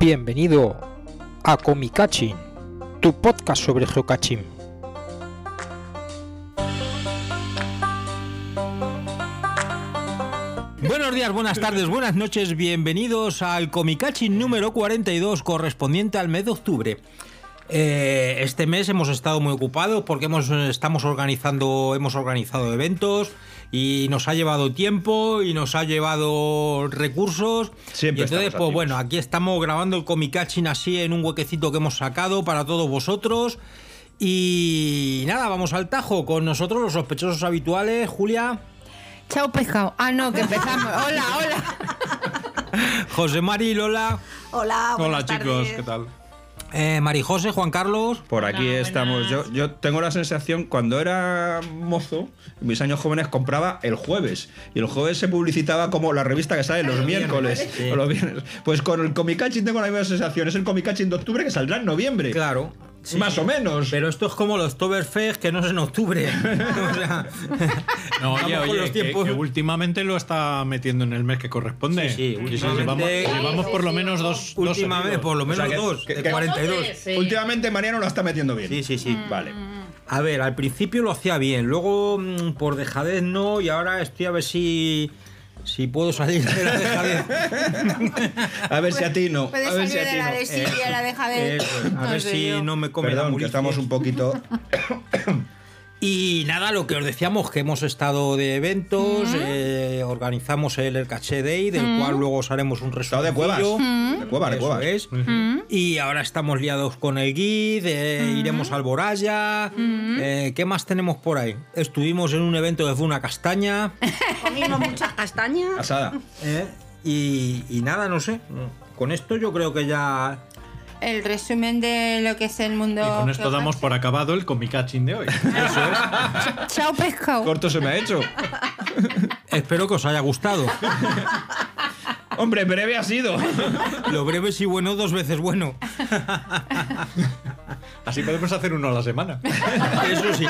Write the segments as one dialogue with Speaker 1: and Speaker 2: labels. Speaker 1: Bienvenido a Comicachin, tu podcast sobre geocaching.
Speaker 2: Buenos días, buenas tardes, buenas noches, bienvenidos al Comicachi número 42 correspondiente al mes de octubre. Eh, este mes hemos estado muy ocupados porque hemos, estamos organizando, hemos organizado eventos y nos ha llevado tiempo y nos ha llevado recursos.
Speaker 3: Siempre
Speaker 2: y entonces,
Speaker 3: estamos
Speaker 2: pues
Speaker 3: activos.
Speaker 2: bueno, aquí estamos grabando el Comicachin así en un huequecito que hemos sacado para todos vosotros. Y nada, vamos al tajo con nosotros los sospechosos habituales, Julia,
Speaker 4: Chao pescado. Ah, no, que empezamos. Hola, hola.
Speaker 2: José Mari y Lola.
Speaker 5: Hola, Ah, buenas tardes.
Speaker 3: tal?
Speaker 2: Eh, Marijose, Juan Carlos.
Speaker 3: Por aquí
Speaker 5: Hola,
Speaker 3: estamos. Yo, yo tengo la sensación, cuando era mozo, en mis años jóvenes compraba el jueves. Y el jueves se publicitaba como la revista que sale los miércoles
Speaker 2: Sí.
Speaker 3: o los viernes. Pues con el Comicachin tengo la misma sensación. Es el Comicachin de octubre que saldrá en noviembre.
Speaker 2: Claro.
Speaker 3: Más o menos.
Speaker 2: Pero esto es como los Toberfest, que no es en octubre. O sea,
Speaker 6: No,
Speaker 2: Vamos
Speaker 6: oye,
Speaker 2: con
Speaker 6: oye,
Speaker 2: los
Speaker 6: que-
Speaker 2: tiempos.
Speaker 6: que últimamente lo está metiendo en el mes que corresponde.
Speaker 2: Sí, sí,
Speaker 6: Que
Speaker 2: últimamente-
Speaker 6: llevamos, llevamos por lo menos dos. dos
Speaker 2: últimamente,
Speaker 6: seguidos.
Speaker 2: por lo menos
Speaker 3: O sea, que-
Speaker 2: dos,
Speaker 3: que-
Speaker 2: de
Speaker 3: que-
Speaker 2: 42.
Speaker 3: Últimamente Mariano lo está metiendo bien. Mm,
Speaker 2: Sí, sí, sí.
Speaker 3: Vale.
Speaker 2: A ver, al principio lo hacía bien, luego mm, por dejadez no, y ahora estoy a ver si, si puedo salir de la dejadez.
Speaker 3: A ver si atino.
Speaker 5: Pues
Speaker 4: Puedes
Speaker 3: A ver si
Speaker 4: salir de la
Speaker 3: atino.
Speaker 4: desidia, la deja de.
Speaker 2: Eso es, a
Speaker 4: No
Speaker 2: ver
Speaker 7: Pues
Speaker 4: sé
Speaker 2: si
Speaker 4: yo.
Speaker 2: no me come la
Speaker 3: Perdón, que
Speaker 2: muricia.
Speaker 3: estamos un poquito.
Speaker 2: Y nada, lo que os decíamos, que hemos estado de eventos, eh, organizamos el, el Caché Day, del cual luego os haremos un
Speaker 3: Estado
Speaker 2: resultado.
Speaker 3: de cuevas. Mm. De cuevas, de
Speaker 2: Eso
Speaker 3: cuevas. Mm.
Speaker 2: es. Y ahora estamos liados con el guide, eh, iremos al Boraya.
Speaker 3: Mm.
Speaker 2: eh, ¿Qué más tenemos por ahí? Estuvimos en un evento de una castaña.
Speaker 5: Comimos muchas castañas.
Speaker 3: Asada.
Speaker 2: eh, y, y nada, no sé. Con esto yo creo que ya.
Speaker 4: El resumen de lo que es el mundo.
Speaker 6: Y con esto damos por acabado el comicaching de hoy.
Speaker 4: Chao pescado.
Speaker 3: Corto se me ha hecho.
Speaker 2: Espero que os haya gustado.
Speaker 3: Hombre, breve ha sido.
Speaker 2: Lo breve es y bueno, dos veces bueno.
Speaker 6: Así podemos hacer uno a la semana.
Speaker 2: Eso sí.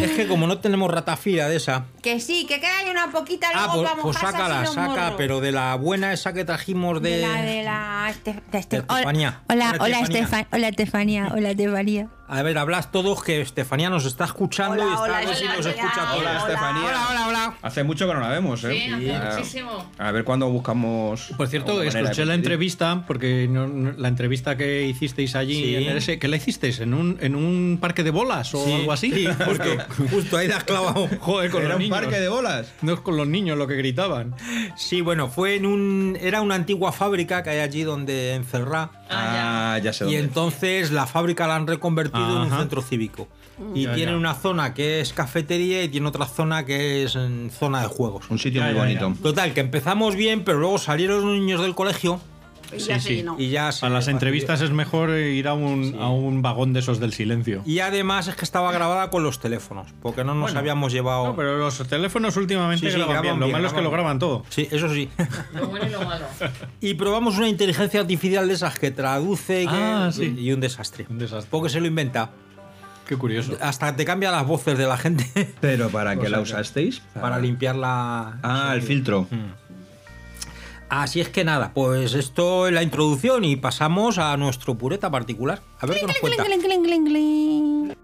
Speaker 2: Es que como no tenemos ratafila de esa.
Speaker 4: Que sí, que queda ahí una poquita luego
Speaker 2: Ah, pues,
Speaker 4: vamos
Speaker 2: pues sácala, saca, pero de la buena esa que trajimos de.
Speaker 4: De la de la Este- de Este-
Speaker 2: de Estefanía.
Speaker 4: Hola,
Speaker 2: Hola,
Speaker 4: hola,
Speaker 2: Estefanía.
Speaker 4: Estefanía. Hola, Estefanía. Hola, Estefanía.
Speaker 2: A ver, hablad todos que Estefanía nos está escuchando
Speaker 5: Hola,
Speaker 2: y está
Speaker 5: hola,
Speaker 2: a ver si
Speaker 5: hola,
Speaker 2: nos
Speaker 5: hola,
Speaker 2: escucha a
Speaker 5: hola,
Speaker 2: todos.
Speaker 3: Hola, Estefanía.
Speaker 2: Hola, hola, hola.
Speaker 3: Hace mucho que no la vemos, ¿eh?
Speaker 8: Sí, hace
Speaker 3: Ah,
Speaker 8: muchísimo.
Speaker 3: A ver cuándo buscamos.
Speaker 6: Por cierto,
Speaker 3: una manera de
Speaker 6: escuché la
Speaker 3: coincidir.
Speaker 6: entrevista, porque no- no- la entrevista que hicisteis allí,
Speaker 2: Sí.
Speaker 6: en el ese- ¿qué la hicisteis? ¿En un, ¿En un parque de bolas o
Speaker 2: Sí,
Speaker 6: algo así?
Speaker 2: sí,
Speaker 6: porque,
Speaker 2: justo, justo ahí la has clavado.
Speaker 6: joder, con
Speaker 3: Era
Speaker 6: los
Speaker 3: un
Speaker 6: niños.
Speaker 3: parque de bolas.
Speaker 6: No es con los niños lo que gritaban.
Speaker 2: Sí, bueno, fue en un. Era una antigua fábrica que hay allí donde encerrá.
Speaker 3: Ah, ya sé
Speaker 2: Y
Speaker 3: dónde.
Speaker 2: entonces la fábrica la han reconvertido en un
Speaker 6: Ajá.
Speaker 2: centro cívico. Y
Speaker 6: Ya,
Speaker 2: tienen
Speaker 6: ya.
Speaker 2: una zona que es cafetería y tiene otra zona que es mm, zona de juegos.
Speaker 3: Un sitio
Speaker 6: Ya,
Speaker 3: muy
Speaker 6: ya,
Speaker 3: bonito.
Speaker 2: Total, que empezamos bien, pero luego salieron los niños del colegio
Speaker 5: Y ya
Speaker 6: sí.
Speaker 5: se llenó.
Speaker 2: y ya se
Speaker 6: Para las
Speaker 2: fastidió.
Speaker 6: entrevistas es mejor ir a un, a un vagón de esos del silencio.
Speaker 2: Y además es que estaba grabada con los teléfonos, porque no nos
Speaker 6: Bueno.
Speaker 2: habíamos llevado.
Speaker 6: No, pero los teléfonos últimamente
Speaker 2: Sí, sí,
Speaker 6: graban,
Speaker 2: graban
Speaker 6: bien. Lo
Speaker 2: bien,
Speaker 6: malo es que
Speaker 2: graban
Speaker 6: lo graban todo.
Speaker 2: Sí, eso sí.
Speaker 8: Lo bueno y lo malo.
Speaker 2: y probamos una inteligencia artificial de esas que traduce y, que-
Speaker 6: Ah, sí.
Speaker 2: y un desastre.
Speaker 6: Un desastre.
Speaker 2: Porque se lo inventa.
Speaker 6: Qué curioso.
Speaker 2: Hasta te cambia las voces de la gente
Speaker 3: Pero ¿para qué la usasteis?
Speaker 2: para limpiar la.
Speaker 3: Ah, el filtro.
Speaker 2: Mm. Así es que nada, pues esto es la introducción y pasamos a nuestro pureta particular. A ver qué nos cuenta.
Speaker 4: Cling, cling, cling, cling.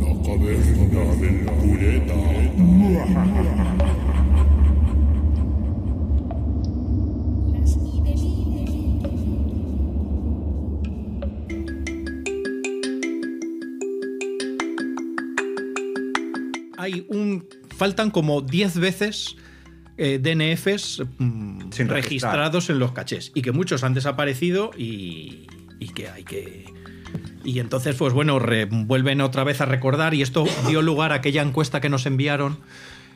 Speaker 7: La caverna del Pureta.
Speaker 6: Hay un. Faltan como 10 veces eh, DNFs mm,
Speaker 3: Sin registrar.
Speaker 6: registrados en los cachés. Y que muchos han desaparecido y. y que hay que. Y entonces, pues bueno, re- vuelven otra vez a recordar. Y esto dio lugar a aquella encuesta que nos enviaron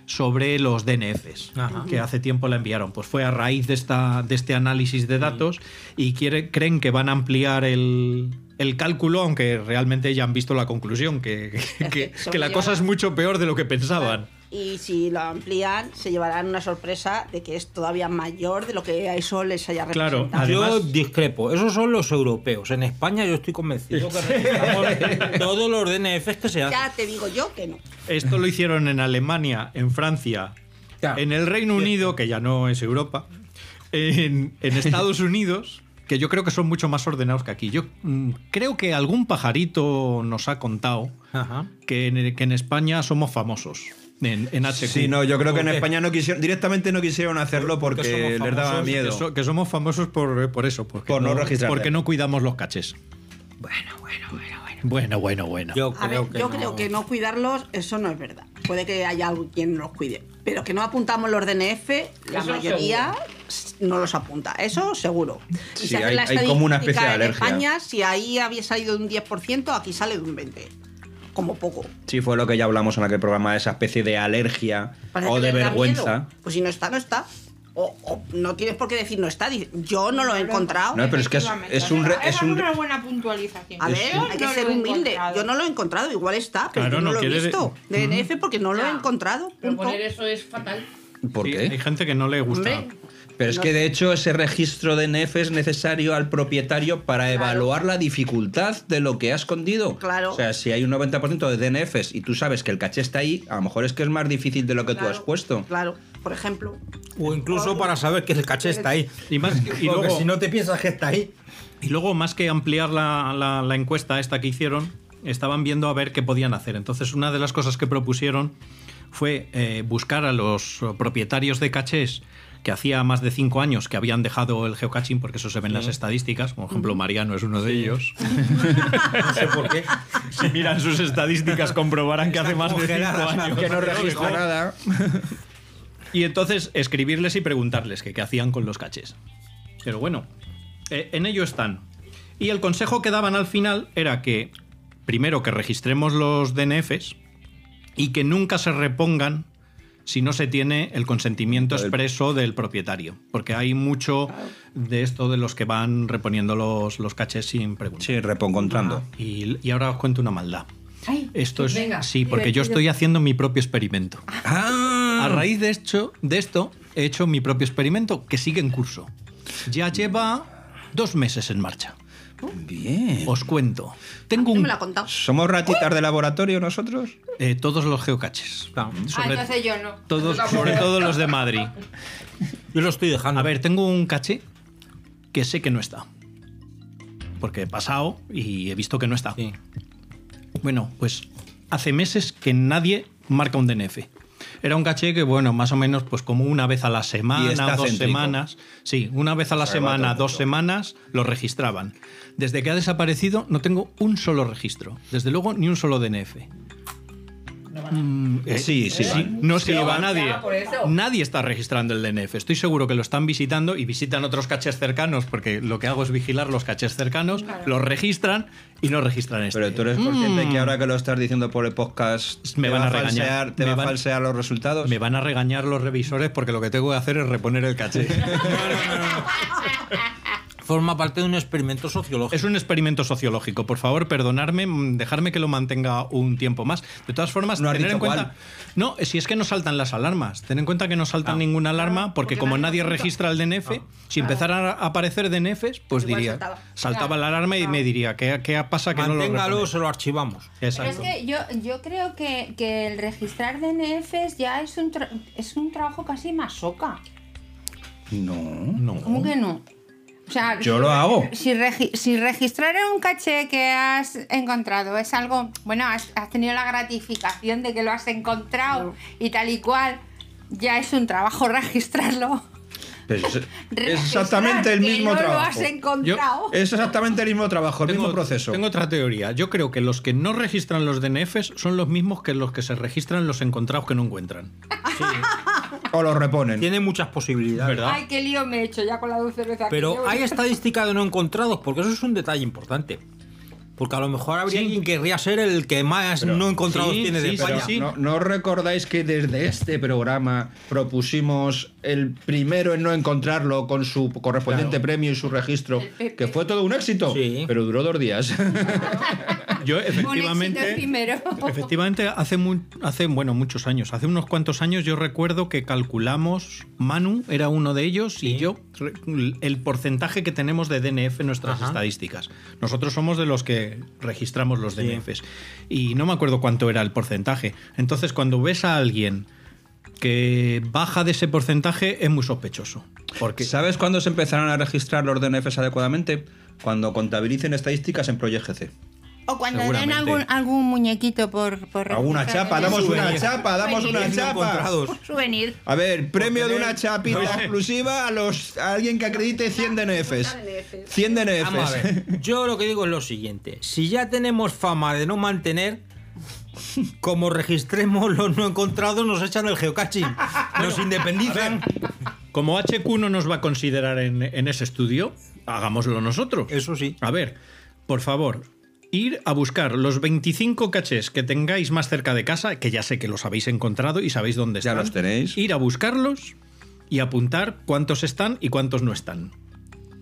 Speaker 6: sobre los DNFs,
Speaker 2: Ajá.
Speaker 6: que hace tiempo la enviaron. Pues fue a raíz de, esta, de este análisis de datos y quiere- creen que van a ampliar el, el cálculo, aunque realmente ya han visto la conclusión, que, que- que-
Speaker 5: Se
Speaker 6: que la
Speaker 5: obligaba.
Speaker 6: cosa es mucho peor de lo que pensaban.
Speaker 5: Y si lo amplían, se llevarán una sorpresa de que es todavía mayor de lo que eso les haya
Speaker 6: Claro,
Speaker 5: representado.
Speaker 2: Yo
Speaker 6: Además-
Speaker 2: discrepo, esos son los europeos. En España yo estoy convencido que registramos todos los DNFs que se hacen.
Speaker 5: Ya te digo yo que no.
Speaker 6: Esto lo hicieron en Alemania, en Francia,
Speaker 2: Ya.
Speaker 6: en el Reino Unido, que ya no es Europa, en, en Estados Unidos, que yo creo que son mucho más ordenados que aquí. Yo mm, creo que algún pajarito nos ha contado
Speaker 2: Ajá.
Speaker 6: que en, que en España somos famosos. En, en HQ.
Speaker 3: Sí, no, yo creo que en
Speaker 2: ¿Por qué?
Speaker 3: España no quisieron, directamente no quisieron hacerlo porque,
Speaker 2: Porque somos
Speaker 3: les daba
Speaker 2: famosos,
Speaker 3: miedo.
Speaker 6: Que, so- que somos famosos por, por eso, porque
Speaker 3: Por no registrar.
Speaker 6: Porque no cuidamos los cachés. Bueno, bueno, bueno, bueno. Bueno, bueno,
Speaker 2: Yo
Speaker 5: A
Speaker 2: creo
Speaker 5: ver,
Speaker 2: que
Speaker 5: yo
Speaker 2: no.
Speaker 5: creo que no cuidarlos, eso no es verdad. Puede que haya alguien los cuide. Pero que no apuntamos los DNF, la mayoría s- no los apunta. Eso seguro. Y
Speaker 3: Sí,
Speaker 5: si hace
Speaker 3: hay-
Speaker 5: la
Speaker 3: hay como una especie de alergia.
Speaker 5: estadística en España, si ahí había salido de un 10%, aquí sale de un 20%. Como poco.
Speaker 3: Sí, fue lo que ya hablamos en aquel programa, esa especie de alergia
Speaker 5: Parece
Speaker 3: o
Speaker 5: que
Speaker 3: de
Speaker 5: les da
Speaker 3: vergüenza.
Speaker 5: miedo. Pues si no está, no está. O, o no tienes por qué decir no está. Dice, Yo no lo he encontrado.
Speaker 3: No, pero es que es, es un... re- es
Speaker 8: Esa
Speaker 3: un
Speaker 8: fue
Speaker 3: re-
Speaker 8: una buena puntualización.
Speaker 5: A ver,
Speaker 8: Yo
Speaker 5: hay que
Speaker 8: no
Speaker 5: ser
Speaker 8: lo he
Speaker 5: humilde.
Speaker 8: encontrado.
Speaker 5: Yo no lo he encontrado, igual está, pero
Speaker 6: Claro,
Speaker 5: yo no,
Speaker 6: no
Speaker 5: lo he
Speaker 6: quiere-
Speaker 5: visto. DNF porque no lo he encontrado.
Speaker 7: Pero
Speaker 5: punto.
Speaker 7: poner eso es fatal.
Speaker 3: ¿Por
Speaker 6: Sí, Hay
Speaker 3: qué?
Speaker 6: gente que no le gusta.
Speaker 5: Hombre.
Speaker 3: Pero es que de hecho ese registro de NF es necesario al propietario para evaluar la dificultad de lo que ha escondido.
Speaker 5: Claro.
Speaker 3: O sea, si hay un 90% de DNFs y tú sabes que el caché está ahí, a lo mejor es que es más difícil de lo que tú has puesto.
Speaker 5: Claro, por ejemplo.
Speaker 2: O incluso para saber que el caché está ahí.
Speaker 6: Y, más, y
Speaker 2: Porque
Speaker 6: luego,
Speaker 2: si no te piensas que está ahí.
Speaker 6: Y luego, más que ampliar la, la- la encuesta esta que hicieron, estaban viendo a ver qué podían hacer. Entonces, una de las cosas que propusieron fue eh, buscar a los eh, propietarios de cachés que hacía más de cinco años que habían dejado el geocaching, porque eso se ven en las estadísticas. Por ejemplo, Mariano es uno de ellos.
Speaker 2: No sé por qué.
Speaker 6: Si miran sus estadísticas, comprobarán que hace más de cinco
Speaker 2: congeladas,
Speaker 6: años.
Speaker 3: Que no registra nada.
Speaker 6: Y entonces escribirles y preguntarles que qué hacían con los cachés. Pero bueno, eh, en ello están. Y el consejo que daban al final era que, primero, que registremos los DNFs y que nunca se repongan si no se tiene el consentimiento
Speaker 3: Del-
Speaker 6: expreso del propietario. Porque hay mucho de esto de los que van reponiendo los, los cachés sin preguntar. Ah,
Speaker 3: Sí, reponcontrando.
Speaker 6: Y, y ahora os cuento una maldad.
Speaker 7: Ay,
Speaker 6: Esto es...
Speaker 7: venga,
Speaker 6: sí, porque yo estoy haciendo mi propio experimento. A
Speaker 3: Ah,
Speaker 6: raíz de, hecho, de esto he hecho mi propio experimento que sigue en curso. Ya lleva dos meses en marcha.
Speaker 3: bien.
Speaker 6: Os cuento. Tengo
Speaker 5: ¿Quién Este Ah,
Speaker 6: un,
Speaker 5: me lo ha contado?
Speaker 3: ¿Somos ratitas de laboratorio nosotros?
Speaker 6: eh, todos los geocaches.
Speaker 8: Ah,
Speaker 6: Sobre,
Speaker 8: entonces yo no.
Speaker 6: todos,
Speaker 8: Yo
Speaker 6: sobre
Speaker 8: tampoco.
Speaker 6: todo los de Madrid.
Speaker 2: Yo lo estoy dejando.
Speaker 6: A ver, tengo un caché que sé que no está. Porque he pasado y he visto que no está.
Speaker 2: Sí.
Speaker 6: Bueno, pues hace meses que nadie marca un DNF. Era un caché que, bueno, más o menos, pues como una vez a la
Speaker 3: Y
Speaker 6: semana,
Speaker 3: está
Speaker 6: dos
Speaker 3: céntrico.
Speaker 6: semanas. Sí, una vez a la
Speaker 3: O sea, va
Speaker 6: semana,
Speaker 3: todo
Speaker 6: dos
Speaker 3: junto.
Speaker 6: semanas, lo registraban. Desde que ha desaparecido, no tengo un solo registro. Desde luego, ni un solo DNF. Mm, eh,
Speaker 3: Sí, sí, van.
Speaker 6: No se
Speaker 7: Sí,
Speaker 6: lleva
Speaker 7: van.
Speaker 6: nadie.
Speaker 7: Ya, por eso.
Speaker 6: Nadie está registrando el DNF. Estoy seguro que lo están visitando y visitan otros cachés cercanos, porque lo que hago es vigilar los cachés cercanos, los registran y no registran este.
Speaker 3: Pero tú eres consciente que ahora que lo estás diciendo por el podcast
Speaker 6: Me
Speaker 3: te
Speaker 6: van
Speaker 3: va
Speaker 6: a regañar.
Speaker 3: falsear- te
Speaker 6: Me
Speaker 3: va
Speaker 6: van-
Speaker 3: a falsear los resultados.
Speaker 6: Me van a regañar los revisores porque lo que tengo que hacer es reponer el caché.
Speaker 2: Forma parte de un experimento sociológico.
Speaker 6: es un experimento sociológico. Por favor, perdonarme, mm, dejarme que lo mantenga un tiempo más. De todas formas,
Speaker 3: No has
Speaker 6: tener
Speaker 3: dicho
Speaker 6: en cuenta. No, eh, si es que no saltan las alarmas. Ten en cuenta que no
Speaker 3: Ah.
Speaker 6: saltan ninguna alarma porque, como nadie registra el DNF, si empezaran a aparecer DNFs, pues
Speaker 5: Igual
Speaker 6: diría.
Speaker 5: saltaba.
Speaker 6: Saltaba. la alarma y me diría, ¿qué, qué pasa que no lo
Speaker 2: Manténgalo,
Speaker 6: repones?
Speaker 2: se lo archivamos.
Speaker 8: Pero es
Speaker 6: Exacto.
Speaker 8: que yo, yo creo que, que el registrar DNFs ya es un, tra- es un trabajo casi masoca.
Speaker 3: No.
Speaker 8: ¿Cómo que no? O sea,
Speaker 3: Yo lo hago.
Speaker 8: si, regi- si registrar en un caché que has encontrado es algo, bueno, has, has tenido la gratificación de que lo has encontrado y tal y cual, ya es un trabajo registrarlo.
Speaker 3: Pero es- es
Speaker 8: Registrar
Speaker 3: exactamente el
Speaker 8: que
Speaker 3: mismo
Speaker 8: no lo
Speaker 3: trabajo.
Speaker 8: has encontrado.
Speaker 3: Es exactamente el mismo trabajo, el mismo proceso.
Speaker 6: tengo otra teoría. Yo creo que los que no registran los DNFs son los mismos que los que se registran los encontrados que no encuentran.
Speaker 3: O lo reponen.
Speaker 2: Tiene muchas posibilidades.
Speaker 6: ¿Verdad?
Speaker 8: Ay, qué lío me he hecho ya con la dulce cerveza. que
Speaker 2: Pero
Speaker 8: llevo.
Speaker 2: hay estadística de no encontrados, porque eso es un detalle importante. Porque a lo mejor habría
Speaker 6: Sí.
Speaker 2: quien querría ser el que más no encontrados
Speaker 6: Sí,
Speaker 2: tiene de
Speaker 6: sí, sí,
Speaker 2: España.
Speaker 6: sí.
Speaker 3: ¿No, no recordáis que desde este programa propusimos el primero en no encontrarlo con su correspondiente premio y su registro? Que fue todo un éxito,
Speaker 2: Sí.
Speaker 3: pero duró dos días.
Speaker 6: yo
Speaker 8: Un éxito
Speaker 6: efectivamente.
Speaker 8: efímero.
Speaker 6: Efectivamente, hace, mu- hace bueno, muchos años, hace unos cuantos años yo recuerdo que calculamos, Manu era uno de ellos y yo, re- el porcentaje que tenemos de DNF en nuestras
Speaker 2: Ajá.
Speaker 6: estadísticas. Nosotros somos de los que registramos los DNFs y no me acuerdo cuánto era el porcentaje. Entonces, cuando ves a alguien que baja de ese porcentaje, es muy sospechoso. Porque
Speaker 3: ¿Sabes cuándo se empezarán a registrar los DNFs adecuadamente? Cuando contabilicen estadísticas en Project GC.
Speaker 8: O cuando den
Speaker 6: Seguramente.
Speaker 8: algún, algún muñequito por... por
Speaker 3: Alguna
Speaker 8: registrar.
Speaker 3: chapa, damos una
Speaker 2: Souvenir.
Speaker 3: chapa, damos una
Speaker 2: Siendo
Speaker 3: chapa.
Speaker 2: encontrados.
Speaker 8: Un souvenir.
Speaker 3: A ver, premio de
Speaker 2: tener-
Speaker 3: una chapita
Speaker 2: No.
Speaker 3: exclusiva a, los, a alguien que acredite 100 DNFs. 100
Speaker 2: Vamos a
Speaker 3: DNFs.
Speaker 2: ver. Yo lo que digo es lo siguiente. Si ya tenemos fama de no mantener, como registremos los no encontrados, nos echan el geocaching. Nos independizan.
Speaker 6: como HQ no nos va a considerar en, en ese estudio, hagámoslo nosotros.
Speaker 2: Eso sí.
Speaker 6: A ver, por favor, ir a buscar los 25 cachés que tengáis más cerca de casa, que ya sé que los habéis encontrado y sabéis dónde
Speaker 3: Ya
Speaker 6: están.
Speaker 3: los tenéis.
Speaker 6: Ir a buscarlos y apuntar cuántos están y cuántos no están.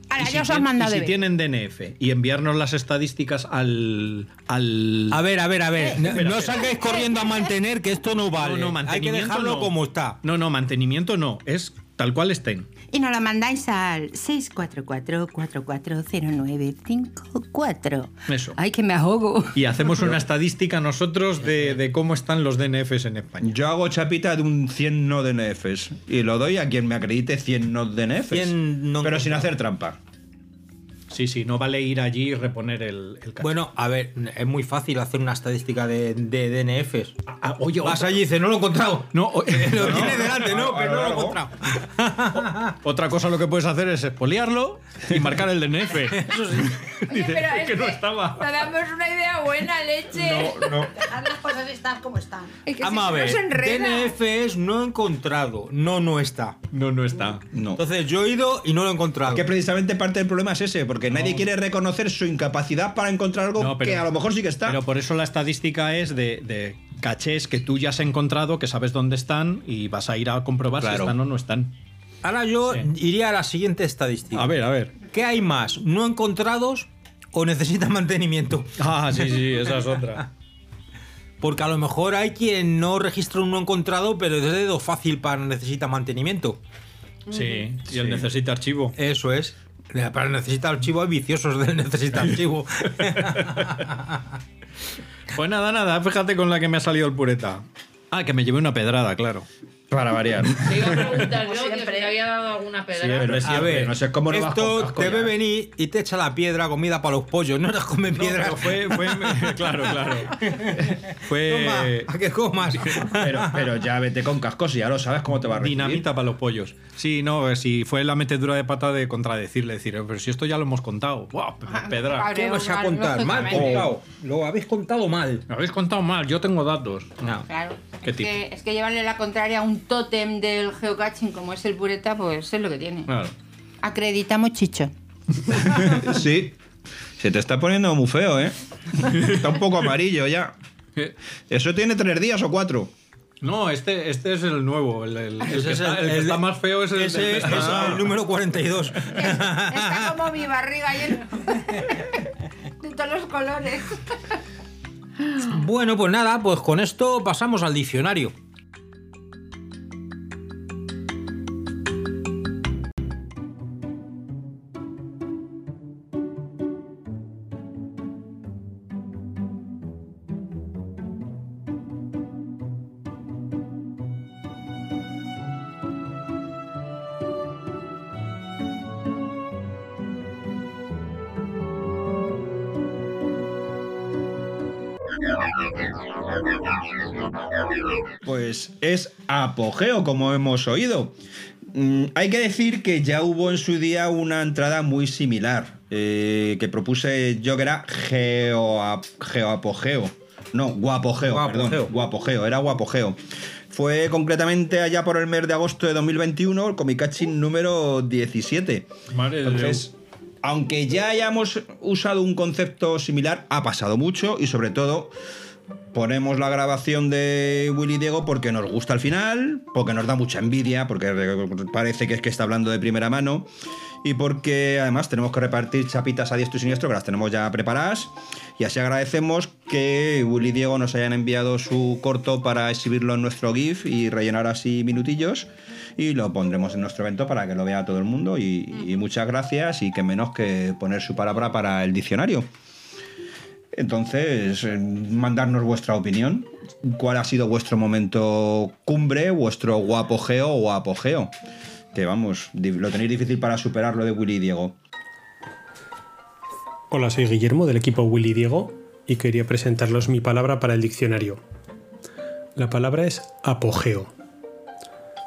Speaker 4: Ahora,
Speaker 6: Y si
Speaker 4: ya os
Speaker 6: tien-
Speaker 4: han mandado
Speaker 6: y
Speaker 4: de
Speaker 6: si
Speaker 4: ver.
Speaker 6: tienen DNF y enviarnos las estadísticas al al
Speaker 2: A ver, a ver, a ver. No,
Speaker 6: espera,
Speaker 2: no
Speaker 6: espera.
Speaker 2: salgáis corriendo a mantener, que esto no vale.
Speaker 6: No, no,
Speaker 2: Hay que
Speaker 6: mantenimiento
Speaker 2: dejarlo
Speaker 6: no.
Speaker 2: como está.
Speaker 6: No, no, mantenimiento no, es tal cual estén.
Speaker 7: Y nos lo mandáis al 644-440954.
Speaker 6: Eso.
Speaker 7: Ay, que me ahogo.
Speaker 6: Y hacemos una estadística nosotros de, de cómo están los DNFs en España.
Speaker 3: Yo hago chapita de un 100 no DNFs y lo doy a quien me acredite 100 no DNFs.
Speaker 2: 100 no
Speaker 3: pero sin hacer trampa.
Speaker 6: Sí, sí, no vale ir allí y reponer el, el caché.
Speaker 2: Bueno, a ver, es muy fácil hacer una estadística de, de DNFs.
Speaker 6: Ah, oye,
Speaker 2: Vas
Speaker 6: otra-
Speaker 2: allí y dices, no lo he encontrado.
Speaker 6: No, o- no,
Speaker 2: Lo tienes delante, no,
Speaker 3: a
Speaker 2: pero
Speaker 3: lo
Speaker 2: no lo he
Speaker 3: largo.
Speaker 2: encontrado.
Speaker 6: Otra cosa lo que puedes hacer es expoliarlo y marcar el DNF.
Speaker 2: Eso sí.
Speaker 8: Oye, pero es
Speaker 6: que no estaba.
Speaker 8: Te damos una idea buena, leche.
Speaker 3: este- no.
Speaker 5: Dejar las cosas estar como están.
Speaker 8: Es que
Speaker 2: Vamos a
Speaker 8: si no
Speaker 2: ver.
Speaker 8: se enreda.
Speaker 2: DNF es no encontrado, no, no está.
Speaker 6: No, no está.
Speaker 3: No.
Speaker 2: Entonces yo he ido y no lo he encontrado.
Speaker 3: Que precisamente parte del problema es ese, porque nadie quiere reconocer su incapacidad para encontrar algo
Speaker 6: No, pero-
Speaker 3: que a lo mejor sí que está.
Speaker 6: Pero por eso la estadística es de, de cachés que tú ya has encontrado, que sabes dónde están y vas a ir a comprobar si
Speaker 3: Claro.
Speaker 6: están o no están.
Speaker 2: Ahora yo
Speaker 6: Sí.
Speaker 2: iría a la siguiente estadística.
Speaker 6: A ver, a ver.
Speaker 2: ¿Qué hay más? ¿No encontrados o necesitan mantenimiento?
Speaker 6: Ah, sí, sí, esa es otra.
Speaker 2: Porque a lo mejor hay quien no registra un no encontrado, pero es dedo fácil para necesita mantenimiento.
Speaker 6: Sí, y él necesita archivo.
Speaker 2: Eso es. Para necesita archivo hay viciosos del necesita archivo.
Speaker 6: Pues nada, nada, fíjate con la que me ha salido el pureta. Ah, que me llevé una pedrada, claro.
Speaker 3: Para variar.
Speaker 9: Te iba a preguntar yo que si
Speaker 5: siempre.
Speaker 9: te había dado alguna pedrada.
Speaker 3: pero es
Speaker 2: a
Speaker 3: siempre,
Speaker 2: ver,
Speaker 3: no sé cómo no vas con
Speaker 2: esto
Speaker 3: casco
Speaker 2: te
Speaker 3: ya.
Speaker 2: ve venir y te echa la piedra comida para los pollos. No las come piedra.
Speaker 6: No, pero fue, fue- claro, claro.
Speaker 2: Toma,
Speaker 6: Fue
Speaker 2: a que comas.
Speaker 3: Pero, pero ya vete con cascos y ya lo sabes cómo te va a recibir.
Speaker 6: dinamita para los pollos. Sí, no, eh, si fue la metedura de pata de contradecirle, decir, "Eh, pero si esto ya lo hemos contado. ¡Buah, pedra!
Speaker 2: ¿Qué vas a
Speaker 8: Claro,
Speaker 2: contar? Mal
Speaker 8: lógicamente.
Speaker 2: contado. Lo habéis contado mal.
Speaker 6: Me habéis contado mal, yo tengo datos.
Speaker 2: No.
Speaker 8: Claro.
Speaker 6: ¿Qué
Speaker 8: es,
Speaker 6: tipo?
Speaker 8: que, es que llevarle la contraria a un tótem del geocaching como es el pureta, pues es lo que tiene.
Speaker 3: Ah.
Speaker 6: Claro.
Speaker 7: Acreditamos chicho.
Speaker 3: Sí. Se te está poniendo muy feo, ¿eh? Está un poco amarillo ya.
Speaker 6: Eh,
Speaker 3: Eso tiene tres días o cuatro.
Speaker 6: No, este, este es el nuevo. El, el- el
Speaker 2: Ese
Speaker 6: que,
Speaker 2: es
Speaker 6: está,
Speaker 2: el-
Speaker 6: el que
Speaker 2: el-
Speaker 6: está más feo es el,
Speaker 2: Ese es el número 42.
Speaker 8: Está como mi barriga llena de todos los colores.
Speaker 2: Bueno, pues nada, pues con esto pasamos al diccionario.
Speaker 3: Pues es apogeo, como hemos oído. Mm, hay que decir que ya hubo en su día una entrada muy similar, eh, que propuse yo que era geoap- geoapogeo. No, guapogeo,
Speaker 2: Guapogeo.
Speaker 3: perdón. Guapogeo, era guapogeo. Fue concretamente allá por el mes de agosto de 2021, el Comicachi número 17.
Speaker 6: Madre de
Speaker 3: Entonces, aunque ya hayamos usado un concepto similar, ha pasado mucho y sobre todo ponemos la grabación de Willy Diego porque nos gusta al final, porque nos da mucha envidia, porque re- parece que es que está hablando de primera mano y porque además tenemos que repartir chapitas a diestro y siniestro que las tenemos ya preparadas. Y así agradecemos que Willy y Diego nos hayan enviado su corto para exhibirlo en nuestro GIF y rellenar así minutillos. Y lo pondremos en nuestro evento para que lo vea todo el mundo. Y, y muchas gracias y que menos que poner su palabra para el diccionario. Entonces, eh, mandarnos vuestra opinión. ¿Cuál ha sido vuestro momento cumbre, vuestro guapogeo o apogeo? Que vamos, di- lo tenéis difícil para superar lo de Willy y Diego.
Speaker 10: Hola, soy Guillermo del equipo Willy Diego y quería presentarlos mi palabra para el diccionario. La palabra es apogeo.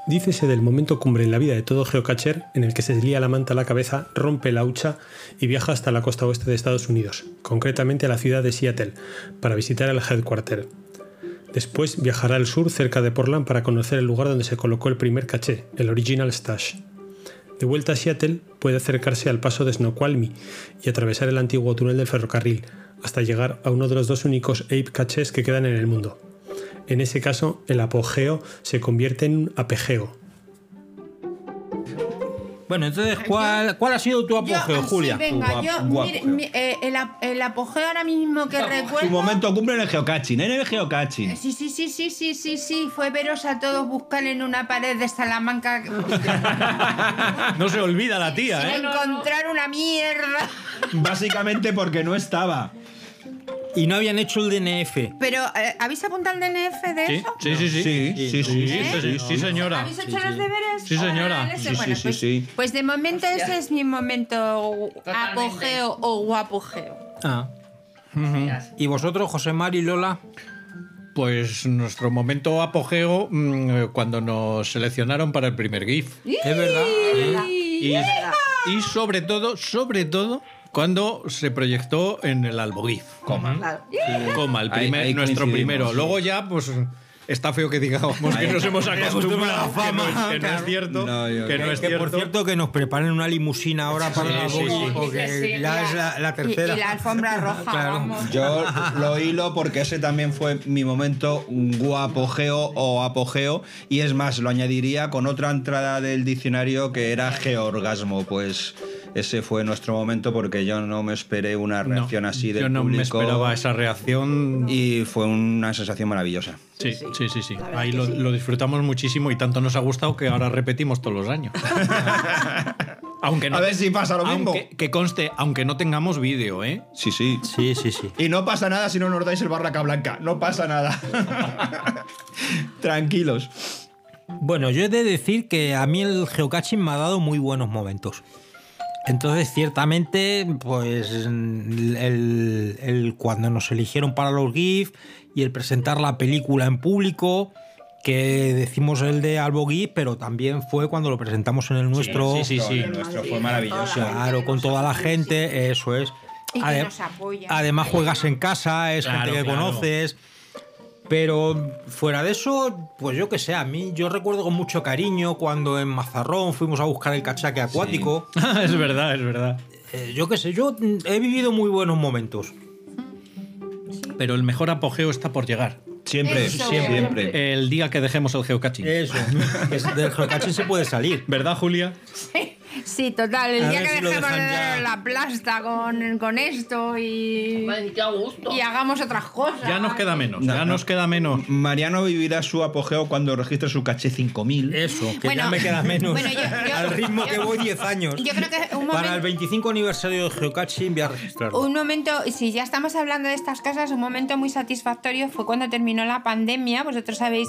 Speaker 10: Dícese del momento cumbre en la vida de todo geocacher en el que se lía la manta a la cabeza, rompe la hucha y viaja hasta la costa oeste de Estados Unidos, concretamente a la ciudad de Seattle, para visitar el headquarter. Después viajará al sur cerca de Portland para conocer el lugar donde se colocó el primer caché, el Original Stash. De vuelta a Seattle, puede acercarse al paso de Snoqualmie y atravesar el antiguo túnel del ferrocarril hasta llegar a uno de los dos únicos ape cachés que quedan en el mundo. En ese caso, el apogeo se convierte en un apegeo.
Speaker 2: Bueno, entonces, ¿cuál, cuál ha sido tu
Speaker 7: Yo,
Speaker 2: apogeo,
Speaker 7: así,
Speaker 2: Julia?
Speaker 7: venga,
Speaker 3: guap-
Speaker 7: yo,
Speaker 3: guapo.
Speaker 7: mire, mi- eh, el, ap- el apogeo ahora mismo que
Speaker 3: Tu
Speaker 7: recuerdo.
Speaker 3: momento cumbre en el geocaching, en el geocaching.
Speaker 7: Sí, sí, sí, sí, sí, sí, sí, fue veros a todos buscar en una pared de Salamanca.
Speaker 6: No se olvida la tía, ¿eh?
Speaker 7: encontrar una mierda.
Speaker 3: Básicamente porque no estaba.
Speaker 2: Y no habían hecho el DNF.
Speaker 7: Pero, eh, ¿habéis apuntado el DNF de eso?
Speaker 6: Sí, sí, sí.
Speaker 3: Sí, sí, sí,
Speaker 6: Sí,
Speaker 3: sí,
Speaker 6: sí, sí, señora.
Speaker 7: ¿Habéis hecho los deberes?
Speaker 6: Sí, señora.
Speaker 7: Orales?
Speaker 3: Sí,
Speaker 7: Bueno,
Speaker 3: sí,
Speaker 7: pues,
Speaker 3: sí.
Speaker 7: pues de momento ese es mi momento
Speaker 11: Totalmente.
Speaker 7: apogeo o guapogeo.
Speaker 2: Ah. ¿Y vosotros, José Mari y Lola?
Speaker 6: Pues nuestro momento apogeo mm, cuando nos seleccionaron para el primer GIF.
Speaker 2: Es verdad.
Speaker 6: Y, y sobre todo, sobre todo, cuando se proyectó en el AlboGIF. Coma.
Speaker 5: Claro.
Speaker 6: Coma, el
Speaker 3: Ahí-
Speaker 6: primer,
Speaker 3: ahí
Speaker 6: nuestro
Speaker 3: coincidimos,
Speaker 6: primero.
Speaker 3: sí.
Speaker 6: Luego ya, pues. Está feo que digamos que nos hemos acostumbrado que no es- que no es cierto,
Speaker 3: No, yo-
Speaker 6: que no es
Speaker 2: Que por
Speaker 6: cierto.
Speaker 2: cierto que nos preparen una limusina ahora para
Speaker 6: sí,
Speaker 2: la
Speaker 6: sí,
Speaker 2: boda,
Speaker 6: sí.
Speaker 2: porque
Speaker 11: Sí, sí,
Speaker 2: ya
Speaker 11: ya.
Speaker 2: es la, la
Speaker 7: Y-
Speaker 2: tercera.
Speaker 7: Y, la alfombra roja,
Speaker 2: Claro.
Speaker 7: vamos.
Speaker 3: Yo lo hilo porque ese también fue mi momento guapogeo o apogeo. Y es más, lo añadiría con otra entrada del diccionario que era georgasmo. Pues ese fue nuestro momento porque yo no me esperé una
Speaker 6: No,
Speaker 3: reacción así del
Speaker 6: yo no me
Speaker 3: público.
Speaker 6: esperaba esa reacción.
Speaker 3: Y fue una sensación maravillosa.
Speaker 6: Sí, sí, sí, sí.
Speaker 5: La verdad
Speaker 6: Ahí
Speaker 5: que
Speaker 6: lo,
Speaker 5: sí.
Speaker 6: lo disfrutamos muchísimo y tanto nos ha gustado que ahora repetimos todos los años. aunque no,
Speaker 3: A ver si pasa lo mismo.
Speaker 6: aunque- que conste, aunque no tengamos vídeo, ¿eh?
Speaker 3: Sí, sí.
Speaker 2: Sí, sí, sí.
Speaker 3: Y no pasa nada si no nos dais el barraca blanca. No pasa nada. Tranquilos.
Speaker 2: Bueno, yo he de decir que a mí el geocaching me ha dado muy buenos momentos. Entonces, ciertamente, pues el, el- cuando nos eligieron para los GIF y el presentar la película en público, que decimos el de Albo GIF, pero también fue cuando lo presentamos en el nuestro.
Speaker 6: Sí, sí, sí.
Speaker 3: El nuestro
Speaker 5: Madrid,
Speaker 3: fue
Speaker 5: toda la
Speaker 3: maravilloso.
Speaker 5: gente
Speaker 2: Claro,
Speaker 5: que
Speaker 2: con
Speaker 5: nos
Speaker 2: toda la
Speaker 5: apoya,
Speaker 2: gente, eso es.
Speaker 7: Y que
Speaker 2: Ade-
Speaker 7: nos apoya.
Speaker 2: Además juegas en casa, es
Speaker 6: Claro,
Speaker 2: gente que
Speaker 6: claro.
Speaker 2: conoces. Pero fuera de eso, pues yo que sé, a mí yo recuerdo con mucho cariño cuando en Mazarrón fuimos a buscar el cachaque acuático.
Speaker 6: es verdad, es verdad.
Speaker 2: Eh, yo que sé, yo mm, he vivido muy buenos momentos.
Speaker 6: Pero el mejor apogeo está por llegar.
Speaker 3: Siempre,
Speaker 7: Eso.
Speaker 3: siempre, siempre.
Speaker 6: El día que dejemos el geocaching.
Speaker 2: Eso, que es- del geocaching se puede salir.
Speaker 6: ¿Verdad, Julia?
Speaker 7: Sí, total. El
Speaker 2: A
Speaker 7: día
Speaker 2: ver
Speaker 7: que
Speaker 2: si lo
Speaker 7: dejemos
Speaker 2: dejan ya.
Speaker 7: de la plasta con, con esto y,
Speaker 11: Madre, qué a gusto.
Speaker 7: y hagamos otras cosas.
Speaker 6: Ya nos queda menos,
Speaker 3: No,
Speaker 6: ya
Speaker 3: no.
Speaker 6: nos queda menos.
Speaker 3: Mariano vivirá su apogeo cuando registre su caché 5000.
Speaker 2: Eso, que ya
Speaker 7: Bueno,
Speaker 2: me queda menos.
Speaker 7: bueno, yo- yo-
Speaker 2: Al ritmo que
Speaker 7: yo-
Speaker 2: voy 10 años.
Speaker 7: Yo creo que un
Speaker 2: Para
Speaker 7: momento,
Speaker 2: el
Speaker 7: Oh.
Speaker 2: 25 aniversario de geocaching voy a registrarlo.
Speaker 7: un momento, si ya estamos hablando de estas cosas, un momento muy satisfactorio fue cuando terminó la pandemia. Vosotros sabéis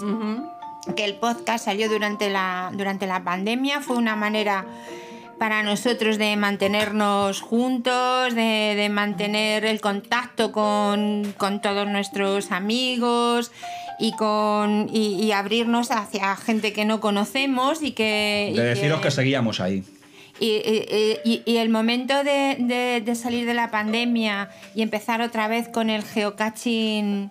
Speaker 7: que el podcast salió durante la, durante la pandemia. Fue una manera para nosotros de mantenernos juntos, de, de mantener el contacto con, con todos nuestros amigos y, con, y, y abrirnos hacia gente que no conocemos y que... y
Speaker 3: De deciros que
Speaker 7: que-
Speaker 3: seguíamos ahí.
Speaker 7: y, y- y- y el momento de, de- de salir de la pandemia y empezar otra vez con el geocaching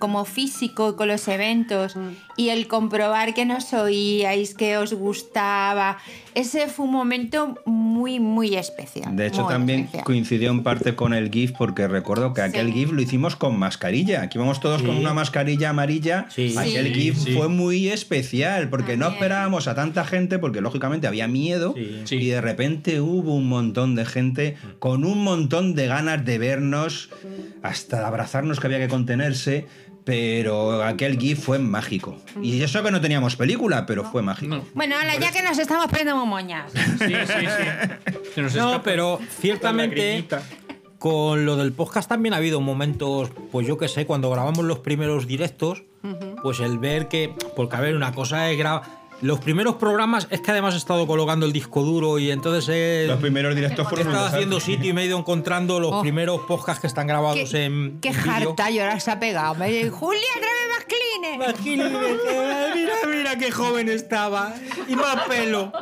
Speaker 7: como físico y con los eventos y el comprobar que nos oíais, que os gustaba, ese fue un momento
Speaker 8: muy, muy especial.
Speaker 3: De hecho,
Speaker 8: muy
Speaker 3: también
Speaker 8: especial.
Speaker 3: coincidió en parte con el GIF, porque recuerdo que aquel GIF lo hicimos con mascarilla. Aquí vamos todos
Speaker 2: Sí.
Speaker 3: con una mascarilla amarilla.
Speaker 2: Sí.
Speaker 3: Aquel
Speaker 2: Sí,
Speaker 3: GIF
Speaker 2: sí.
Speaker 3: fue muy especial, porque no esperábamos a tanta gente, porque lógicamente había miedo. Y de repente hubo un montón de gente con un montón de ganas de vernos, hasta abrazarnos que había que contenerse. Pero aquel GIF fue mágico. Y eso que no teníamos película, pero fue mágico.
Speaker 8: Bueno, ahora
Speaker 3: e-
Speaker 8: ya que nos estamos poniendo muy moñas.
Speaker 2: No, pero ciertamente con lo del podcast también ha habido momentos, pues yo qué sé, cuando grabamos los primeros directos, pues el ver que, porque a ver, una cosa es grabar... Los primeros programas es que además he estado colocando el disco duro y entonces he,
Speaker 3: Los primeros directos
Speaker 2: he
Speaker 3: fueron un
Speaker 2: estado
Speaker 3: desastre.
Speaker 2: haciendo sitio y me he ido encontrando los
Speaker 8: Oh.
Speaker 2: primeros podcasts que están grabados
Speaker 8: Qué-
Speaker 2: en
Speaker 8: Qué
Speaker 2: en vídeo.
Speaker 8: jarta ahora se ha pegado. Me dice, Julia, tráeme más
Speaker 2: Kleenex. Mira, mira qué joven estaba. Y más pelo.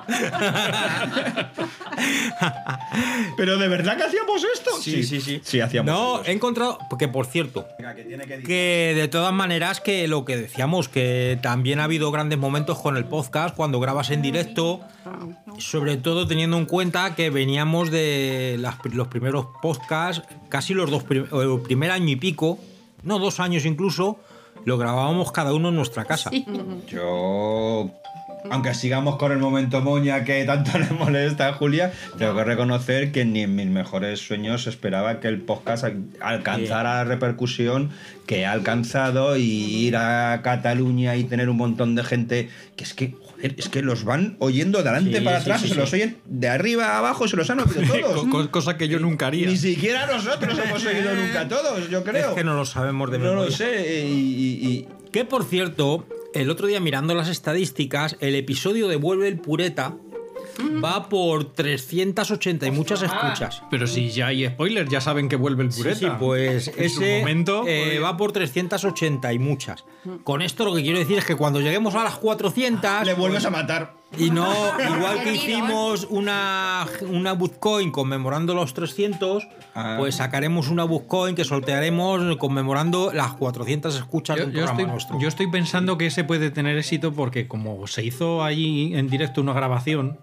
Speaker 3: Pero de verdad que hacíamos esto.
Speaker 2: Sí, sí, sí.
Speaker 3: Sí, hacíamos.
Speaker 2: No, he encontrado. Porque por cierto, que de todas maneras, que lo que decíamos, que también ha habido grandes momentos con el podcast cuando grabas en directo. Sobre todo teniendo en cuenta que veníamos de las pri- los primeros podcasts, casi los dos prim- el primer año y pico, no dos años incluso, lo grabábamos cada uno en nuestra casa.
Speaker 3: Yo, aunque sigamos con el momento moña que tanto le molesta a Julia, tengo que reconocer que ni en mis mejores sueños esperaba que el podcast al- alcanzara la repercusión que ha alcanzado y ir a Cataluña y tener un montón de gente que es que, joder, es que los van oyendo de adelante
Speaker 6: Sí,
Speaker 3: para
Speaker 6: sí,
Speaker 3: atrás,
Speaker 6: sí,
Speaker 3: se
Speaker 6: sí.
Speaker 3: los oyen de arriba a abajo, se los han oído todos.
Speaker 6: Co- co- cosa que yo nunca haría.
Speaker 3: Ni siquiera nosotros hemos oído nunca todos, yo creo.
Speaker 2: Es que no lo sabemos de
Speaker 3: No
Speaker 2: memoria.
Speaker 3: lo sé. Y, y-
Speaker 2: Que por cierto, el otro día mirando las estadísticas, el episodio de Vuelve el Pureta
Speaker 6: Mm.
Speaker 2: va por 380 y muchas escuchas.
Speaker 6: Ah. Pero si ya hay spoilers, ya saben que vuelve el
Speaker 2: Sí,
Speaker 6: pureta.
Speaker 2: sí, pues
Speaker 6: En su
Speaker 2: ese
Speaker 6: momento,
Speaker 2: eh,
Speaker 6: pues- Mm.
Speaker 2: va por 380 y muchas. Con esto lo que quiero decir es que cuando lleguemos a las 400
Speaker 3: y le vuelves a matar.
Speaker 2: y no igual
Speaker 6: ¿eh?
Speaker 2: que
Speaker 8: Qué tirón.
Speaker 2: hicimos una una Bitcoin conmemorando los 300,
Speaker 3: Ah.
Speaker 2: pues sacaremos una Bitcoin que soltearemos conmemorando las 400 escuchas
Speaker 6: Yo,
Speaker 2: de un
Speaker 6: yo
Speaker 2: programa
Speaker 6: estoy,
Speaker 2: nuestro.
Speaker 6: yo estoy pensando que ese puede tener éxito porque como se hizo allí en directo una grabación,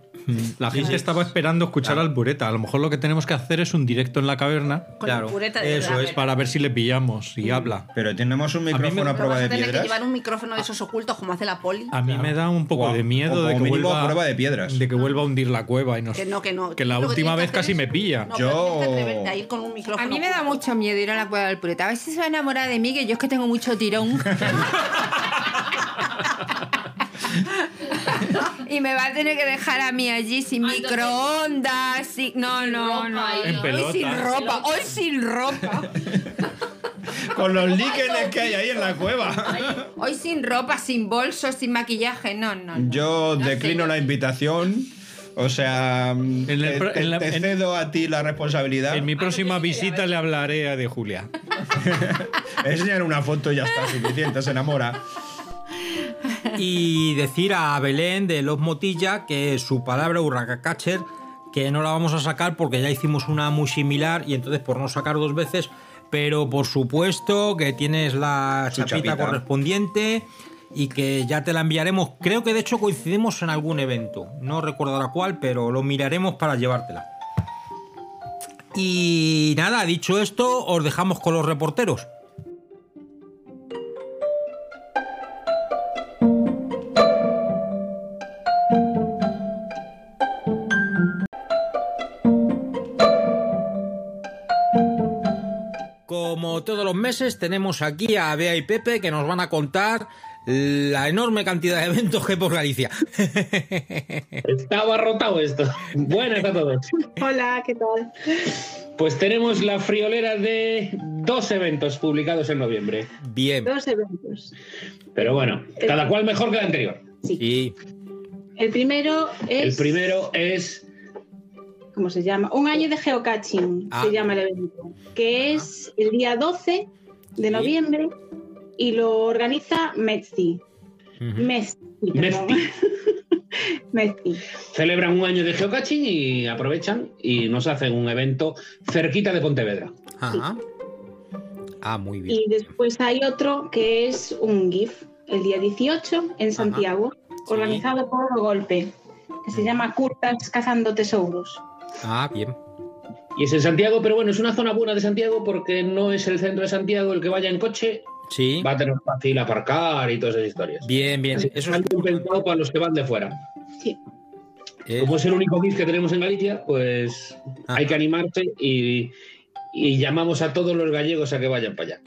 Speaker 6: la gente estaba esperando escuchar al Bureta. A lo mejor lo que tenemos que hacer es un directo en la caverna.
Speaker 5: Con la pureta de
Speaker 6: eso
Speaker 5: la
Speaker 6: es,
Speaker 5: caverna.
Speaker 6: para ver si le pillamos y habla.
Speaker 3: Pero tenemos un
Speaker 6: me-
Speaker 3: micrófono a,
Speaker 5: Pero
Speaker 3: prueba
Speaker 5: vas a
Speaker 3: de
Speaker 5: tener que
Speaker 3: piedras.
Speaker 5: llevar un micrófono de esos ocultos como hace la poli.
Speaker 6: A mí me da un poco
Speaker 3: O a-
Speaker 6: de miedo
Speaker 3: o
Speaker 6: de que,
Speaker 3: como mínimo
Speaker 6: vuelva,
Speaker 3: a prueba de piedras.
Speaker 6: de que vuelva a hundir la cueva y nos,
Speaker 5: Que no, que no. Lo
Speaker 6: la
Speaker 5: que
Speaker 6: última
Speaker 5: tienes que
Speaker 6: vez
Speaker 5: hacer
Speaker 6: casi
Speaker 5: es-
Speaker 6: me pilla.
Speaker 5: No, pero
Speaker 3: Yo-
Speaker 5: tienes que atreverte a ir con un micrófono.
Speaker 7: A mí me da
Speaker 5: oculto.
Speaker 7: mucho miedo ir a la cueva del pureta. A ver si se van a enamorar de mí, que yo es que tengo mucho tirón. y me va a tener que dejar a mí allí sin
Speaker 9: Ah, entonces-
Speaker 7: microondas, sin... No, no,
Speaker 9: ropa,
Speaker 7: no.
Speaker 9: ahí,
Speaker 6: En
Speaker 9: ¿no?
Speaker 6: pelota.
Speaker 7: Hoy sin ropa, hoy sin ropa.
Speaker 3: Con los líquenes que hay ahí en la cueva.
Speaker 7: Hoy sin ropa, sin bolsos, sin maquillaje. No, no, no.
Speaker 3: Yo declino la invitación. O sea,
Speaker 6: el
Speaker 3: te-
Speaker 6: pro-
Speaker 3: te,
Speaker 6: en la-
Speaker 3: te
Speaker 6: en-
Speaker 3: cedo a ti la responsabilidad.
Speaker 6: En mi próxima
Speaker 9: sí que ya
Speaker 6: visita le hablaré de Julia.
Speaker 3: Enseñar una foto y ya está suficiente, se enamora.
Speaker 2: y decir a Belén de Los Motilla que su palabra Urracacacher que no la vamos a sacar porque ya hicimos una muy similar y entonces por no sacar dos veces, pero por supuesto que tienes la
Speaker 3: Su
Speaker 2: chapita,
Speaker 3: chapita.
Speaker 2: correspondiente y que ya te la enviaremos. Creo que de hecho coincidimos en algún evento, no recuerdo ahora cuál, pero lo miraremos para llevártela. Y nada, dicho esto, os dejamos con los reporteros. Como todos los meses, tenemos aquí a Bea y Pepe que nos van a contar la enorme cantidad de eventos que hay por Galicia.
Speaker 12: Está abarrotado esto. Buenas a todos.
Speaker 13: Hola, ¿qué tal?
Speaker 12: Pues tenemos la friolera de dos eventos publicados en noviembre.
Speaker 2: Bien.
Speaker 13: Dos eventos.
Speaker 12: Pero bueno, cada cual mejor que el anterior.
Speaker 2: Sí.
Speaker 13: El primero
Speaker 12: El
Speaker 13: es,
Speaker 12: primero es.
Speaker 13: ¿cómo se llama? Un año de geocaching,
Speaker 2: Ah.
Speaker 13: se llama el evento, que es el día 12 de noviembre y lo organiza Metzi. Mezzi, perdón.
Speaker 12: Mezzi.
Speaker 13: Mezzi.
Speaker 12: Celebran un año de geocaching y aprovechan y nos hacen un evento cerquita de Pontevedra.
Speaker 2: Ajá. Ah, muy bien.
Speaker 13: Y después hay otro que es un GIF, el día 18 en Santiago, organizado por Golpe, que se llama Curtas Cazando Tesauros.
Speaker 2: Ah, bien.
Speaker 12: Y es en Santiago, pero bueno, es una zona buena de Santiago porque no es el centro de Santiago el que vaya en coche.
Speaker 2: Sí.
Speaker 12: Va a tener fácil aparcar y todas esas historias.
Speaker 2: Bien, bien.
Speaker 12: Eso es algo pensado para los que van de fuera.
Speaker 2: Eh.
Speaker 12: Como es el único GIF que tenemos en Galicia, pues
Speaker 2: Ah.
Speaker 12: hay que animarse y, y llamamos a todos los gallegos a que vayan para allá.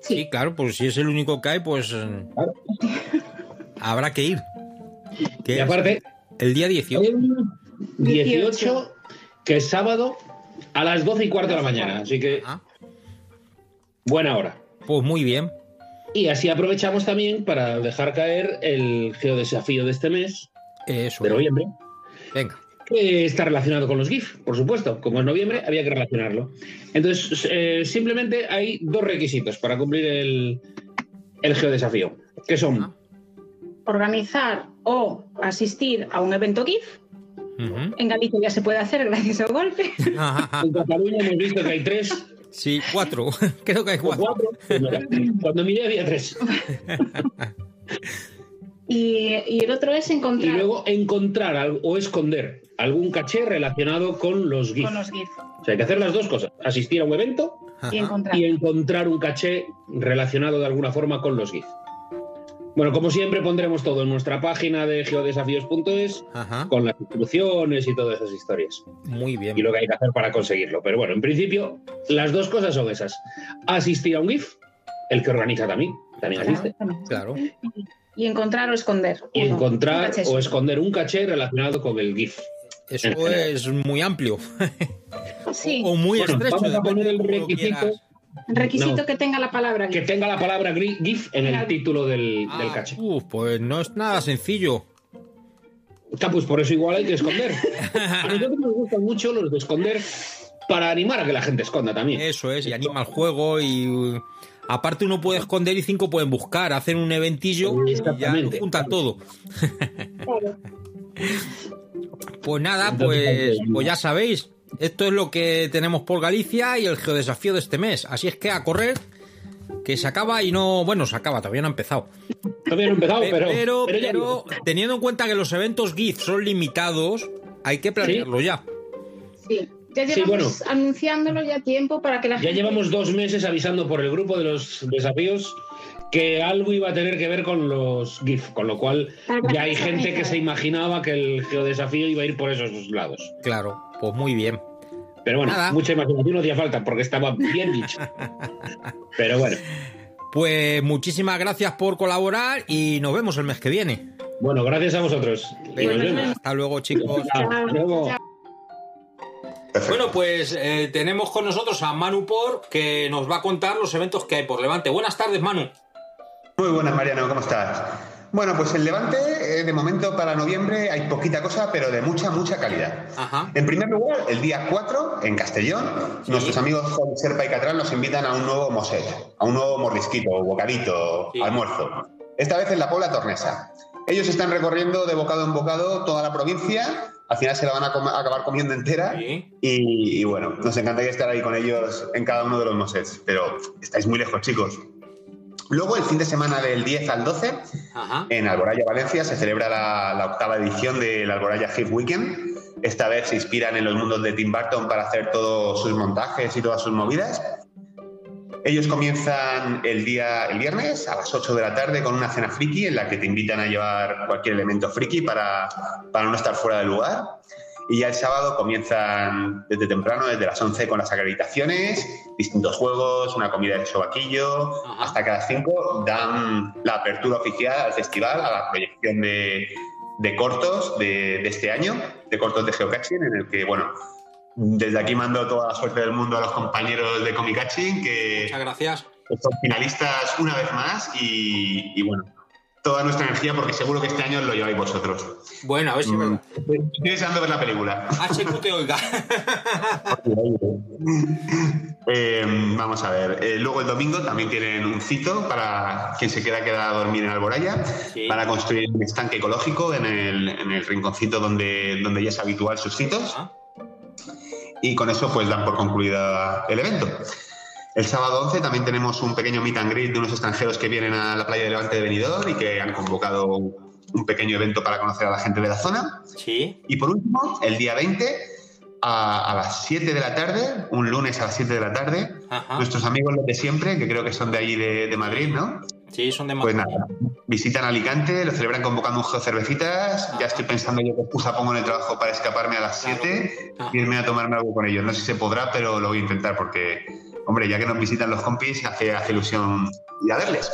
Speaker 2: Sí. claro, pues si es el único que hay, pues eh, habrá que ir. Que
Speaker 12: Y
Speaker 2: es
Speaker 12: aparte-
Speaker 2: el día 18.
Speaker 12: 18, que es sábado, a las 12 y cuarto de la mañana. Así que. Buena hora.
Speaker 2: Pues muy bien.
Speaker 12: Y así aprovechamos también para dejar caer el geodesafío de este mes, de noviembre.
Speaker 2: Venga.
Speaker 12: Que está relacionado con los GIF, por supuesto. Como es noviembre, había que relacionarlo. Entonces, eh, simplemente hay dos requisitos para cumplir el, el geodesafío, que son
Speaker 2: Ah.
Speaker 13: Organizar o asistir a un evento GIF.
Speaker 2: Ujú.
Speaker 13: En Galicia ya se puede hacer gracias al golpe.
Speaker 12: En Cataluña hemos visto que hay tres.
Speaker 2: Sí, cuatro. Creo que hay cuatro.
Speaker 12: Cuando miré había tres.
Speaker 13: Y, y el otro es encontrar
Speaker 12: Y luego encontrar al- o esconder algún caché relacionado con los GIF.
Speaker 13: con los GIF.
Speaker 12: O sea, hay que hacer las dos cosas. Asistir a un evento
Speaker 13: Y encontrar.
Speaker 12: y encontrar un caché relacionado de alguna forma con los GIF. Bueno, como siempre pondremos todo en nuestra página de geodesafíos.es con las instrucciones y todas esas historias.
Speaker 2: Muy bien.
Speaker 12: Y lo que hay que hacer para conseguirlo. Pero bueno, en principio, las dos cosas son esas. Asistir a un GIF, el que organiza también, también asiste.
Speaker 2: Claro.
Speaker 13: Y encontrar o esconder.
Speaker 12: Y
Speaker 13: Uno, un
Speaker 12: encontrar
Speaker 13: caché.
Speaker 12: o esconder un caché relacionado con el GIF.
Speaker 2: Eso
Speaker 12: En general.
Speaker 2: es muy amplio.
Speaker 13: Sí.
Speaker 2: O muy
Speaker 12: Bueno,
Speaker 2: estrecho.
Speaker 12: vamos a
Speaker 2: depende
Speaker 12: poner el
Speaker 2: cómo lo
Speaker 12: requisito
Speaker 2: quieras.
Speaker 13: Requisito
Speaker 12: No.
Speaker 13: que tenga la palabra
Speaker 12: que
Speaker 13: GIF.
Speaker 12: tenga la palabra gri- GIF en el
Speaker 13: Claro.
Speaker 12: título del, del
Speaker 2: Ah,
Speaker 12: caché.
Speaker 2: uf, pues no es nada sencillo.
Speaker 12: Capus, pues por eso igual hay que esconder. A nosotros nos gustan mucho los de esconder para animar a que la gente esconda también.
Speaker 2: Eso es, y anima el juego y... uh, Aparte uno puede esconder y cinco pueden buscar, hacen un eventillo y ya lo
Speaker 12: Exactamente.
Speaker 2: juntan todo.
Speaker 13: Claro.
Speaker 2: Pues nada, pues, pues ya sabéis, esto es lo que tenemos por Galicia y el geodesafío de este mes. Así es que a correr, que se acaba y no... Bueno, se acaba, todavía no ha empezado.
Speaker 12: Todavía no he empezado,
Speaker 2: Pe-
Speaker 12: pero.
Speaker 2: Pero,
Speaker 12: pero ya
Speaker 2: pero teniendo en cuenta que los eventos GIF son limitados, hay que planearlo ya.
Speaker 13: Sí. Ya
Speaker 12: Sí,
Speaker 13: llevamos
Speaker 12: bueno.
Speaker 13: anunciándolo ya tiempo para que la
Speaker 12: Ya llevamos dos meses avisando por el grupo de los desafíos que algo iba a tener que ver con los GIF, con lo cual ya hay gente que se imaginaba que el geodesafío iba a ir por esos lados.
Speaker 2: Claro, pues muy bien.
Speaker 12: Pero bueno,
Speaker 2: Nada.
Speaker 12: mucha imaginación no hacía falta porque estaba bien dicho. Pero bueno.
Speaker 2: Pues muchísimas gracias por colaborar y nos vemos el mes que viene.
Speaker 12: Bueno, gracias a vosotros.
Speaker 2: Venga,
Speaker 12: Nos vemos.
Speaker 2: Hasta luego, chicos.
Speaker 12: Hasta luego.
Speaker 2: Bueno, pues eh, tenemos con nosotros a Manu Por, que nos va a contar los eventos que hay por Levante. Buenas tardes, Manu.
Speaker 14: Muy buenas, Mariano, ¿cómo estás? Bueno, pues el Levante, eh, de momento para noviembre hay poquita cosa, pero de mucha, mucha calidad. En primer lugar, el día 4, en Castellón, nuestros amigos Juan Serpa y Catrán nos invitan a un nuevo moset, a un nuevo mordisquito, bocadito, almuerzo. Esta vez en la Pobla Tornesa. Ellos están recorriendo de bocado en bocado toda la provincia, al final se la van a com- a acabar comiendo entera. Y, y bueno, nos encantaría estar ahí con ellos en cada uno de los mosets, pero estáis muy lejos, chicos. Luego, el fin de semana del 10 al 12, en Alboraya, Valencia, se celebra la, la octava edición del Alboraya Hit Weekend. Esta vez se inspiran en los mundos de Tim Burton para hacer todos sus montajes y todas sus movidas. Ellos comienzan el día el viernes a las 8 de la tarde con una cena friki en la que te invitan a llevar cualquier elemento friki para, para no estar fuera de lugar. Y ya el sábado comienzan desde temprano, desde las 11, con las acreditaciones, distintos juegos, una comida de sobaquillo. Hasta que a las 5 dan la apertura oficial al festival, a la proyección de, de cortos de, de este año, de cortos de geocaching, en el que, bueno, desde aquí mando toda la suerte del mundo a los compañeros de Comicaching, que
Speaker 2: Muchas gracias.
Speaker 14: son finalistas una vez más y, y bueno, toda nuestra energía porque seguro que este año lo lleváis vosotros.
Speaker 2: Bueno, a ver si me
Speaker 14: Estoy deseando ver la película.
Speaker 2: HQ te oiga.
Speaker 14: Eh, vamos a ver. Eh, luego el domingo también tienen un cito para quien se quiera quedar a dormir en Alboraya. Van a construir un estanque ecológico en el, en el rinconcito donde, donde ya es habitual sus citos.
Speaker 2: Ah.
Speaker 14: Y con eso pues dan por concluida el evento. El sábado 11 también tenemos un pequeño meet and greet de unos extranjeros que vienen a la playa de Levante de Benidorm y que han convocado un un pequeño evento para conocer a la gente de la zona.
Speaker 2: Sí.
Speaker 14: Y por último, el día 20 a, a las 7 de la tarde, un lunes a las 7 de la tarde, nuestros amigos los de siempre, que creo que son de allí de, de Madrid, ¿no?
Speaker 2: Sí, son de
Speaker 14: Pues nada, visitan Alicante, lo celebran convocando un juego de cervecitas, ya estoy pensando yo qué excusa pongo en el trabajo para escaparme a las 7 y irme a tomarme algo con ellos. No sé si se podrá, pero lo voy a intentar porque, hombre, ya que nos visitan los compis, hace, hace ilusión ir a verles.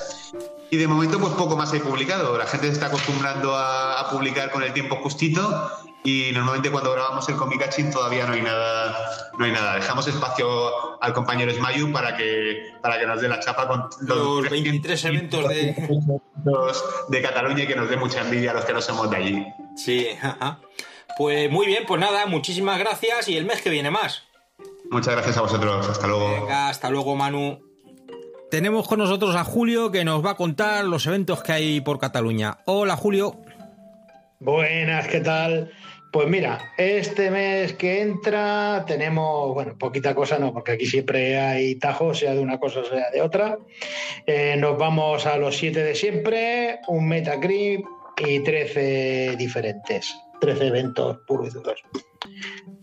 Speaker 14: Y de momento, pues poco más he publicado. La gente se está acostumbrando a, a publicar con el tiempo justito y normalmente cuando grabamos el Comicachín todavía no hay nada, no hay nada. Dejamos espacio al compañero Smayu para que, para que nos dé la chapa con
Speaker 2: Los 23 eventos de.
Speaker 14: de Cataluña y que nos dé mucha envidia a los que no somos de allí.
Speaker 2: Sí, ajá. Pues muy bien, pues nada, muchísimas gracias y el mes que viene más.
Speaker 14: Muchas gracias a vosotros. Hasta luego.
Speaker 2: Venga, hasta luego, Manu. Tenemos con nosotros a Julio que nos va a contar los eventos que hay por Cataluña. Hola, Julio.
Speaker 15: Buenas, ¿qué tal? Pues mira, este mes que entra tenemos, bueno, poquita cosa no, porque aquí siempre hay tajos, sea de una cosa o sea de otra. Eh, nos vamos a los 7 de siempre, un Metacrip y 13 diferentes, 13 eventos puros y duros.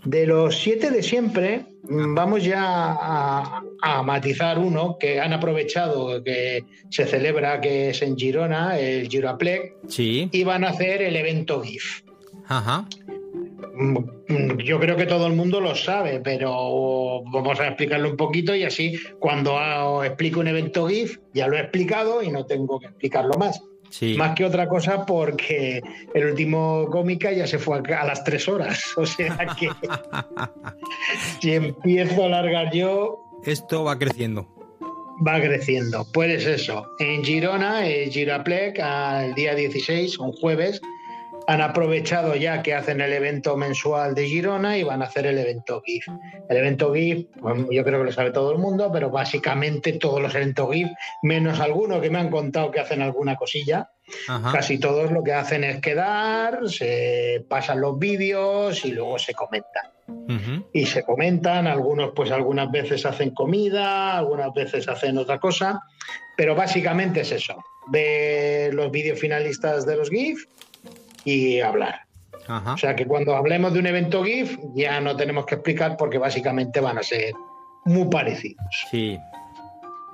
Speaker 15: De los 7 de siempre, mm, vamos ya a, a matizar uno que han aprovechado que se celebra, que es en Girona, el Giroaplec,
Speaker 2: Sí.
Speaker 15: y van a hacer el evento GIF.
Speaker 2: Ajá.
Speaker 15: Mm, Yo creo que todo el mundo lo sabe, pero vamos a explicarlo un poquito y así cuando ah, os explico un evento GIF ya lo he explicado y no tengo que explicarlo más.
Speaker 2: Sí.
Speaker 15: Más que otra cosa porque el último cómica ya se fue a a las tres horas. O sea que si empiezo a alargar yo,
Speaker 2: Esto va creciendo.
Speaker 15: va creciendo. Pues es eso. En Girona, en Giraplec, al día 16, un jueves, han aprovechado ya que hacen el evento mensual de Girona y van a hacer el evento GIF. El evento GIF, bueno, yo creo que lo sabe todo el mundo, pero básicamente todos los eventos GIF, menos algunos que me han contado que hacen alguna cosilla,
Speaker 2: Ajá.
Speaker 15: Casi todos lo que hacen es quedar, se pasan los vídeos y luego se comentan. Y se comentan, algunos pues algunas veces hacen comida, algunas veces hacen otra cosa, pero básicamente es eso, ver los vídeos finalistas de los GIF y hablar.
Speaker 2: Ajá.
Speaker 15: O sea que cuando hablemos de un evento GIF ya no tenemos que explicar porque básicamente van a ser muy parecidos.
Speaker 2: Sí.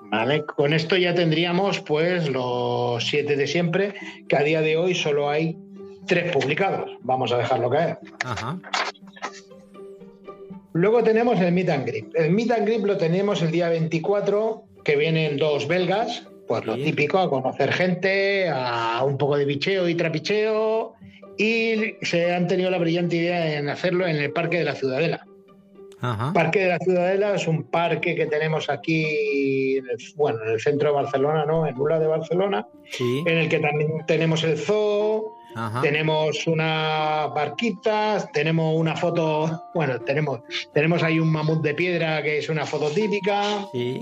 Speaker 15: Vale, con esto ya tendríamos pues los siete de siempre, que a día de hoy solo hay tres publicados. Vamos a dejarlo caer.
Speaker 2: Ajá.
Speaker 15: Luego tenemos el Meet and Grip. El Meet and Grip lo tenemos el día 24, que vienen dos belgas, pues lo típico, a conocer gente, a un poco de bicheo y trapicheo, y se han tenido la brillante idea en hacerlo en el Parque de la Ciudadela.
Speaker 2: Ajá.
Speaker 15: Parque de la Ciudadela es un parque que tenemos aquí, en el- bueno, en el centro de Barcelona, ¿no? En Ula de Barcelona,
Speaker 2: Sí.
Speaker 15: en el que también tenemos el zoo,
Speaker 2: Ajá.
Speaker 15: tenemos unas barquitas, tenemos una foto, bueno, tenemos, tenemos ahí un mamut de piedra que es una foto típica
Speaker 2: Sí.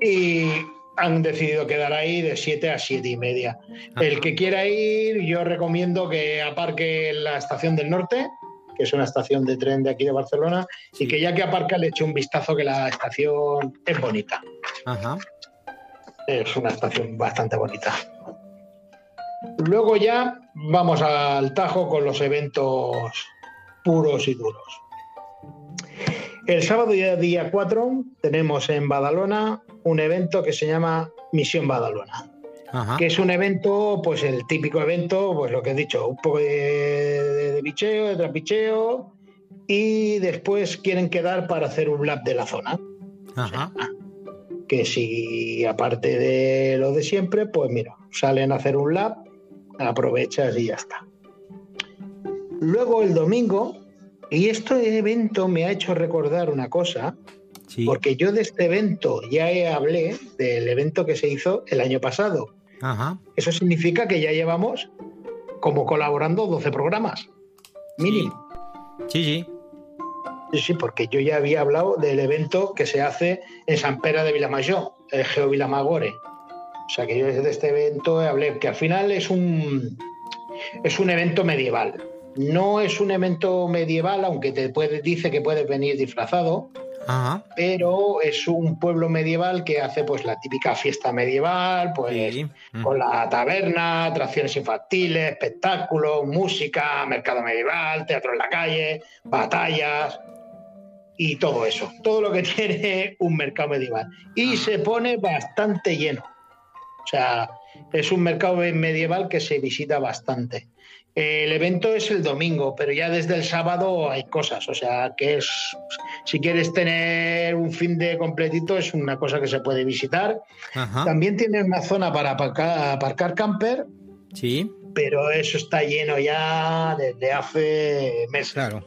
Speaker 15: y han decidido quedar ahí de 7 a 7 y media. El que quiera ir, yo recomiendo que aparque en la estación del norte, que es una estación de tren de aquí de Barcelona, y que ya que aparca le eche un vistazo que la estación es bonita.
Speaker 2: Ajá.
Speaker 15: Es una estación bastante bonita. Luego ya vamos al tajo con los eventos puros y duros. El sábado día, día 4 tenemos en Badalona un evento que se llama Misión Badalona,
Speaker 2: Ajá.
Speaker 15: que es un evento, pues el típico evento, pues lo que he dicho, un poco de, de- de bicheo, de trapicheo, y después quieren quedar para hacer un lab de la zona
Speaker 2: Ajá.
Speaker 15: que si aparte de lo de siempre, pues mira, salen a hacer un lab, aprovechas y ya está. Luego el domingo, y este evento me ha hecho recordar una cosa, porque yo de este evento ya he- hablé del evento que se hizo el año pasado.
Speaker 2: Ajá.
Speaker 15: Eso significa que ya llevamos como colaborando 12 programas, mínimo.
Speaker 2: Sí, sí.
Speaker 15: Sí, sí, porque yo ya había hablado del evento que se hace en San Pera de Vilamayor, el Geo Vilamagore. O sea que yo de este evento hablé, que al final es un es un evento medieval. No es un evento medieval, aunque te puede, dice que puedes venir disfrazado,
Speaker 2: Ajá.
Speaker 15: pero es un pueblo medieval que hace pues la típica fiesta medieval, pues con la taberna, atracciones infantiles, espectáculos, música, mercado medieval, teatro en la calle, batallas y todo eso, todo lo que tiene un mercado medieval. Y se pone bastante lleno. O sea, es un mercado medieval que se visita bastante. El evento es el domingo, pero ya desde el sábado hay cosas. O sea, que es. Si quieres tener un fin de completito, es una cosa que se puede visitar. También tiene una zona para aparcar, aparcar camper.
Speaker 2: Sí.
Speaker 15: Pero eso está lleno ya desde hace meses.
Speaker 2: Claro.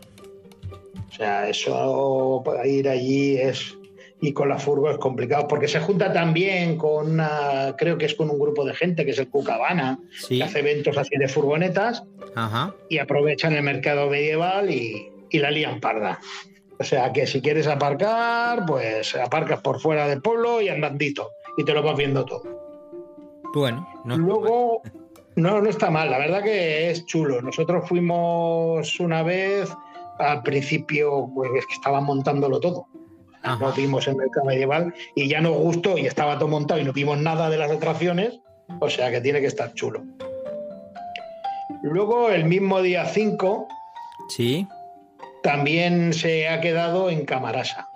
Speaker 15: O sea, eso para ir allí es. Y con la furgo es complicado, porque se junta también con una. Creo que es con un grupo de gente, que es el Cucabana,
Speaker 2: Sí.
Speaker 15: que hace eventos así de furgonetas
Speaker 2: Ajá.
Speaker 15: y aprovechan el mercado medieval y, y la lían parda. O sea que si quieres aparcar, pues aparcas por fuera del pueblo y andandito y te lo vas viendo todo.
Speaker 2: Bueno,
Speaker 15: Luego, no, no está mal, la verdad que es chulo. Nosotros fuimos una vez, al principio pues es que estaban montándolo todo. No vimos el mercado medieval y ya nos gustó y estaba todo montado y no vimos nada de las atracciones, o sea que tiene que estar chulo. Luego, el mismo día 5,
Speaker 2: Sí.
Speaker 15: también se ha quedado en Camarasa.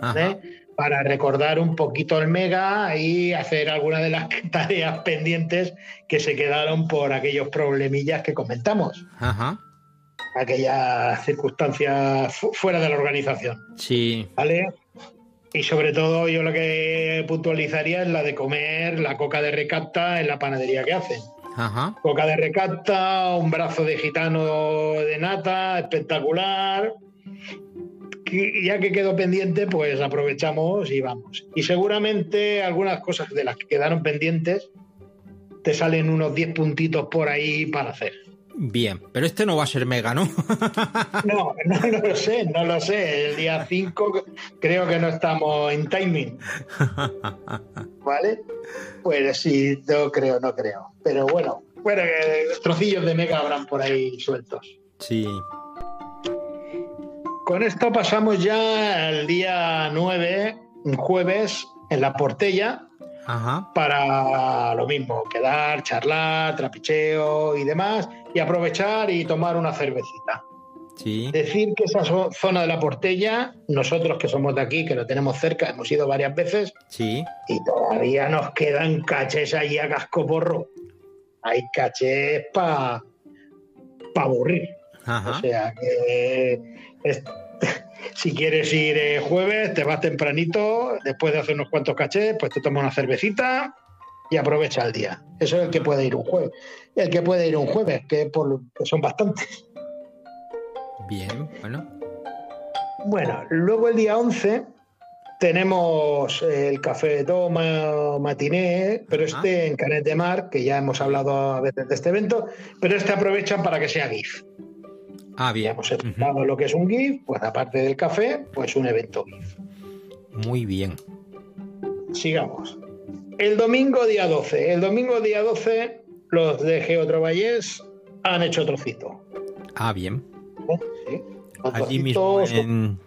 Speaker 2: Ajá.
Speaker 15: ¿eh? Para recordar un poquito el Mega y hacer algunas de las tareas pendientes que se quedaron por aquellos problemillas que comentamos,
Speaker 2: Ajá.
Speaker 15: aquellas circunstancias fu- fuera de la organización.
Speaker 2: Sí.
Speaker 15: ¿Vale? Y sobre todo, yo lo que puntualizaría es la de comer la coca de recapta en la panadería que hacen.
Speaker 2: Ajá.
Speaker 15: Coca de recapta, un brazo de gitano de nata, espectacular. Y ya que quedó pendiente, pues aprovechamos y vamos. Y seguramente algunas cosas de las que quedaron pendientes te salen unos 10 puntitos por ahí para hacer.
Speaker 2: Bien. Pero este no va a ser mega, ¿no?
Speaker 15: No, no, no lo sé, no lo sé. El día 5 creo que no estamos en timing. ¿Vale? Pues sí, no creo, no creo. Pero bueno, bueno, que trocillos de mega habrán por ahí sueltos.
Speaker 2: Sí.
Speaker 15: Con esto pasamos ya al día 9, un jueves, en la Portella,
Speaker 2: Ajá.
Speaker 15: para lo mismo, quedar, charlar, trapicheo y demás, y aprovechar y tomar una cervecita.
Speaker 2: Sí.
Speaker 15: Decir que esa zo- zona de la Portella, nosotros que somos de aquí, que lo tenemos cerca, hemos ido varias veces,
Speaker 2: Sí.
Speaker 15: y todavía nos quedan cachés allí a casco porro. Hay cachés para pa aburrir.
Speaker 2: Ajá.
Speaker 15: O sea que es- si quieres ir eh, jueves, te vas tempranito, después de hacer unos cuantos cachés, pues te tomas una cervecita y aprovecha el día. Eso es el que puede ir un jueves. El que puede ir un jueves, que, por, que son bastantes.
Speaker 2: Bien. Bueno.
Speaker 15: Bueno, luego el día 11 tenemos el café de toma matiné, pero este en Canet de Mar, que ya hemos hablado a veces de este evento, pero este aprovechan para que sea GIF.
Speaker 2: Ah, bien.
Speaker 15: Dado lo que es un GIF, pues aparte del café, pues un evento GIF.
Speaker 2: Muy bien.
Speaker 15: Sigamos. El domingo día 12. El domingo día 12 los de Geotrovallés han hecho trocito.
Speaker 2: Ah, bien.
Speaker 15: Sí.
Speaker 2: Allí mismo
Speaker 15: Trocitos,
Speaker 2: en...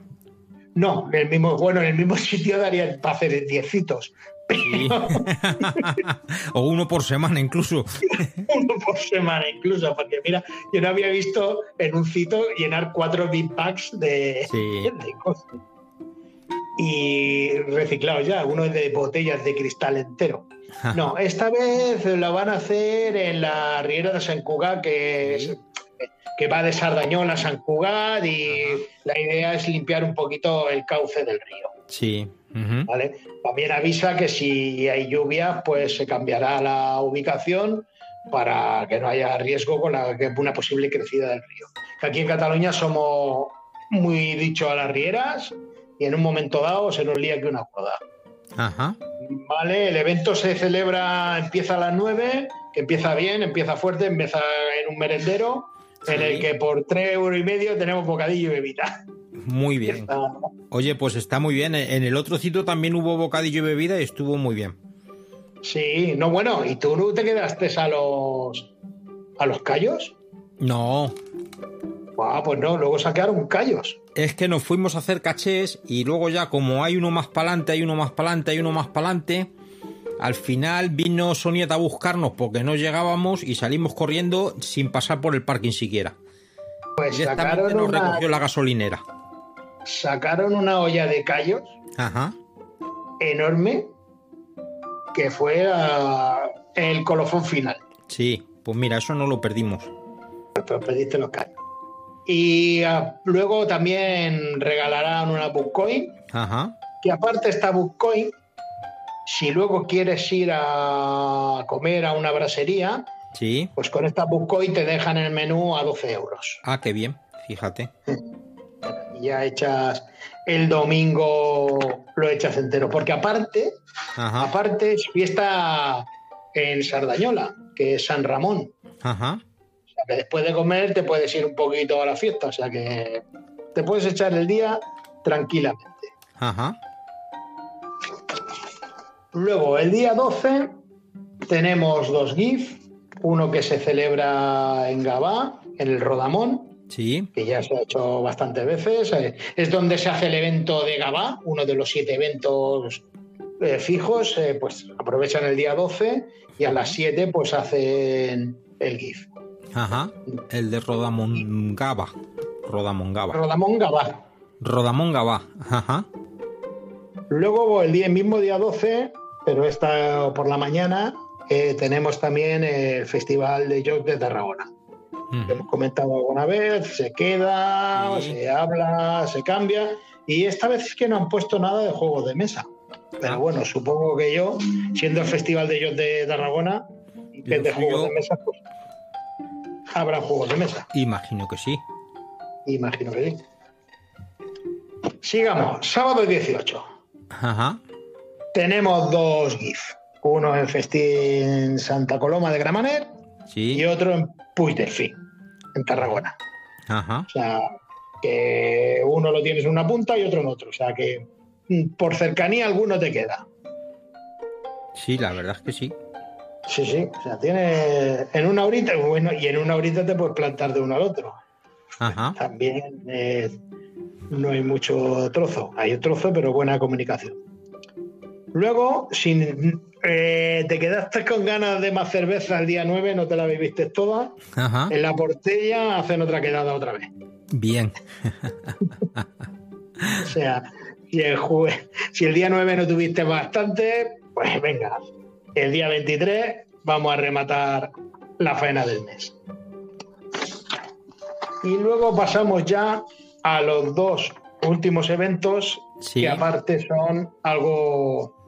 Speaker 15: No, en el mismo, bueno, en el mismo sitio darían para hacer diecitos.
Speaker 2: O uno por semana incluso.
Speaker 15: uno por semana incluso, porque mira, yo no había visto en un cito llenar cuatro big packs de,
Speaker 2: Sí.
Speaker 15: de cosas. Y reciclados ya, uno es de botellas de cristal entero. No, esta vez lo van a hacer en la Riera de San Cugat, que, es- que va de Sardañón a San Cugat, y la idea es limpiar un poquito el cauce del río.
Speaker 2: Sí. Ujú.
Speaker 15: ¿vale? También avisa que si hay lluvias, pues se cambiará la ubicación para que no haya riesgo con la, que- una posible crecida del río. Que Aquí en Cataluña somos muy dicho a las rieras y en un momento dado se nos lía que una cuerda.
Speaker 2: Ajá.
Speaker 15: ¿Vale? El evento se celebra, empieza a las 9, que empieza bien, empieza fuerte, empieza en un merendero en el que por 3 euros y medio tenemos bocadillo y bebida.
Speaker 2: Muy bien. Oye, pues está muy bien. En el otro sitio también hubo bocadillo y bebida y estuvo muy bien.
Speaker 15: Sí, no, bueno, ¿y tú no te quedaste a los a los callos?
Speaker 2: No.
Speaker 15: Ah, pues no, luego saquearon callos.
Speaker 2: Es que nos fuimos a hacer cachés y luego ya como hay uno más pa'lante, hay uno más pa'lante, hay uno más pa'lante, al final vino Sonieta a buscarnos porque no llegábamos y salimos corriendo sin pasar por el parking siquiera.
Speaker 15: Pues
Speaker 2: Directamente
Speaker 15: sacaron
Speaker 2: nos
Speaker 15: una-
Speaker 2: recogió la gasolinera.
Speaker 15: Sacaron una olla de callos
Speaker 2: Ajá.
Speaker 15: enorme que fue ah, el colofón final.
Speaker 2: Sí, pues mira, eso no lo perdimos.
Speaker 15: Pero perdiste los callos. Y ah, luego también regalarán una Bitcoin.
Speaker 2: Ajá.
Speaker 15: que aparte está Bitcoin, si luego quieres ir a comer a una brasería,
Speaker 2: Sí.
Speaker 15: pues con esta Bitcoin te dejan el menú a 12 euros.
Speaker 2: Ah, qué bien. Fíjate.
Speaker 15: Y ya echas el domingo, lo echas entero. Porque aparte,
Speaker 2: Ajá.
Speaker 15: aparte es fiesta en Sardañola, que es San Ramón.
Speaker 2: Ajá.
Speaker 15: O sea, que después de comer te puedes ir un poquito a la fiesta. O sea que te puedes echar el día tranquilamente.
Speaker 2: Ajá.
Speaker 15: Luego, el día 12, tenemos dos GIF. Uno que se celebra en Gabá, en el Rodamón,
Speaker 2: Sí.
Speaker 15: que ya se ha hecho bastantes veces. Eh, Es donde se hace el evento de Gabá, uno de los siete eventos eh, fijos. Eh, pues aprovechan el día 12 y a las 7 pues hacen el GIF.
Speaker 2: Ajá. El de Rodamongaba. Rodamongaba.
Speaker 15: Rodamón Gabá.
Speaker 2: Rodamongaba. Ajá.
Speaker 15: Luego, el día, el mismo día 12, pero esta por la mañana, eh, tenemos también el Festival de Joc de Tarragona.
Speaker 2: Lo
Speaker 15: Hemos comentado alguna vez, se queda, se habla, se cambia. Y esta vez es que no han puesto nada de juegos de mesa. Pero bueno, supongo que yo, siendo el Festival de Joc de Tarragona, que es de juegos de mesa, pues habrá juegos de mesa.
Speaker 2: Imagino que sí.
Speaker 15: Imagino que sí. Sigamos, sábado 18.
Speaker 2: Ajá.
Speaker 15: Tenemos dos GIF. Uno en Festín Santa Coloma de Gramanet
Speaker 2: Sí.
Speaker 15: y otro en Puig del Fi, en Tarragona.
Speaker 2: Ajá.
Speaker 15: O sea, que uno lo tienes en una punta y otro en otro. O sea, que mm, por cercanía alguno te queda.
Speaker 2: Sí, la verdad es que sí.
Speaker 15: Sí, sí. O sea, tienes en una horita, bueno, y en una horita te puedes plantar de uno al otro.
Speaker 2: Ajá.
Speaker 15: También eh, no hay mucho trozo. Hay trozo, pero buena comunicación. Luego, si eh, te quedaste con ganas de más cerveza el día 9, no te la bebiste toda,
Speaker 2: Ajá.
Speaker 15: en la portella hacen otra quedada otra vez.
Speaker 2: Bien.
Speaker 15: O sea, si el, jue- si el día 9 no tuviste bastante, pues venga, el día 23 vamos a rematar la faena del mes. Y luego pasamos ya a los dos últimos eventos,
Speaker 2: Sí.
Speaker 15: que aparte son algo,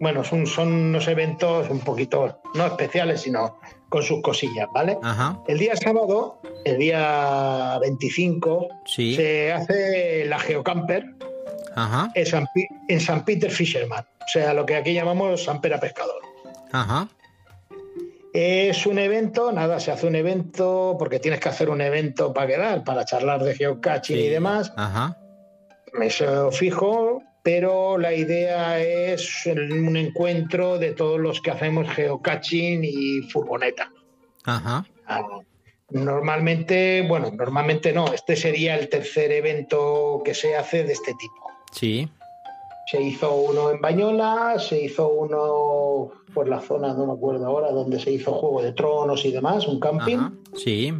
Speaker 15: bueno, son, son unos eventos un poquito, no especiales, sino con sus cosillas, ¿vale?
Speaker 2: Ajá.
Speaker 15: El día sábado, el día 25,
Speaker 2: Sí. Ah.
Speaker 15: se hace la Geocamper
Speaker 2: Ajá.
Speaker 15: en San, Pi- en San Peter Fisherman, o sea, lo que aquí llamamos San Pera Pescador.
Speaker 2: Ajá.
Speaker 15: Es un evento, nada, se hace un evento porque tienes que hacer un evento para quedar, para charlar de geocaching y demás,
Speaker 2: Ajá.
Speaker 15: eso fijo, pero la idea es un encuentro de todos los que hacemos geocaching y furgoneta. Ah,
Speaker 2: Ajá.
Speaker 15: Normalmente, bueno, normalmente no, este sería el tercer evento que se hace de este tipo.
Speaker 2: Sí.
Speaker 15: Se hizo uno en Bañola, se hizo uno por la zona, no me acuerdo ahora, donde se hizo Juego de Tronos y demás, un camping.
Speaker 2: Sí.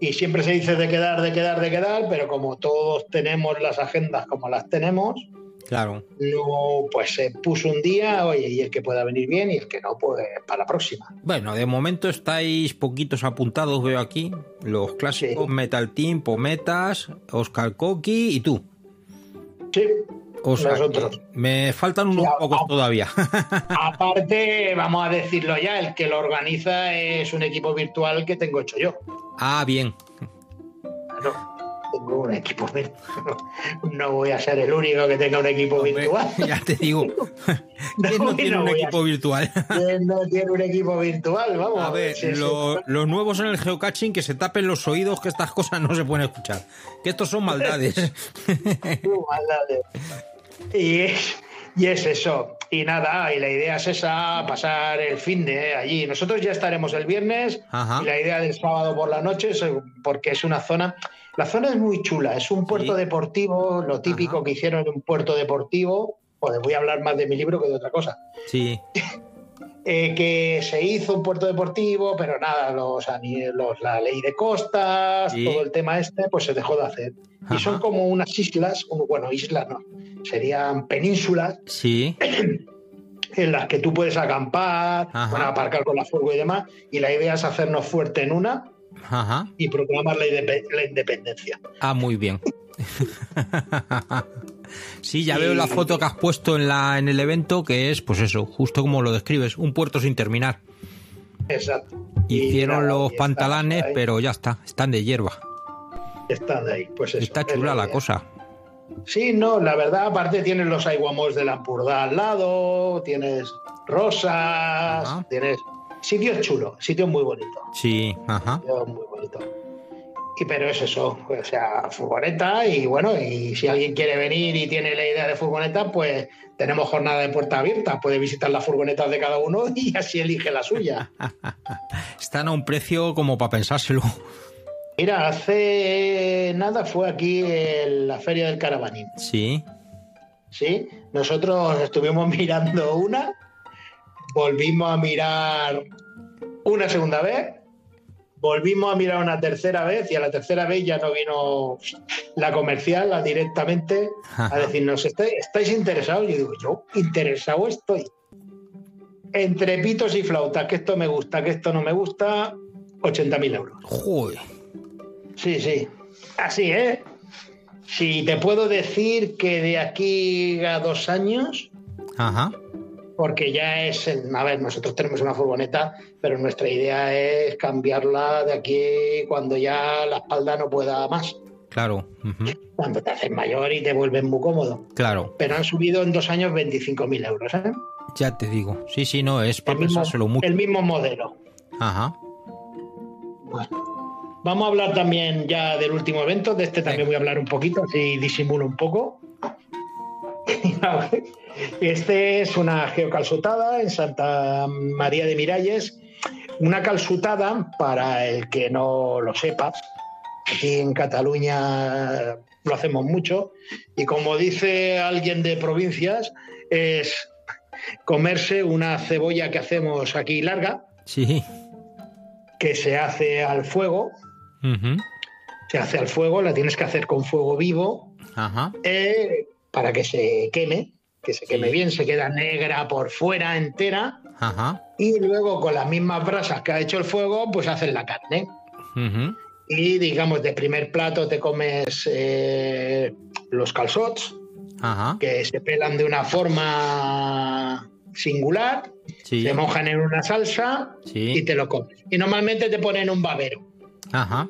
Speaker 15: Y siempre se dice de quedar, de quedar, de quedar, pero como todos tenemos las agendas como las tenemos,
Speaker 2: Claro.
Speaker 15: no, pues se puso un día, oye, y el que pueda venir bien y el que no, pues para la próxima.
Speaker 2: Bueno, de momento estáis poquitos apuntados, veo aquí. Los clásicos Metal Team, Pometas, Oscar Coqui y tú.
Speaker 15: Sí.
Speaker 2: O sea,
Speaker 15: Nosotros.
Speaker 2: que me faltan unos pocos todavía.
Speaker 15: Aparte, vamos a decirlo ya, el que lo organiza es un equipo virtual que tengo hecho yo.
Speaker 2: ah, bien.
Speaker 15: Claro, tengo un equipo virtual. No voy a ser el único que tenga un equipo virtual.
Speaker 2: Ya te digo. ¿Quién no tiene
Speaker 15: no
Speaker 2: un
Speaker 15: voy a-
Speaker 2: equipo virtual?
Speaker 15: ¿Quién no tiene un equipo virtual? Vamos.
Speaker 2: A ver,
Speaker 15: sí, sí.
Speaker 2: lo- los nuevos en el geocaching que se tapen los oídos que estas cosas no se pueden escuchar. Que estos son maldades.
Speaker 15: Tú, maldades. Y es, y es eso. Y nada, y la idea es esa, pasar el fin de allí. Nosotros ya estaremos el viernes
Speaker 2: Ajá.
Speaker 15: y la idea del sábado por la noche es eh, porque es una zona... La zona es muy chula, es un puerto deportivo, lo típico que hicieron en un puerto deportivo. Joder, voy a hablar más de mi libro que de otra cosa
Speaker 2: Sí.
Speaker 15: eh, que se hizo un puerto deportivo, pero nada, los, ani- los- la ley de costas,
Speaker 2: Sí.
Speaker 15: todo el tema este, pues se dejó de hacer. Y son como unas islas, o, bueno, islas no, serían penínsulas
Speaker 2: Sí.
Speaker 15: en las que tú puedes acampar, bueno, aparcar con la furgo y demás, y la idea es hacernos fuerte en una
Speaker 2: Ajá.
Speaker 15: y proclamar la, indepe- la independencia.
Speaker 2: Ah, muy bien. sí, ya veo la foto que has puesto en, la, en el evento, que es, pues eso, justo como lo describes, un puerto sin terminar.
Speaker 15: Exacto.
Speaker 2: Hicieron
Speaker 15: nada,
Speaker 2: los
Speaker 15: y está,
Speaker 2: pantalanes,
Speaker 15: está ahí.
Speaker 2: pero ya está, están de hierba.
Speaker 15: Están ahí, pues eso.
Speaker 2: Está chula la cosa.
Speaker 15: Sí, no, la verdad, aparte tienes los aiguamos de la Purda al lado, tienes rosas, tienes sitios chulos, sitios muy bonitos,
Speaker 2: Sí, ajá.
Speaker 15: sitios muy bonitos. Y pero es eso, o sea, furgoneta y bueno, y si alguien quiere venir y tiene la idea de furgoneta, pues tenemos jornada de puerta abierta, puede visitar las furgonetas de cada uno y así elige la suya.
Speaker 2: Están a un precio como para pensárselo.
Speaker 15: Mira, hace nada fue aquí en la feria del caravanín.
Speaker 2: Sí.
Speaker 15: ¿sí? Nosotros estuvimos mirando una, volvimos a mirar una segunda vez, volvimos a mirar una tercera vez y a la tercera vez ya no vino la comercial a directamente a decirnos, ¿estáis, estáis interesados? Yo digo, yo interesado estoy. Entre pitos y flautas, que esto me gusta, que esto no me gusta, 80.000 euros.
Speaker 2: Joder.
Speaker 15: Sí, sí. Así, ¿eh? Si te puedo decir que de aquí a dos años,
Speaker 2: Ajá.
Speaker 15: porque ya es, el- a ver, nosotros tenemos una furgoneta, pero nuestra idea es cambiarla de aquí cuando ya la espalda no pueda más,
Speaker 2: Claro. ujú,
Speaker 15: cuando te haces mayor y te vuelves muy cómodo.
Speaker 2: Claro.
Speaker 15: Pero han subido en dos años 25.000 euros, ¿eh?
Speaker 2: Ya te digo. Sí, sí, no, es para pensárselo mucho.
Speaker 15: El mismo modelo.
Speaker 2: Ajá.
Speaker 15: Vamos a hablar también ya del último evento, de este también voy a hablar un poquito, así disimulo un poco. Este es una geocalzutada en Santa María de Miralles. Una calzutada, para el que no lo sepa, aquí en Cataluña lo hacemos mucho, y como dice alguien de provincias, es comerse una cebolla que hacemos aquí larga,
Speaker 2: Sí.
Speaker 15: que se hace al fuego,
Speaker 2: ujú,
Speaker 15: se hace al fuego, la tienes que hacer con fuego vivo
Speaker 2: Ajá.
Speaker 15: eh, para que se queme, que se queme bien, se queda negra por fuera entera
Speaker 2: Ajá.
Speaker 15: y luego con las mismas brasas que ha hecho el fuego, pues haces la carne.
Speaker 2: ujú,
Speaker 15: Y digamos, de primer plato te comes eh, los calzots,
Speaker 2: Ajá.
Speaker 15: que se pelan de una forma singular,
Speaker 2: Sí.
Speaker 15: se mojan en una salsa
Speaker 2: Sí.
Speaker 15: y te lo comes. Y normalmente te ponen un babero.
Speaker 2: Ajá.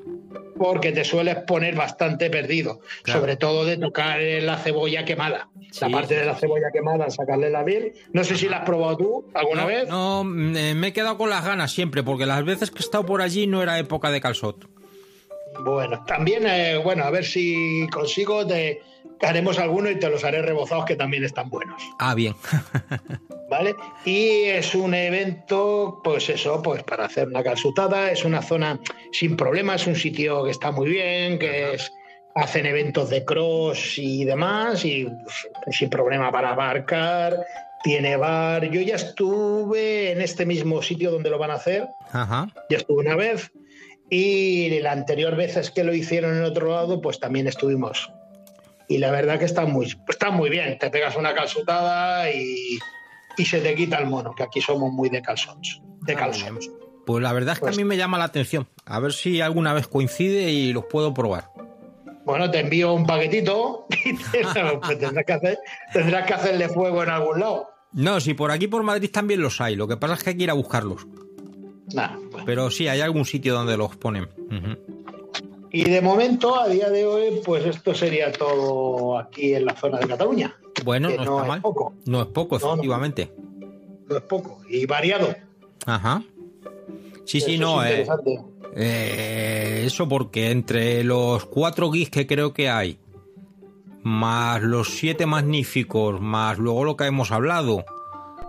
Speaker 15: porque te sueles poner bastante perdido,
Speaker 2: Claro.
Speaker 15: sobre todo de tocar eh, la cebolla quemada.
Speaker 2: Sí.
Speaker 15: La parte de la cebolla quemada, sacarle la piel. No sé si la has probado tú alguna
Speaker 2: no,
Speaker 15: vez.
Speaker 2: No, mm, eh, me he quedado con las ganas siempre, porque las veces que he estado por allí no era época de calzot.
Speaker 15: Bueno, también, eh, bueno, a ver si consigo, te haremos alguno y te los haré rebozados que también están buenos.
Speaker 2: Ah, bien.
Speaker 15: ¿vale? Y es un evento, pues eso, pues para hacer una calzutada, es una zona sin problemas, es un sitio que está muy bien, que es- hacen eventos de cross y demás, y pues, sin problema para abarcar, tiene bar. Yo ya estuve en este mismo sitio donde lo van a hacer,
Speaker 2: Ajá.
Speaker 15: ya estuve una vez, y la anterior vez es que lo hicieron en otro lado, pues también estuvimos. Y la verdad que está muy, está muy bien. Te pegas una calzutada y, y se te quita el mono, que aquí somos muy de calzones.
Speaker 2: Ah,
Speaker 15: De calzones.
Speaker 2: Pues la verdad es que a mí me llama la atención. A ver si alguna vez coincide y los puedo probar.
Speaker 15: Bueno, te envío un paquetito y te- pues tendrás, que hacer- tendrás que hacerle fuego en algún lado.
Speaker 2: No, si por aquí por Madrid también los hay. Lo que pasa es que hay que ir a buscarlos.
Speaker 15: Nah,
Speaker 2: Pero sí, hay algún sitio donde los ponen. Ujú.
Speaker 15: Y de momento, a día de hoy, pues esto sería todo aquí en la zona de Cataluña.
Speaker 2: Bueno,
Speaker 15: Que
Speaker 2: no,
Speaker 15: no
Speaker 2: está
Speaker 15: es
Speaker 2: mal.
Speaker 15: poco.
Speaker 2: No es poco, efectivamente.
Speaker 15: No es poco. Y variado.
Speaker 2: Ajá. Sí, sí,
Speaker 15: Eso
Speaker 2: no.
Speaker 15: es
Speaker 2: eh,
Speaker 15: interesante.
Speaker 2: eh, eso porque entre los cuatro guis que creo que hay, más los siete magníficos, más luego lo que hemos hablado,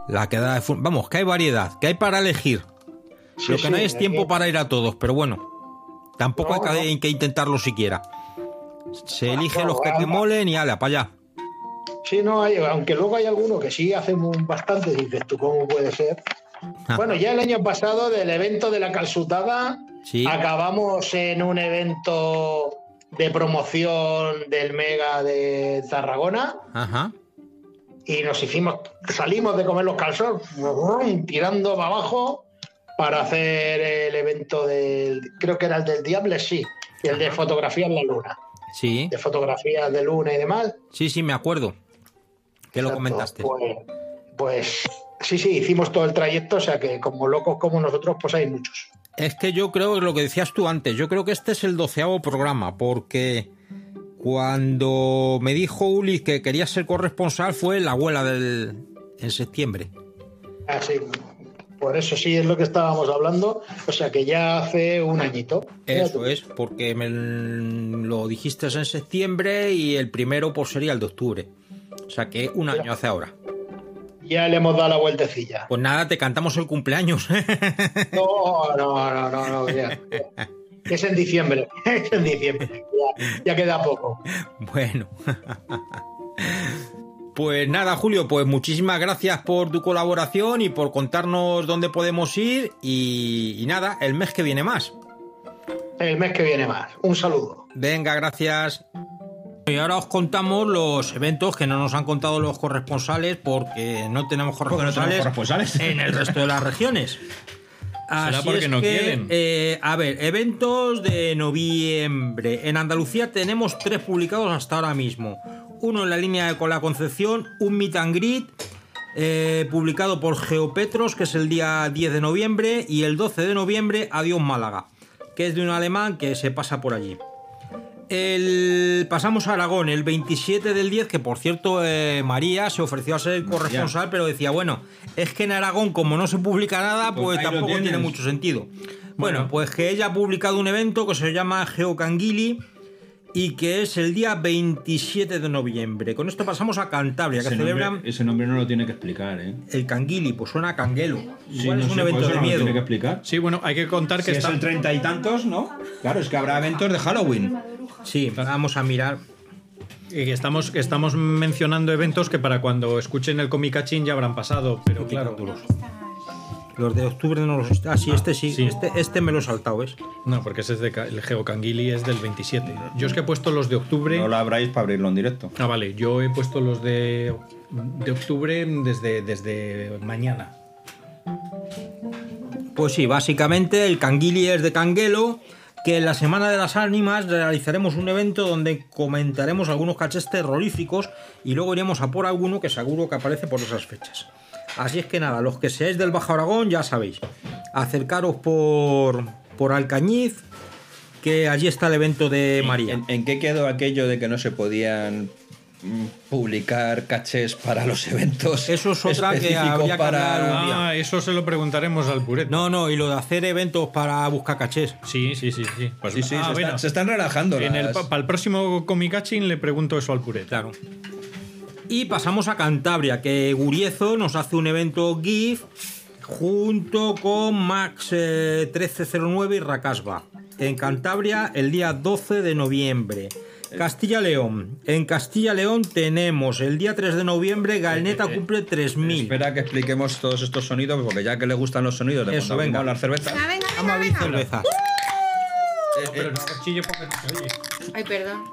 Speaker 2: La quedada de fu- Vamos, que hay variedad, que hay para elegir.
Speaker 15: Sí,
Speaker 2: Lo que no
Speaker 15: sí,
Speaker 2: hay es
Speaker 15: aquí-
Speaker 2: tiempo para ir a todos, pero bueno. Tampoco
Speaker 15: No,
Speaker 2: hay que, que intentarlo siquiera. Se elige
Speaker 15: no,
Speaker 2: los que
Speaker 15: va-
Speaker 2: te molen y ala, para allá.
Speaker 15: Sí, no, hay, aunque luego hay alguno que sí hacemos bastante, dices tú, ¿cómo puede ser?
Speaker 2: Ah.
Speaker 15: Bueno, ya el año pasado del evento de la calzutada,
Speaker 2: Sí.
Speaker 15: acabamos en un evento de promoción del Mega de Tarragona
Speaker 2: Ajá.
Speaker 15: y nos hicimos, salimos de comer los calzones, ¡rum! tirando para abajo para hacer el evento del, creo que era el del Diable, sí, y el de fotografía en la luna,
Speaker 2: Sí.
Speaker 15: de fotografías de luna y demás.
Speaker 2: Sí, sí, me acuerdo. Que lo comentaste.
Speaker 15: Pues, pues sí, sí, hicimos todo el trayecto, o sea que como locos como nosotros, pues hay muchos.
Speaker 2: Es que yo creo lo que decías tú antes, yo creo que este es el doceavo programa, porque cuando me dijo Uli que quería ser corresponsal fue la abuela del en septiembre.
Speaker 15: Así, por eso sí es lo que estábamos hablando, o sea que ya hace un añito.
Speaker 2: Eso es, porque me lo dijiste en septiembre y el primero pues sería el de octubre. O sea que un año hace ahora.
Speaker 15: Ya le hemos dado la vueltecilla.
Speaker 2: Pues nada, te cantamos el cumpleaños.
Speaker 15: No, no, no, no, no, ya. Es en diciembre, es en diciembre, ya, ya queda poco.
Speaker 2: Bueno. Pues nada, Julio, pues muchísimas gracias por tu colaboración y por contarnos dónde podemos ir y, y nada, el mes que viene más.
Speaker 15: El mes que viene más. Un saludo.
Speaker 2: Venga, gracias. Y ahora os contamos los eventos que no nos han contado los corresponsales porque no tenemos
Speaker 3: Porque no
Speaker 2: corresponsales,
Speaker 3: tenemos corresponsales.
Speaker 2: en el resto de las regiones. Así
Speaker 16: porque
Speaker 2: es
Speaker 16: no
Speaker 2: que,
Speaker 16: quieren.
Speaker 2: eh, a ver, eventos de noviembre. En Andalucía tenemos tres publicados hasta ahora mismo. Uno en la línea con la Concepción, un meet and greet, eh, publicado por Geopetros, que es el día 10 de noviembre, y el 12 de noviembre, Adiós Málaga, que es de un alemán que se pasa por allí. El, pasamos a Aragón, el 27 del 10, que por cierto eh, María se ofreció a ser corresponsal, pero decía, bueno, es que en Aragón como no se publica nada,
Speaker 3: Pues
Speaker 2: pues,
Speaker 3: ahí lo
Speaker 2: tampoco tiene
Speaker 3: tienes.
Speaker 2: mucho sentido. Bueno, pues que ella ha publicado un evento que se llama Geocanguili y que es el día 27 de noviembre. Con esto pasamos a Cantabria, que
Speaker 3: Ese nombre,
Speaker 2: celebran
Speaker 3: ese nombre no lo tiene que explicar, ¿eh?
Speaker 2: el Canguili, pues suena a canguelo. Igual
Speaker 3: no
Speaker 2: es un
Speaker 3: sé, por
Speaker 2: evento
Speaker 3: eso
Speaker 2: de
Speaker 3: no lo
Speaker 2: miedo.
Speaker 3: tiene que explicar.
Speaker 6: Sí, bueno, hay que contar
Speaker 3: que
Speaker 2: está-
Speaker 3: es el treinta y tantos, ¿no? Claro, es que habrá eventos de Halloween.
Speaker 2: Sí, vamos a mirar.
Speaker 6: estamos, estamos mencionando eventos que para cuando escuchen el Comicachín ya habrán pasado, pero claro.
Speaker 2: Los de octubre no los... Ah, sí, este sí. Este, este me lo he saltado, ¿ves?
Speaker 6: No, porque ese es de, ca- el Geocanguili es del 27. Yo es que he puesto los de octubre.
Speaker 3: No lo abráis para abrirlo en directo.
Speaker 6: Ah, vale, yo he puesto los de, de octubre mm, desde, desde mañana.
Speaker 2: Pues sí, básicamente el Canguili es de Canguelo, que en la Semana de las Ánimas realizaremos un evento donde comentaremos algunos cachés terroríficos y luego iremos a por alguno que seguro que aparece por esas fechas. Así es que nada, los que seáis del Bajo Aragón ya sabéis, acercaros por, por Alcañiz, que allí está el evento de María.
Speaker 3: ¿En, en qué quedó aquello de que no se podían mm, publicar cachés para los eventos?
Speaker 2: Eso es otra que habría que hablar un día.
Speaker 6: Ah, eso se lo preguntaremos al Puret.
Speaker 2: No, no, y lo de hacer eventos para buscar cachés.
Speaker 6: Sí, sí, sí, sí. Pues,
Speaker 3: Sí, sí, se está- se están relajando
Speaker 6: En
Speaker 3: las-
Speaker 6: el, pa- para el próximo Comicachín le pregunto eso al Puret.
Speaker 2: Claro. Y pasamos a Cantabria, que Guriezo nos hace un evento GIF junto con Max eh, 1309 y Racasba. En Cantabria el día 12 de noviembre. Castilla León. En Castilla León tenemos el día 3 de noviembre Galneta cumple 3000.
Speaker 3: Eh, Espera que expliquemos todos estos sonidos, porque ya que le gustan los sonidos de
Speaker 2: Eso,
Speaker 3: cuando
Speaker 2: venga.
Speaker 3: abrimos las cervezas.
Speaker 2: Vamos a abrir cervezas.
Speaker 7: Ay, perdón.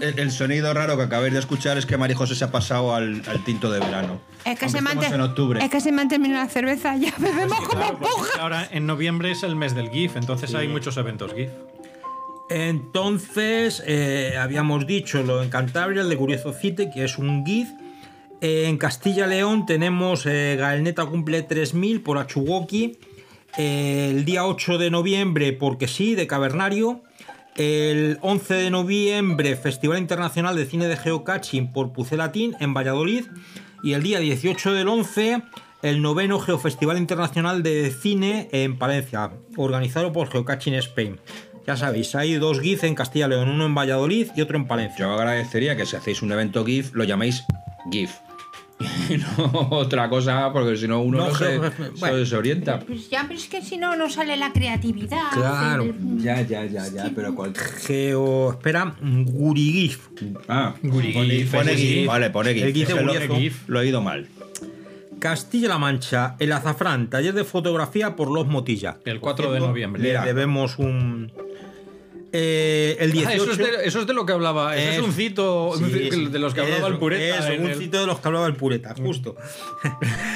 Speaker 3: El, el sonido raro que acabéis de escuchar es que Mari José se ha pasado al, al tinto de verano.
Speaker 7: Es que,
Speaker 3: Aunque
Speaker 7: se me han
Speaker 3: estemos
Speaker 7: ter-
Speaker 3: en octubre.
Speaker 7: es que se me han terminado las cervezas, ya bebemos como puja.
Speaker 6: Ahora en noviembre es el mes del GIF, entonces hay muchos eventos GIF.
Speaker 2: Entonces, eh, habíamos dicho lo en Cantabria, el de Curioso Cite, que es un GIF. Eh, en Castilla León tenemos eh, Galneta cumple 3000 por Achugoki. Eh, el día 8 de noviembre, porque sí, de Cavernario. El 11 de noviembre, Festival Internacional de Cine de Geocaching por Pucelatín en Valladolid. Y el día 18 del 11, el noveno Geofestival Internacional de Cine en Palencia, organizado por Geocaching Spain. Ya sabéis, hay dos GIF en Castilla y León, uno en Valladolid y otro en Palencia.
Speaker 3: Yo agradecería que si hacéis un evento GIF, lo llaméis GIF. y no otra cosa, porque si no uno
Speaker 2: No,
Speaker 3: no se,
Speaker 2: pero-
Speaker 3: se
Speaker 2: bueno.
Speaker 3: desorienta.
Speaker 8: Pues ya, pero es que si no, no sale la creatividad.
Speaker 2: Claro,
Speaker 8: del-
Speaker 2: ya, ya, ya, ya, pero cual Geo, espera, Gurigif.
Speaker 3: Ah,
Speaker 2: Gurigif.
Speaker 3: Pone GIF, vale, pone GIF.
Speaker 2: El GIF de
Speaker 3: Eso lo-
Speaker 2: Guriezo.
Speaker 3: Lo he ido mal.
Speaker 2: Castilla-La Mancha, el azafrán, taller de fotografía por Los Motilla. El
Speaker 6: 4 de noviembre.
Speaker 2: Le
Speaker 6: Mira.
Speaker 2: debemos un... Eh, el 18...
Speaker 6: Ah, eso, es de, eso es de lo que hablaba. Eso es, un cito
Speaker 2: Sí, sí.
Speaker 6: de los que hablaba
Speaker 2: Eso,
Speaker 6: el pureta.
Speaker 2: eso,
Speaker 6: en
Speaker 2: un
Speaker 6: el-
Speaker 2: cito de los que hablaba el pureta, justo.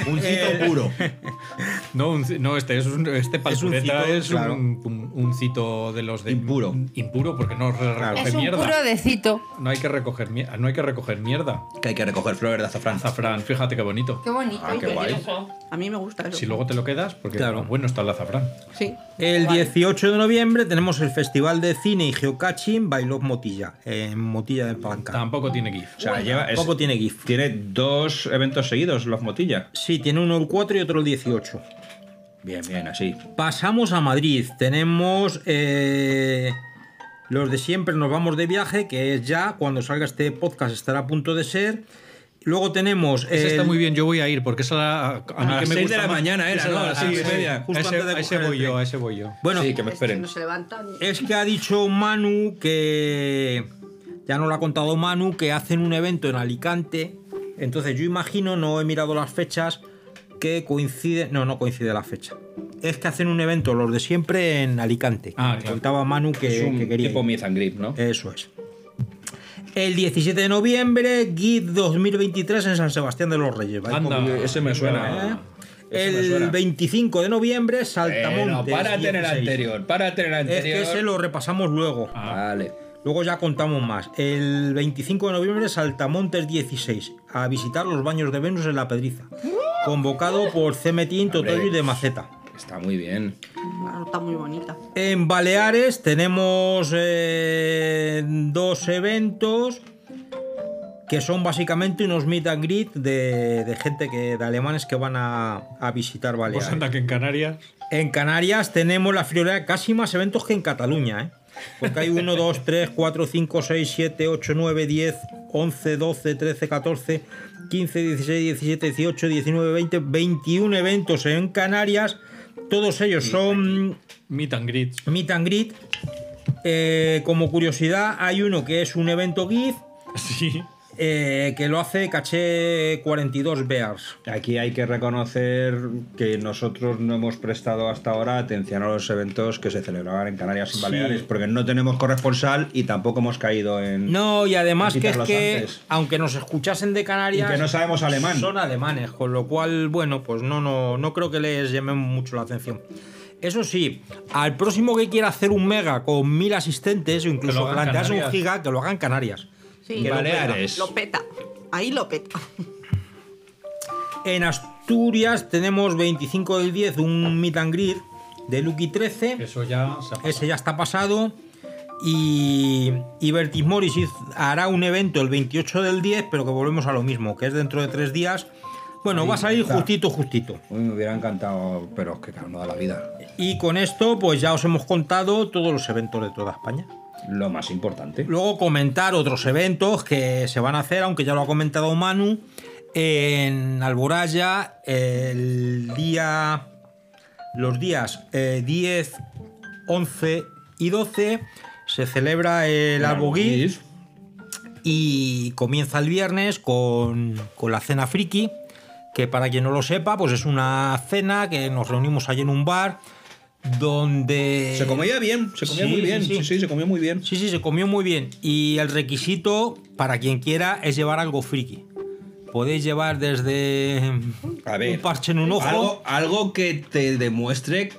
Speaker 2: un
Speaker 6: cito puro. Eh, No, un ci- no, este es un, este pal
Speaker 2: Es un
Speaker 6: pureta
Speaker 2: cito,
Speaker 6: es
Speaker 2: claro.
Speaker 6: un, un- un cito de los de impuro, impuro porque no re- recoge
Speaker 8: Es un
Speaker 6: mierda.
Speaker 8: puro decito.
Speaker 6: No hay que recoger mier- no hay que recoger mierda. Que hay que recoger flores de azafrán. Azafrán, fíjate qué bonito.
Speaker 8: Qué bonito.
Speaker 6: Ah, qué
Speaker 8: Qué
Speaker 6: guay.
Speaker 8: bonito.
Speaker 5: A mí me gusta eso.
Speaker 6: Si luego te lo quedas, porque
Speaker 2: Claro.
Speaker 6: bueno está el azafrán.
Speaker 5: Sí.
Speaker 2: El 18 de noviembre tenemos el Festival de Cine y Geocaching Bailos Motilla, en Motilla de Palanca.
Speaker 6: Tampoco tiene GIF.
Speaker 3: O sea, lleva, es-
Speaker 2: Tampoco tiene GIF.
Speaker 3: Tiene dos eventos seguidos, los Motilla.
Speaker 2: Sí, tiene uno el 4 y otro el 18.
Speaker 3: Bien, bien, así.
Speaker 2: Pasamos a Madrid. Tenemos eh, los de siempre, nos vamos de viaje, que es ya cuando salga este podcast estará a punto de ser. Luego tenemos.
Speaker 6: Ese está
Speaker 2: el-
Speaker 6: muy bien, yo voy a ir porque esa la- a,
Speaker 2: A
Speaker 6: mí
Speaker 2: las
Speaker 6: que me
Speaker 2: seis
Speaker 6: gusta
Speaker 2: de la
Speaker 6: más.
Speaker 2: mañana era,
Speaker 6: Esa
Speaker 2: ¿no?
Speaker 6: la-
Speaker 2: A las
Speaker 6: sí,
Speaker 2: seis y
Speaker 6: sí.
Speaker 2: media, justo
Speaker 6: A ese-
Speaker 2: antes de
Speaker 6: a ese
Speaker 2: coger el
Speaker 6: voy
Speaker 2: tren.
Speaker 6: yo, a ese voy yo.
Speaker 2: Bueno,
Speaker 6: Sí, que me esperen.
Speaker 5: No se levantan.
Speaker 2: Es que ha dicho Manu que. Ya nos lo ha contado Manu, que hacen un evento en Alicante. Entonces yo imagino, no he mirado las fechas, que coincide. No, no coincide la fecha. Es que hacen un evento, los de siempre, en Alicante. Ah, Contaba Manu que,
Speaker 3: es un
Speaker 2: que quería.
Speaker 3: tipo
Speaker 2: ir.
Speaker 3: Myth and Grip, ¿no?
Speaker 2: Eso es. El 17 de noviembre, GIF 2023 en San Sebastián de los Reyes. ¿vale?
Speaker 3: Anda,
Speaker 2: Porque-
Speaker 3: ese me suena.
Speaker 2: ¿eh?
Speaker 3: Ese me
Speaker 2: El
Speaker 3: suena.
Speaker 2: 25 de noviembre,
Speaker 3: Eh, no,
Speaker 2: Saltamontes.
Speaker 3: párate en el
Speaker 2: 16.
Speaker 3: anterior, párate en el
Speaker 2: Es
Speaker 3: anterior.
Speaker 2: que ese lo repasamos luego.
Speaker 6: Ah.
Speaker 3: Vale.
Speaker 2: Luego ya contamos más. El 25 de noviembre, Saltamontes 16, a visitar los baños de Venus en la Pedriza. Convocado por Cemetín, Totoyo y de Maceta.
Speaker 3: Está muy bien.
Speaker 5: Una ruta mm, muy bonita.
Speaker 2: En Baleares tenemos eh, dos eventos que son básicamente unos meet and greet de, de gente que de alemanes que van a, a visitar Baleares.
Speaker 6: Pues anda que en Canarias.
Speaker 2: En Canarias tenemos la friolera casi más eventos que en Cataluña, ¿eh? Porque hay 1, 2, 3, 4, 5, 6, 7, 8, 9, 10, 11, 12, 13, 14, 15, 16, 17, 18, 19, 20, 21 eventos en Canarias. Todos ellos son.
Speaker 6: Meet and greet.
Speaker 2: Meet and greet. Eh, como curiosidad, hay uno que es un evento GIF. eh,
Speaker 6: Sí.
Speaker 2: que lo hace caché 42 Bears.
Speaker 3: Aquí hay que reconocer que nosotros no hemos prestado hasta ahora atención a los eventos que se celebraban en Canarias y
Speaker 2: Sí.
Speaker 3: Baleares, porque no tenemos corresponsal y tampoco hemos caído en.
Speaker 2: No, y además
Speaker 3: en
Speaker 2: que es
Speaker 3: quitarlos
Speaker 2: que,
Speaker 3: antes.
Speaker 2: aunque nos escuchasen de Canarias.
Speaker 3: Y que no sabemos alemán.
Speaker 2: Son alemanes, con lo cual, bueno, pues no, no, no creo que les llamemos mucho la atención. Eso sí, al próximo que quiera hacer un mega con mil asistentes, o incluso
Speaker 6: hagan
Speaker 2: plantearse un
Speaker 6: Canarias.
Speaker 2: giga, que lo hagan Canarias.
Speaker 5: Sí.
Speaker 2: Que lo
Speaker 6: Baleares.
Speaker 2: peta.
Speaker 5: Lo peta. Ahí lo peta.
Speaker 2: En Asturias tenemos 25 del 10 un meet and greet de Lucky 13.
Speaker 6: Eso ya se ha
Speaker 2: Ese ya está pasado. Y, y Bertis Morris hiz- hará un evento el 28 del 10, pero que volvemos a lo mismo, que es dentro de tres días. Bueno, va a salir
Speaker 3: está.
Speaker 2: justito, justito.
Speaker 3: Uy, me hubiera encantado, pero es que claro, no da la vida.
Speaker 2: Y con esto, pues ya os hemos contado todos los eventos de toda España.
Speaker 3: Lo más importante.
Speaker 2: Luego comentar otros eventos que se van a hacer, aunque ya lo ha comentado Manu, en Alboraya el día, los días eh, 10, 11 y 12 se celebra el Alboguir y comienza el viernes con, con la cena friki, que para quien no lo sepa, pues es una cena que nos reunimos allí en un bar donde...
Speaker 3: Se comía bien, se comía
Speaker 2: Sí,
Speaker 3: muy
Speaker 2: sí,
Speaker 3: bien.
Speaker 2: sí.
Speaker 3: Sí, sí, se comía muy bien.
Speaker 2: Sí, sí, se comió muy bien. Y el requisito para quien quiera es llevar algo friki. Podéis llevar desde
Speaker 3: A ver,
Speaker 2: un parche en un ojo.
Speaker 3: Algo, algo que te demuestre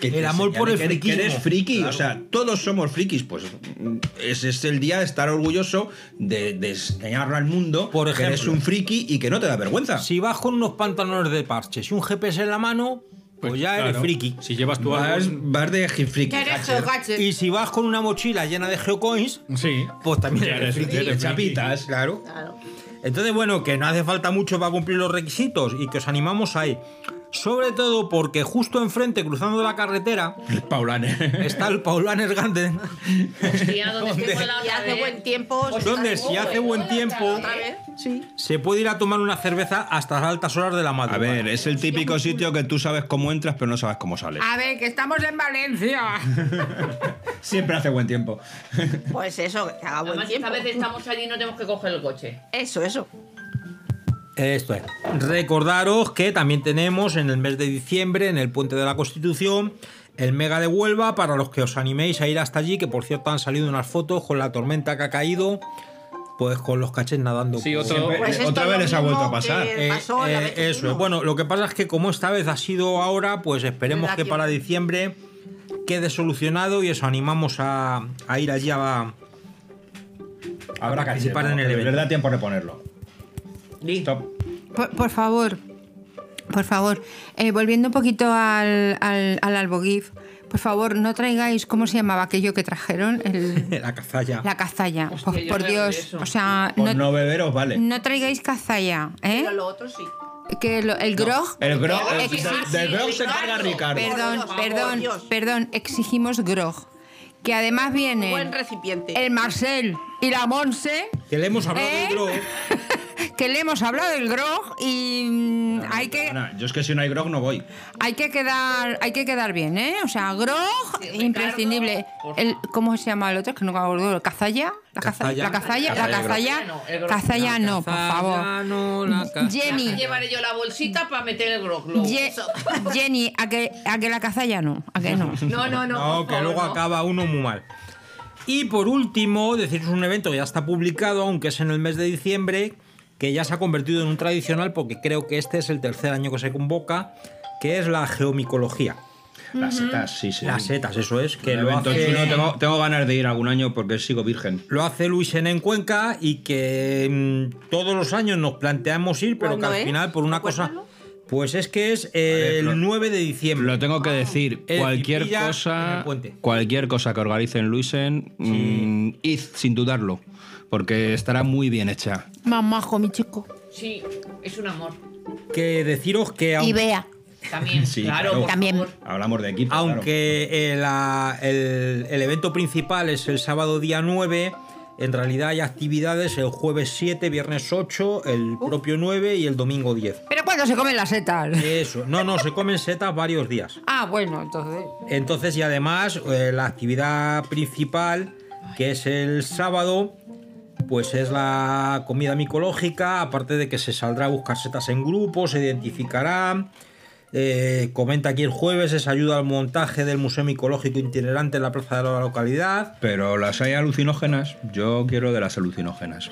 Speaker 3: que
Speaker 2: El
Speaker 3: te
Speaker 2: amor por el
Speaker 3: señale que- que
Speaker 2: friquismo.
Speaker 3: eres friki,
Speaker 2: Claro.
Speaker 3: o sea, todos somos frikis, pues mm, ese es el día de estar orgulloso de, de enseñarle al mundo
Speaker 2: Por
Speaker 3: que eres
Speaker 2: ejemplo.
Speaker 3: un friki y que no te da vergüenza.
Speaker 2: Si vas con unos pantalones de parches y un GPS en la mano, pues, ya eres
Speaker 3: claro.
Speaker 2: friki.
Speaker 6: Si llevas tu
Speaker 3: Vas, vas de gi- friki. Hatcher.
Speaker 2: Y si vas con una mochila llena de geocoins,
Speaker 6: sí.
Speaker 2: pues también
Speaker 3: Ya
Speaker 2: eres
Speaker 3: eres-
Speaker 2: friki.
Speaker 3: eres friki.
Speaker 2: chapitas. Claro. Entonces, bueno, que no hace falta mucho para cumplir los requisitos y que os animamos ahí. sobre todo porque justo enfrente, cruzando la carretera,
Speaker 3: El Paulaner.
Speaker 2: está el Paulaner Garden,
Speaker 9: Hostia, donde
Speaker 5: ¿Dónde?
Speaker 9: estoy con la
Speaker 5: Si
Speaker 9: otra
Speaker 5: hace
Speaker 9: vez.
Speaker 5: buen tiempo.
Speaker 2: donde si hace buen tiempo
Speaker 5: ¿Otra vez? Sí.
Speaker 2: se puede ir a tomar una cerveza hasta las altas horas de la
Speaker 3: A
Speaker 2: madrugada. pues,
Speaker 3: ver, es el típico sitio que tú sabes cómo entras, pero no sabes cómo
Speaker 2: Ah.
Speaker 3: sales.
Speaker 8: A ver, que estamos en Valencia.
Speaker 3: Siempre hace buen tiempo.
Speaker 5: Pues eso, que haga buen
Speaker 9: Además,
Speaker 5: tiempo.
Speaker 9: esta vez estamos allí y no tenemos que coger el coche.
Speaker 5: Eso, eso.
Speaker 2: Esto es. Recordaros que también tenemos en el mes de diciembre, en el Puente de la Constitución, el Mega de Huelva para los que os animéis a ir hasta allí, que por cierto han salido unas fotos con la tormenta que ha caído, pues con los caches nadando.
Speaker 6: Sí,
Speaker 2: por-
Speaker 6: otro- Siempre- Pues esto
Speaker 3: otra es vez lo les ha mismo vuelto a pasar. que
Speaker 2: Eh,
Speaker 3: pasó la
Speaker 2: eh,
Speaker 3: vez que
Speaker 2: eso es. Bueno, lo que pasa es que como esta vez ha sido ahora, pues esperemos
Speaker 3: ¿Verdad
Speaker 2: que
Speaker 3: que-
Speaker 2: para diciembre quede solucionado y eso animamos a, a ir allí a,
Speaker 3: Habrá que
Speaker 2: participar en el
Speaker 3: De
Speaker 2: evento.
Speaker 3: verdad, tiempo de reponerlo.
Speaker 2: Listo.
Speaker 7: Por, por favor, por favor, eh, volviendo un poquito al, al, al Albogif, por favor, no traigáis, ¿cómo se llamaba aquello que trajeron? El-
Speaker 2: la cazalla.
Speaker 7: la cazalla. Por-
Speaker 9: yo
Speaker 7: por
Speaker 9: no
Speaker 7: Dios,
Speaker 9: eso.
Speaker 7: o sea,
Speaker 3: Por
Speaker 7: no,
Speaker 3: no, beberos, vale.
Speaker 7: no traigáis cazalla, ¿eh?
Speaker 5: Pero lo otro sí.
Speaker 7: Que lo- el grog...
Speaker 3: El grog,
Speaker 7: eh,
Speaker 3: el-
Speaker 7: exi-
Speaker 3: del grog se encarga Ricardo.
Speaker 7: Perdón,
Speaker 5: Por
Speaker 7: perdón,
Speaker 5: Dios.
Speaker 7: perdón, exigimos grog. Que además viene
Speaker 5: Buen recipiente.
Speaker 7: el Marcel y la Monse...
Speaker 2: Que le hemos hablado
Speaker 7: ¿Eh?
Speaker 2: de otro.
Speaker 7: que le hemos hablado del grog y mm, hay que
Speaker 3: Ana, yo es que si no hay grog no voy.
Speaker 7: hay que quedar hay que quedar bien eh o sea grog imprescindible el cómo se llama el otro Es que no me acuerdo el cazalla la cazalla la cazalla la
Speaker 2: Cazalla. Cazalla,
Speaker 7: cazalla
Speaker 9: grog. El grog.
Speaker 7: cazalla no por
Speaker 2: Ah,
Speaker 7: favor
Speaker 2: no, la ca-
Speaker 9: Ya
Speaker 7: Jenny
Speaker 9: llevaré yo la bolsita para meter el grog. luego.
Speaker 7: Ye- Jenny a que a que la cazalla no a que no
Speaker 9: No, no, no.
Speaker 2: No,
Speaker 9: por
Speaker 2: que
Speaker 9: favor,
Speaker 2: luego
Speaker 9: no.
Speaker 2: acaba uno muy mal. Y por último, deciros un evento que ya está publicado, aunque es en el mes de diciembre, que ya se ha convertido en un tradicional porque creo que este es el tercer año que se convoca, que es la geomicología.
Speaker 3: Las setas, sí, sí.
Speaker 2: Las setas, eso es, que lo
Speaker 3: evento
Speaker 2: hace,
Speaker 3: chulo, tengo, tengo ganas de ir algún año porque sigo virgen.
Speaker 2: lo hace Luis en Cuenca y que mm, todos los años nos planteamos ir, pero que
Speaker 5: ¿Cuándo
Speaker 2: al
Speaker 5: es?
Speaker 2: final por una cosa... Pues es que es eh,
Speaker 3: lo-
Speaker 2: el 9 de diciembre. Ah.
Speaker 3: Lo tengo que decir,
Speaker 2: Es
Speaker 3: cualquier
Speaker 2: decir, pilla en
Speaker 3: cosa,
Speaker 2: el puente.
Speaker 3: cualquier cosa que organicen Luisen, mm, id sin dudarlo, porque estará muy bien hecha.
Speaker 7: más majo mi chico
Speaker 9: Sí, es un amor.
Speaker 2: Que deciros que...
Speaker 7: y
Speaker 2: aunque-
Speaker 7: vea
Speaker 9: También.
Speaker 3: Sí,
Speaker 9: claro,
Speaker 3: claro.
Speaker 9: por
Speaker 7: También.
Speaker 9: favor.
Speaker 3: Hablamos de equipo.
Speaker 2: Aunque eh, la- el, el evento principal es el sábado día 9, en realidad hay actividades el jueves 7, viernes 8, el propio 9 y el domingo 10.
Speaker 7: pero cuando se comen las setas
Speaker 2: Eso, no, no, se comen setas varios días.
Speaker 7: ah bueno entonces
Speaker 2: Entonces, y además, eh, la actividad principal, que es el sábado, pues es la comida micológica, aparte de que se saldrá a buscar setas en grupo, se identificará. eh, comenta aquí el jueves, es ayuda al montaje del Museo Micológico Itinerante en la plaza de la localidad.
Speaker 3: Pero las hay alucinógenas, yo quiero de las alucinógenas.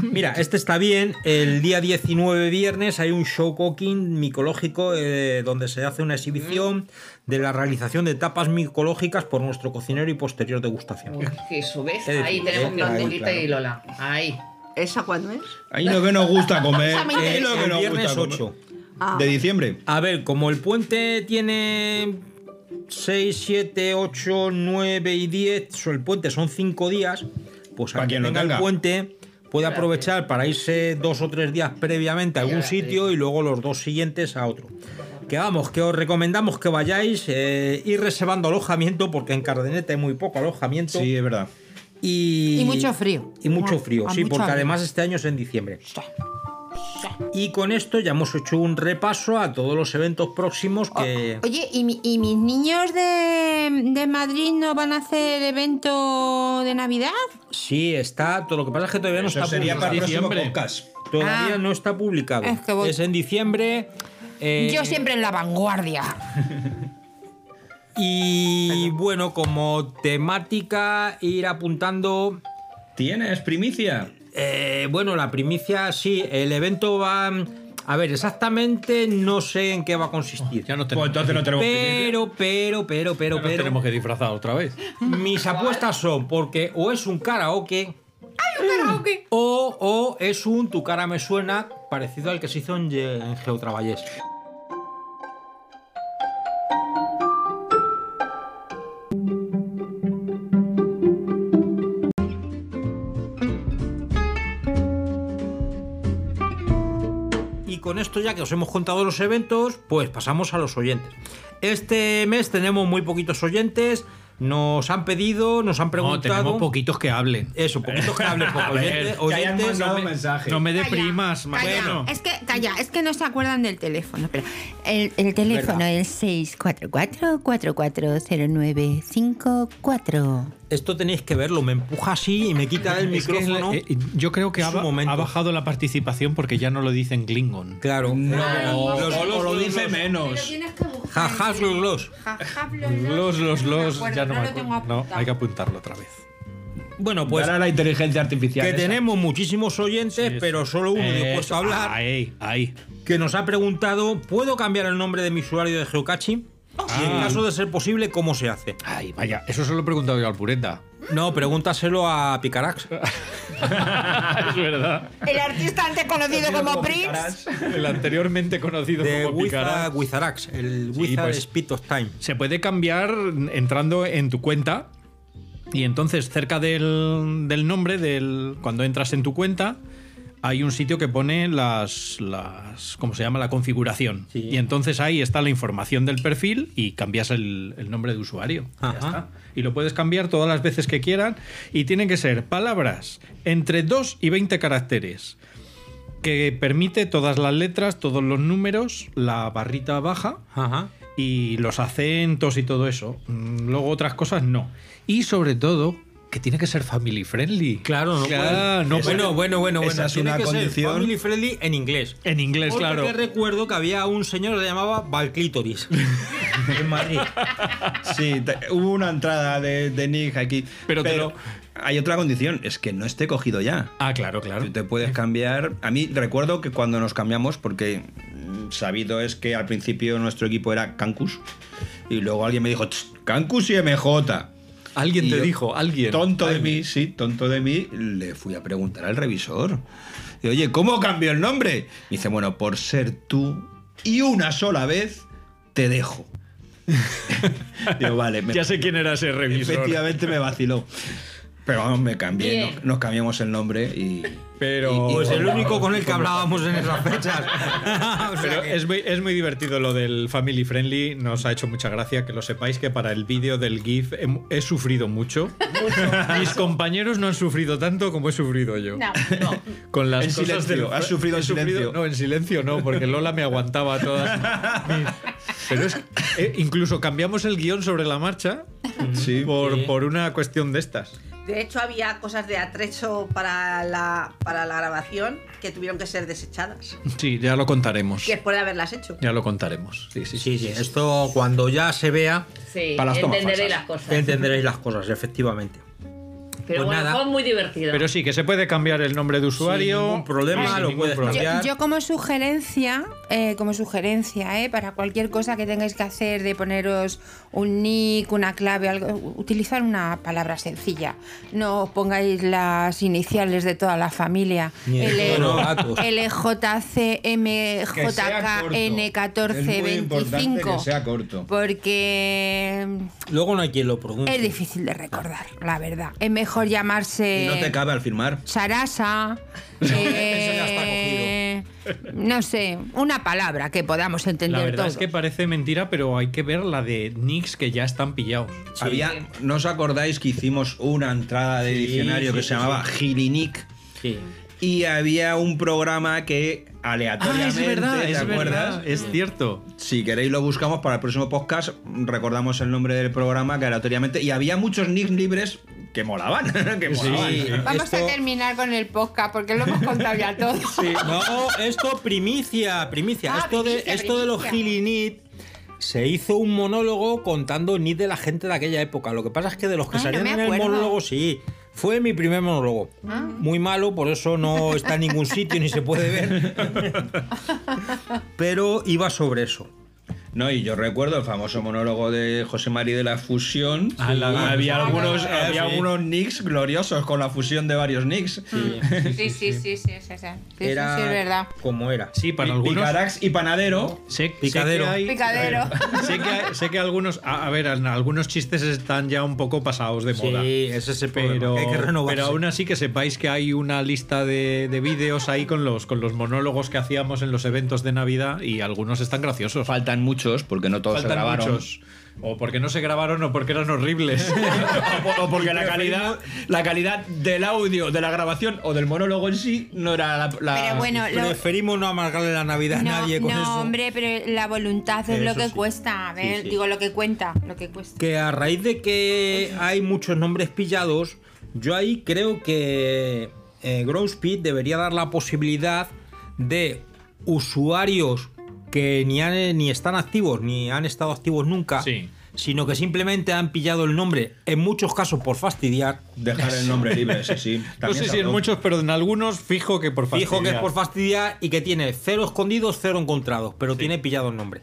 Speaker 2: Mira, este está bien. El día 19, viernes, hay un show cooking micológico eh, donde se hace una
Speaker 3: Mm.
Speaker 2: exhibición de la realización de tapas micológicas por nuestro cocinero y posterior degustación.
Speaker 9: Que eso, ¿ves?
Speaker 2: Es
Speaker 9: Ahí
Speaker 2: decir,
Speaker 9: tenemos
Speaker 2: eh,
Speaker 9: Blanquita
Speaker 2: ahí,
Speaker 9: y Lola. Ahí.
Speaker 5: ¿Esa cuándo es?
Speaker 3: Ahí lo que nos gusta comer,
Speaker 5: Esa me
Speaker 3: ahí lo que
Speaker 2: el
Speaker 3: nos
Speaker 2: viernes
Speaker 3: gusta
Speaker 2: 8.
Speaker 3: comer.
Speaker 5: Ah,
Speaker 3: De diciembre.
Speaker 2: A ver, como el puente tiene 6, 7, 8, 9 y 10, o el puente son 5 días, pues
Speaker 3: Para
Speaker 2: aunque
Speaker 3: quien lo
Speaker 2: tenga el
Speaker 3: tenga.
Speaker 2: puente puede aprovechar para irse dos o tres días previamente a algún sitio y luego los dos siguientes a otro. Que vamos, que os recomendamos que vayáis, eh, ir reservando alojamiento, porque en Cardeneta hay muy poco alojamiento.
Speaker 3: Sí, es verdad.
Speaker 2: Y,
Speaker 7: Y mucho frío.
Speaker 2: Y mucho
Speaker 7: Ah,
Speaker 2: frío,
Speaker 7: ah,
Speaker 2: sí,
Speaker 7: mucho
Speaker 2: porque
Speaker 7: frío.
Speaker 2: además este año es en diciembre. Y con esto ya hemos hecho un repaso a todos los eventos próximos que...
Speaker 7: Ah, Oye, ¿y, mi- y mis niños de, de Madrid no van a hacer evento de Navidad?
Speaker 2: Sí, está... Todo lo que pasa es que todavía no
Speaker 3: Eso
Speaker 2: está
Speaker 3: sería para el
Speaker 2: publicado.
Speaker 3: próximo
Speaker 6: Diciembre.
Speaker 3: podcast.
Speaker 2: Todavía
Speaker 7: Ah.
Speaker 2: no está publicado.
Speaker 7: Es que voy-
Speaker 2: Es en diciembre. eh,
Speaker 7: Yo siempre en la vanguardia.
Speaker 2: Y bueno, como temática, ir apuntando...
Speaker 3: ¿Tienes primicia?
Speaker 2: Eh, bueno, la primicia, sí, el evento va... A ver, exactamente no sé en qué va a consistir.
Speaker 6: Ya no
Speaker 3: Pues
Speaker 6: tenemos,
Speaker 3: entonces no tenemos primicia.
Speaker 2: Pero, pero, pero, pero,
Speaker 6: ya nos
Speaker 2: pero...
Speaker 6: tenemos que disfrazar otra vez.
Speaker 2: Mis apuestas son porque o es un karaoke. O, o es un tu cara me suena parecido al que se hizo en, Ye- en Geotraballés. Y con esto ya que os hemos contado los eventos, pues pasamos a los oyentes. Este mes tenemos muy poquitos oyentes. Nos han pedido, nos han
Speaker 6: No,
Speaker 2: preguntado.
Speaker 6: tenemos poquitos que hablen.
Speaker 2: Eso, poquitos que hablen, poco
Speaker 6: A ver, que
Speaker 2: oyente-
Speaker 6: hayan
Speaker 2: oyentes,
Speaker 6: mandado
Speaker 2: no me-
Speaker 6: mensaje. no me
Speaker 2: de
Speaker 6: Calla, deprimas,
Speaker 2: más
Speaker 6: calla.
Speaker 2: bueno.
Speaker 7: Es que, calla, es que no se acuerdan del teléfono. Pero el, el teléfono es 644-440954.
Speaker 2: Esto tenéis que verlo, me empuja así y me quita el
Speaker 6: Es que es la-
Speaker 2: micrófono.
Speaker 6: eh, yo creo que ha, ba- ha bajado la participación porque ya no lo dicen Klingon.
Speaker 2: Claro.
Speaker 6: No,
Speaker 2: Los-
Speaker 6: o
Speaker 2: los-
Speaker 6: lo dice
Speaker 2: los-
Speaker 6: menos.
Speaker 2: Jajas los los.
Speaker 6: Los, los, los, ya no,
Speaker 2: no
Speaker 6: me
Speaker 2: lo tengo
Speaker 6: acuerdo. No,
Speaker 2: apuntado.
Speaker 6: hay que apuntarlo otra vez.
Speaker 2: Bueno, pues.
Speaker 6: Dará la inteligencia artificial.
Speaker 2: Que
Speaker 6: esa.
Speaker 2: tenemos muchísimos oyentes, pero solo uno
Speaker 6: Eso.
Speaker 2: dispuesto a hablar.
Speaker 6: Ahí, ahí.
Speaker 2: Que nos ha preguntado: ¿puedo cambiar el nombre de mi usuario de Geocachi? Y en
Speaker 6: Ah.
Speaker 2: caso de ser posible, ¿cómo se hace?
Speaker 6: Ay, vaya, eso se lo he preguntado yo al Pureta.
Speaker 2: No, pregúntaselo a Picarax.
Speaker 6: es verdad.
Speaker 4: El artista antes conocido como Prince.
Speaker 6: El anteriormente conocido
Speaker 2: De
Speaker 6: como
Speaker 2: Wizard-
Speaker 6: Picarax.
Speaker 2: Wizarax, el
Speaker 6: Sí,
Speaker 2: Wizard
Speaker 6: pues,
Speaker 2: Speed of Time.
Speaker 6: Se puede cambiar entrando en tu cuenta. Y entonces, cerca del, del nombre, del, cuando entras en tu cuenta, hay un sitio que pone las. las ¿Cómo se llama? La configuración. Y entonces ahí está la información del perfil y cambias el, el nombre de usuario. Ya está. Y lo puedes cambiar todas las veces que quieran. Y tienen que ser palabras entre 2 y 20 caracteres. Que permite todas las letras, todos los números, la barrita baja
Speaker 2: Ajá.
Speaker 6: y los acentos y todo eso. Mm, Luego otras cosas no. Y sobre todo que tiene que ser family friendly.
Speaker 2: Claro, no puede.
Speaker 6: Ah, no
Speaker 2: bueno,
Speaker 6: puede.
Speaker 2: bueno, bueno, bueno.
Speaker 6: Esa es
Speaker 2: Tiene
Speaker 6: una
Speaker 2: que ser
Speaker 6: condición.
Speaker 2: family friendly en inglés.
Speaker 6: En inglés,
Speaker 2: Porque
Speaker 6: claro.
Speaker 2: que recuerdo que había un señor que se llamaba Valclítoris. en Madrid.
Speaker 3: Sí, te- hubo una entrada de, de Nick aquí.
Speaker 6: Pero te lo-
Speaker 3: hay otra condición, es que no esté cogido ya.
Speaker 6: Ah, claro, claro.
Speaker 3: Tú te puedes cambiar. A mí recuerdo que cuando nos cambiamos, porque mm, sabido es que al principio nuestro equipo era Cancus, y luego alguien me dijo, "Tss, Cancus y MJ.
Speaker 6: Alguien
Speaker 3: Y
Speaker 6: te
Speaker 3: yo,
Speaker 6: dijo, alguien.
Speaker 3: Tonto de mí, sí, tonto de mí, le fui a preguntar al revisor. Y, Oye, ¿cómo cambió el nombre? Me dice, bueno, por ser tú y una sola vez te dejo. Digo, vale, me-
Speaker 6: Ya sé quién era ese revisor.
Speaker 3: efectivamente me vaciló. Pero vamos, me cambié,
Speaker 6: Bien.
Speaker 3: no- nos cambiamos el nombre y.
Speaker 6: Pero.
Speaker 2: Pues el único con el que hablábamos en esas fechas. O sea
Speaker 6: Pero
Speaker 2: que-
Speaker 6: es, muy, es muy divertido lo del family friendly. Nos ha hecho mucha gracia que lo sepáis que para el vídeo del GIF he, he sufrido mucho. Mis compañeros no han sufrido tanto como he sufrido yo.
Speaker 9: No,
Speaker 6: Con las
Speaker 3: En
Speaker 6: cosas
Speaker 3: silencio,
Speaker 6: del-
Speaker 3: has sufrido
Speaker 6: he
Speaker 3: en silencio.
Speaker 6: No, en silencio no, porque Lola me aguantaba todas. mis- Pero es eh, incluso cambiamos el guión sobre la marcha por, por una cuestión de estas.
Speaker 5: De hecho, había cosas de atrecho para la, para la grabación que tuvieron que ser desechadas.
Speaker 6: Sí, ya lo contaremos.
Speaker 5: Y después de haberlas hecho.
Speaker 6: Ya lo contaremos. Sí, sí,
Speaker 2: sí, sí. Esto cuando ya se vea.
Speaker 9: Sí, Para las tomas entenderéis falsas. las cosas.
Speaker 2: Entenderéis las cosas, efectivamente.
Speaker 9: Pero
Speaker 2: Pues
Speaker 9: bueno,
Speaker 2: nada.
Speaker 9: fue muy divertido.
Speaker 6: Pero sí, que se puede cambiar el nombre de usuario. eh,
Speaker 2: Sin ningún problema,
Speaker 6: sin
Speaker 2: lo
Speaker 6: ningún
Speaker 2: puedes
Speaker 6: problema.
Speaker 2: cambiar.
Speaker 7: Yo como sugerencia, eh, como sugerencia, eh, para cualquier cosa que tengáis que hacer de poneros un nick, una clave, algo, utilizar una palabra sencilla. No os pongáis las iniciales de toda la familia.
Speaker 2: Ni el
Speaker 7: L-
Speaker 2: todos los datos.
Speaker 7: Ah, LJCMJKN1425.
Speaker 3: corto.
Speaker 7: Porque
Speaker 2: Luego no hay quien lo pregunte.
Speaker 7: es difícil de recordar, la verdad. Es mejor llamarse...
Speaker 3: Y no te cabe al firmar.
Speaker 7: Sarasa. eh, no sé, una palabra que podamos entender
Speaker 6: La verdad
Speaker 7: todos.
Speaker 6: es que parece mentira, pero hay que ver la de Knicks que ya están pillados.
Speaker 3: Había, ¿No os acordáis que hicimos una entrada de diccionario
Speaker 6: sí,
Speaker 3: que
Speaker 6: sí,
Speaker 3: se llamaba
Speaker 6: sí.
Speaker 3: Gilinic? Y había un programa que aleatoriamente.
Speaker 6: Ah, es verdad,
Speaker 3: ¿te
Speaker 6: es
Speaker 3: acuerdas?
Speaker 6: verdad, es cierto.
Speaker 3: Si queréis lo buscamos para el próximo podcast, recordamos el nombre del programa que aleatoriamente. Y había muchos nicks libres que molaban. que
Speaker 2: Sí,
Speaker 3: molaban.
Speaker 2: sí.
Speaker 7: Vamos a terminar con el podcast porque lo hemos contado ya todo.
Speaker 2: No, esto primicia, primicia.
Speaker 7: Ah,
Speaker 2: esto de,
Speaker 7: primicia,
Speaker 2: esto de los
Speaker 7: primicia.
Speaker 2: Gilinit se hizo un monólogo contando nit de la gente de aquella época. Lo que pasa es que de los que
Speaker 7: Ay, Ah, no
Speaker 2: salieron
Speaker 7: me
Speaker 2: en el
Speaker 7: acuerdo.
Speaker 2: monólogo, sí. Fue mi primer monólogo.
Speaker 7: Ah.
Speaker 2: Muy malo, por eso no está en ningún sitio ni se puede ver. Pero iba sobre eso.
Speaker 3: No, y yo recuerdo el famoso monólogo de José María de la fusión.
Speaker 6: Ah, la-
Speaker 3: Y
Speaker 6: la-
Speaker 3: había
Speaker 6: la-
Speaker 3: algunos,
Speaker 6: la-
Speaker 3: había
Speaker 6: sí.
Speaker 3: algunos nicks gloriosos con la fusión de varios nicks.
Speaker 8: Sí, sí, sí, sí, sí, sí, sí, sí,
Speaker 3: Era
Speaker 8: sí, es verdad.
Speaker 3: como era.
Speaker 6: Sí, para algunos-
Speaker 3: Picarax y panadero.
Speaker 6: Sé,
Speaker 3: Picadero.
Speaker 6: sé que hay-
Speaker 8: Picadero.
Speaker 6: Sé que, sé que algunos, a, a ver, an- algunos chistes están ya un poco pasados de
Speaker 2: Sí,
Speaker 6: moda.
Speaker 2: ese es el problema,
Speaker 6: pero,
Speaker 2: que hay que renovarse.
Speaker 6: pero aún así que sepáis que hay una lista de, de vídeos ahí con los, con los monólogos que hacíamos en los eventos de Navidad y algunos están graciosos.
Speaker 3: Faltan muchos porque no todos se grabaron.
Speaker 6: O porque no se grabaron o porque eran horribles. o, o porque la calidad, la calidad del audio, de la grabación o del monólogo en sí no era la... la-
Speaker 8: Pero bueno, lo-
Speaker 2: Preferimos no amargarle la Navidad a nadie con
Speaker 8: no,
Speaker 2: eso.
Speaker 8: hombre, pero la voluntad es lo
Speaker 2: Eso
Speaker 8: que
Speaker 2: sí.
Speaker 8: cuesta. A ver,
Speaker 2: Sí, sí.
Speaker 8: digo lo que cuenta, lo que cuesta.
Speaker 2: Que a raíz de que hay muchos nombres pillados, yo ahí creo que eh, Growspeed debería dar la posibilidad de usuarios que ni, han- ni están activos ni han estado activos nunca, sino que simplemente han pillado el nombre, en muchos casos por fastidiar.
Speaker 3: Dejar el nombre libre, sí, sí.
Speaker 6: no
Speaker 3: También
Speaker 6: sé
Speaker 3: se
Speaker 6: si en
Speaker 3: habló.
Speaker 6: muchos, pero en algunos fijo que por
Speaker 2: Dijo que es
Speaker 6: fastidiar.
Speaker 2: por fastidiar y que tiene cero escondidos, cero encontrados, pero tiene pillado el nombre.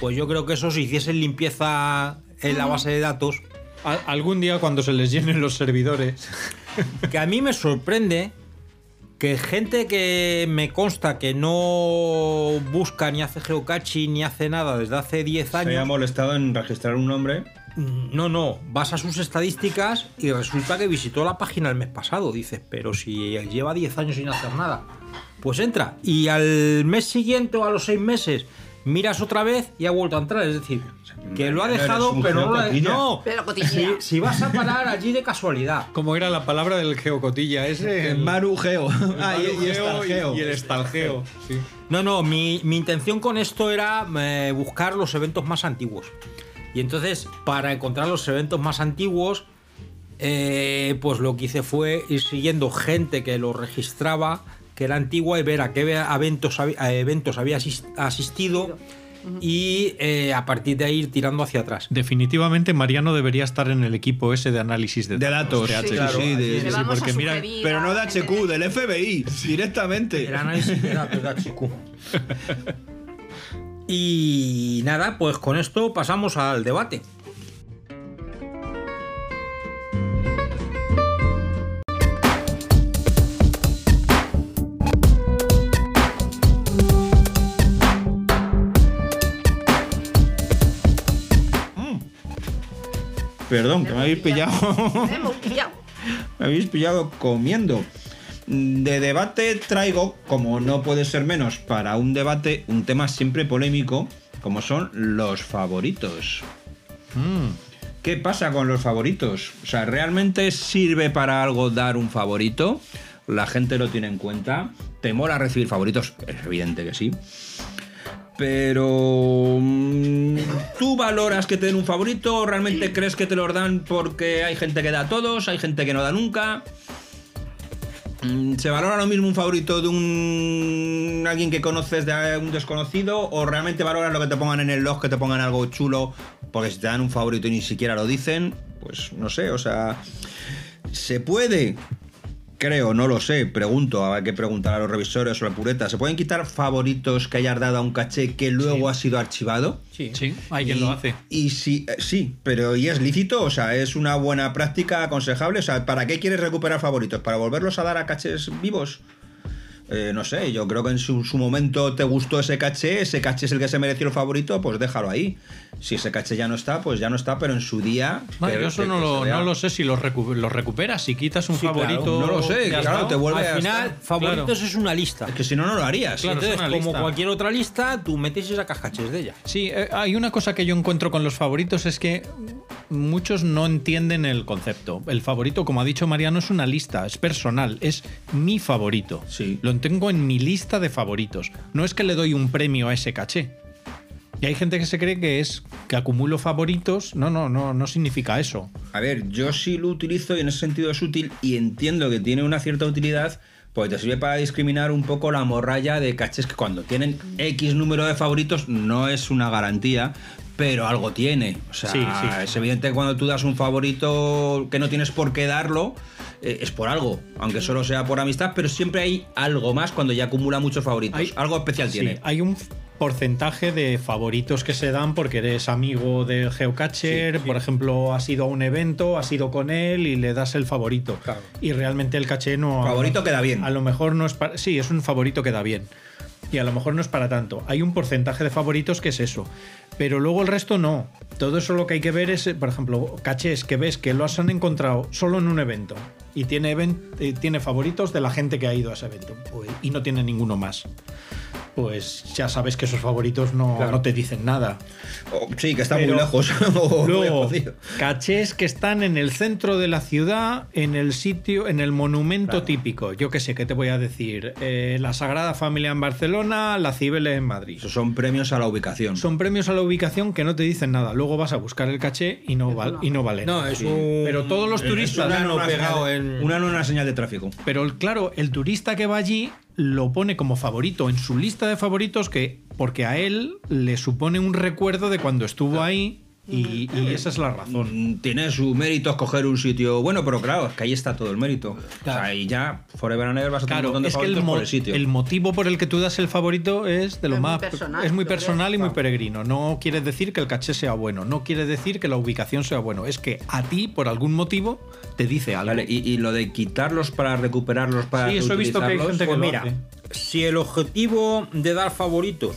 Speaker 2: Pues yo creo que eso si hiciesen limpieza en la base de datos.
Speaker 6: algún día cuando se les llenen los servidores.
Speaker 2: que a mí me sorprende que gente que me consta que no busca ni hace geocaching ni hace nada desde hace 10
Speaker 3: Se había
Speaker 2: años. mm,
Speaker 3: molestado en registrar un nombre.
Speaker 2: No, no, vas a sus estadísticas y resulta que visitó la página el mes pasado. Dices, pero si lleva 10 años sin hacer nada. Pues entra y al mes siguiente o a los 6 meses miras otra vez y ha vuelto a entrar. Es decir, que lo ha
Speaker 3: no eres
Speaker 2: dejado,
Speaker 3: un
Speaker 2: pero no lo ha
Speaker 3: geocotilla.
Speaker 2: No,
Speaker 5: Pero
Speaker 2: si,
Speaker 5: cotillea.
Speaker 2: si vas a parar allí de casualidad.
Speaker 6: Como era la palabra del geocotilla ese. El
Speaker 3: marugeo. Ah, y- y estalgeo.
Speaker 6: Y, el estalgeo. sí.
Speaker 2: No, no, mi, mi intención con esto era eh, buscar los eventos más antiguos. Y entonces, para encontrar los eventos más antiguos, eh, pues lo que hice fue ir siguiendo gente que lo registraba, que era antigua, y ver a qué eventos, hab- a eventos había asis- asistido. Y eh, a partir de ahí ir tirando hacia atrás.
Speaker 6: Definitivamente Mariano debería estar en el equipo ese de análisis de,
Speaker 3: datos,
Speaker 6: THQ.
Speaker 3: sí, claro. Sí, de- Le vamos
Speaker 6: porque
Speaker 3: a
Speaker 6: mira,
Speaker 3: sugerir Pero no de HQ, del FBI, directamente.
Speaker 2: El análisis de datos de HQ. Y nada, pues con esto pasamos al debate.
Speaker 3: Perdón, que me habéis pillado.
Speaker 5: Hemos pillado.
Speaker 3: Me habéis pillado comiendo. De debate traigo, como no puede ser menos, para un debate un tema siempre polémico, como son los favoritos. ¿Qué pasa con los favoritos? O sea, ¿realmente sirve para algo dar un favorito? La gente lo tiene en cuenta. ¿Te mola recibir favoritos? Es evidente que sí. Pero... mm, ¿Tú valoras que te den un favorito o realmente crees que te los dan porque hay gente que da a todos, hay gente que no da nunca? Mm, ¿Se valora lo mismo un favorito de un alguien que conoces de un desconocido? ¿O realmente valoras lo que te pongan en el log, que te pongan algo chulo? Porque si te dan un favorito y ni siquiera lo dicen, pues no sé, o sea. ¿Se puede? Creo, no lo sé, pregunto, hay que preguntar a los revisores o a la pureta. ¿Se pueden quitar favoritos que hayas dado a un caché que luego ha sido archivado?
Speaker 6: Sí, hay quien
Speaker 3: Y-
Speaker 6: lo hace.
Speaker 3: Y sí, eh, sí, pero ¿y es lícito? O sea, ¿es una buena práctica aconsejable? O sea, ¿para qué quieres recuperar favoritos? ¿Para volverlos a dar a cachés vivos? Eh, no sé, yo creo que en su, su momento te gustó ese caché, ese caché es el que se mereció el favorito, pues déjalo ahí. Si ese caché ya no está, pues ya no está, pero en su día...
Speaker 6: Vale,
Speaker 3: que-
Speaker 6: yo eso
Speaker 3: que-
Speaker 6: no
Speaker 3: que
Speaker 6: lo,
Speaker 3: se vea.
Speaker 6: no lo sé si los, recu- los recuperas, si quitas un
Speaker 3: claro,
Speaker 6: favorito.
Speaker 3: no lo sé,
Speaker 6: que has
Speaker 3: claro,
Speaker 6: dado.
Speaker 3: te vuelve
Speaker 2: Al
Speaker 3: a-
Speaker 2: final,
Speaker 3: Claro.
Speaker 2: favoritos es una lista.
Speaker 3: Es que si no, no lo harías.
Speaker 6: Claro, es
Speaker 2: Entonces,
Speaker 6: una
Speaker 2: como
Speaker 6: lista.
Speaker 2: cualquier otra lista, tú metes y sacas cachés de ella.
Speaker 6: Sí, eh, hay una cosa que yo encuentro con los favoritos es que muchos no entienden el concepto. El favorito, como ha dicho Mariano, es una lista, es personal, es mi favorito. Sí. Lo tengo en mi lista de favoritos. No es que le doy un premio a ese caché. Y hay gente que se cree que es que acumulo favoritos. No, no, no, no significa eso.
Speaker 3: A ver, yo sí lo utilizo y en ese sentido es útil y entiendo que tiene una cierta utilidad, pues te sirve para discriminar un poco la morralla de cachés que cuando tienen X número de favoritos no es una garantía, pero algo tiene. O sea,
Speaker 6: Sí, sí.
Speaker 3: es evidente que cuando tú das un favorito que no tienes por qué darlo, eh, es por algo, aunque solo sea por amistad, pero siempre hay algo más cuando ya acumula muchos favoritos. algo especial
Speaker 6: Sí,
Speaker 3: tiene.
Speaker 6: hay un porcentaje de favoritos que se dan porque eres amigo del geocacher, por ejemplo, has ido a un evento, has ido con él y le das el favorito. Y realmente el caché no...
Speaker 3: Favorito queda bien.
Speaker 6: A lo mejor no es para... Sí, es un favorito que da bien. Y a lo mejor no es para tanto. Hay un porcentaje de favoritos que es eso. Pero luego el resto no. Todo eso lo que hay que ver es, por ejemplo, cachés que ves que lo han encontrado solo en un evento. Y tiene, even- eh, tiene favoritos de la gente que ha ido a ese evento. Pues, y no tiene ninguno más. Pues ya sabes que esos favoritos no, no te dicen nada.
Speaker 3: sí, que están muy lejos. O muy
Speaker 6: luego,
Speaker 3: jodido.
Speaker 6: cachés que están en el centro de la ciudad, en el sitio, en el monumento típico. Yo qué sé, ¿qué te voy a decir? Eh, la Sagrada Familia en Barcelona, la Cibeles en Madrid.
Speaker 3: Son premios a la ubicación.
Speaker 6: Son premios a la ubicación que no te dicen nada. Luego vas a buscar el caché y no, val- y no vale.
Speaker 2: No,
Speaker 6: nada.
Speaker 2: es un-
Speaker 6: Pero todos los
Speaker 2: es
Speaker 6: turistas.
Speaker 2: un ano pegado en- un ano
Speaker 3: una señal de tráfico.
Speaker 6: Pero el- claro, el turista que va allí lo pone como favorito en su lista de favoritos que porque a él le supone un recuerdo de cuando estuvo ahí y, y esa es la razón.
Speaker 3: Mm, Tiene su mérito escoger un sitio bueno, pero claro, es que ahí está todo el mérito. O sea, y ya, Forever and Ever vas a tener un
Speaker 6: Claro,
Speaker 3: montón de
Speaker 6: es que
Speaker 3: favoritos
Speaker 6: el, mo-
Speaker 3: por el sitio.
Speaker 6: el motivo por el que tú das el favorito es de lo
Speaker 3: Es muy
Speaker 6: más.
Speaker 3: personal,
Speaker 6: es muy
Speaker 3: yo creo.
Speaker 6: personal y muy peregrino. No quiere decir que el caché sea bueno, no quiere decir que la ubicación sea bueno. Es que a ti, por algún motivo, te dice algo.
Speaker 3: Vale, y, y lo de quitarlos para recuperarlos para.
Speaker 6: Sí, eso he visto que hay
Speaker 3: reutilizarlos,
Speaker 6: gente
Speaker 3: pues
Speaker 6: que lo
Speaker 3: mira,
Speaker 6: hace.
Speaker 2: Si el objetivo de dar favoritos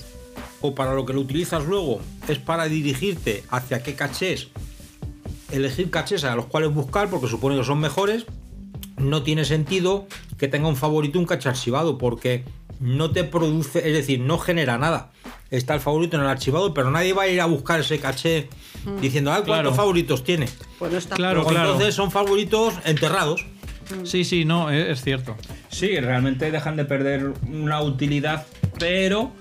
Speaker 2: o para lo que lo utilizas luego es para dirigirte hacia qué cachés, elegir cachés a los cuales buscar porque supone que son mejores, no tiene sentido que tenga un favorito un caché archivado porque no te produce, es decir, no genera nada. Está el favorito en el archivado, pero nadie va a ir a buscar ese caché
Speaker 5: Mm.
Speaker 2: diciendo, ah, ¿cuántos
Speaker 6: Claro.
Speaker 2: favoritos tiene?
Speaker 5: Pues no está
Speaker 6: Claro,
Speaker 2: Pues
Speaker 6: claro.
Speaker 2: Entonces son favoritos enterrados.
Speaker 6: Sí, sí, no, eh, es, es cierto.
Speaker 3: Sí, realmente dejan de perder una utilidad, pero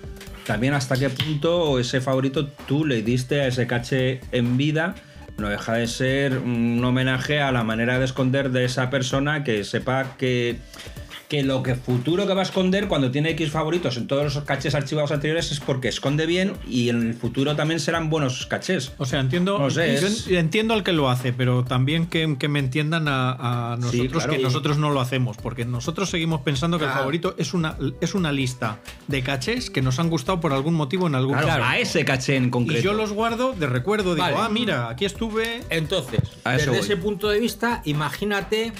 Speaker 3: también hasta qué punto ese favorito tú le diste a ese caché en vida. No deja de ser un homenaje a la manera de esconder de esa persona que sepa que, que lo que futuro que va a esconder cuando tiene X favoritos en todos los cachés archivados anteriores es porque esconde bien y en el futuro también serán buenos cachés.
Speaker 6: O sea, entiendo,
Speaker 3: No sé,
Speaker 6: yo
Speaker 3: es-
Speaker 6: en- entiendo al que lo hace, pero también que, que me entiendan a, a nosotros
Speaker 3: Sí, claro.
Speaker 6: que nosotros no lo hacemos, porque nosotros seguimos pensando que el favorito es una, es una lista de cachés que nos han gustado por algún motivo en algún
Speaker 3: Claro,
Speaker 6: lugar.
Speaker 3: a ese caché en concreto.
Speaker 6: Y yo los guardo de recuerdo, digo,
Speaker 2: Vale.
Speaker 6: ah, mira, aquí estuve.
Speaker 2: Entonces,
Speaker 6: A eso
Speaker 2: desde
Speaker 6: voy.
Speaker 2: ese punto de vista, imagínate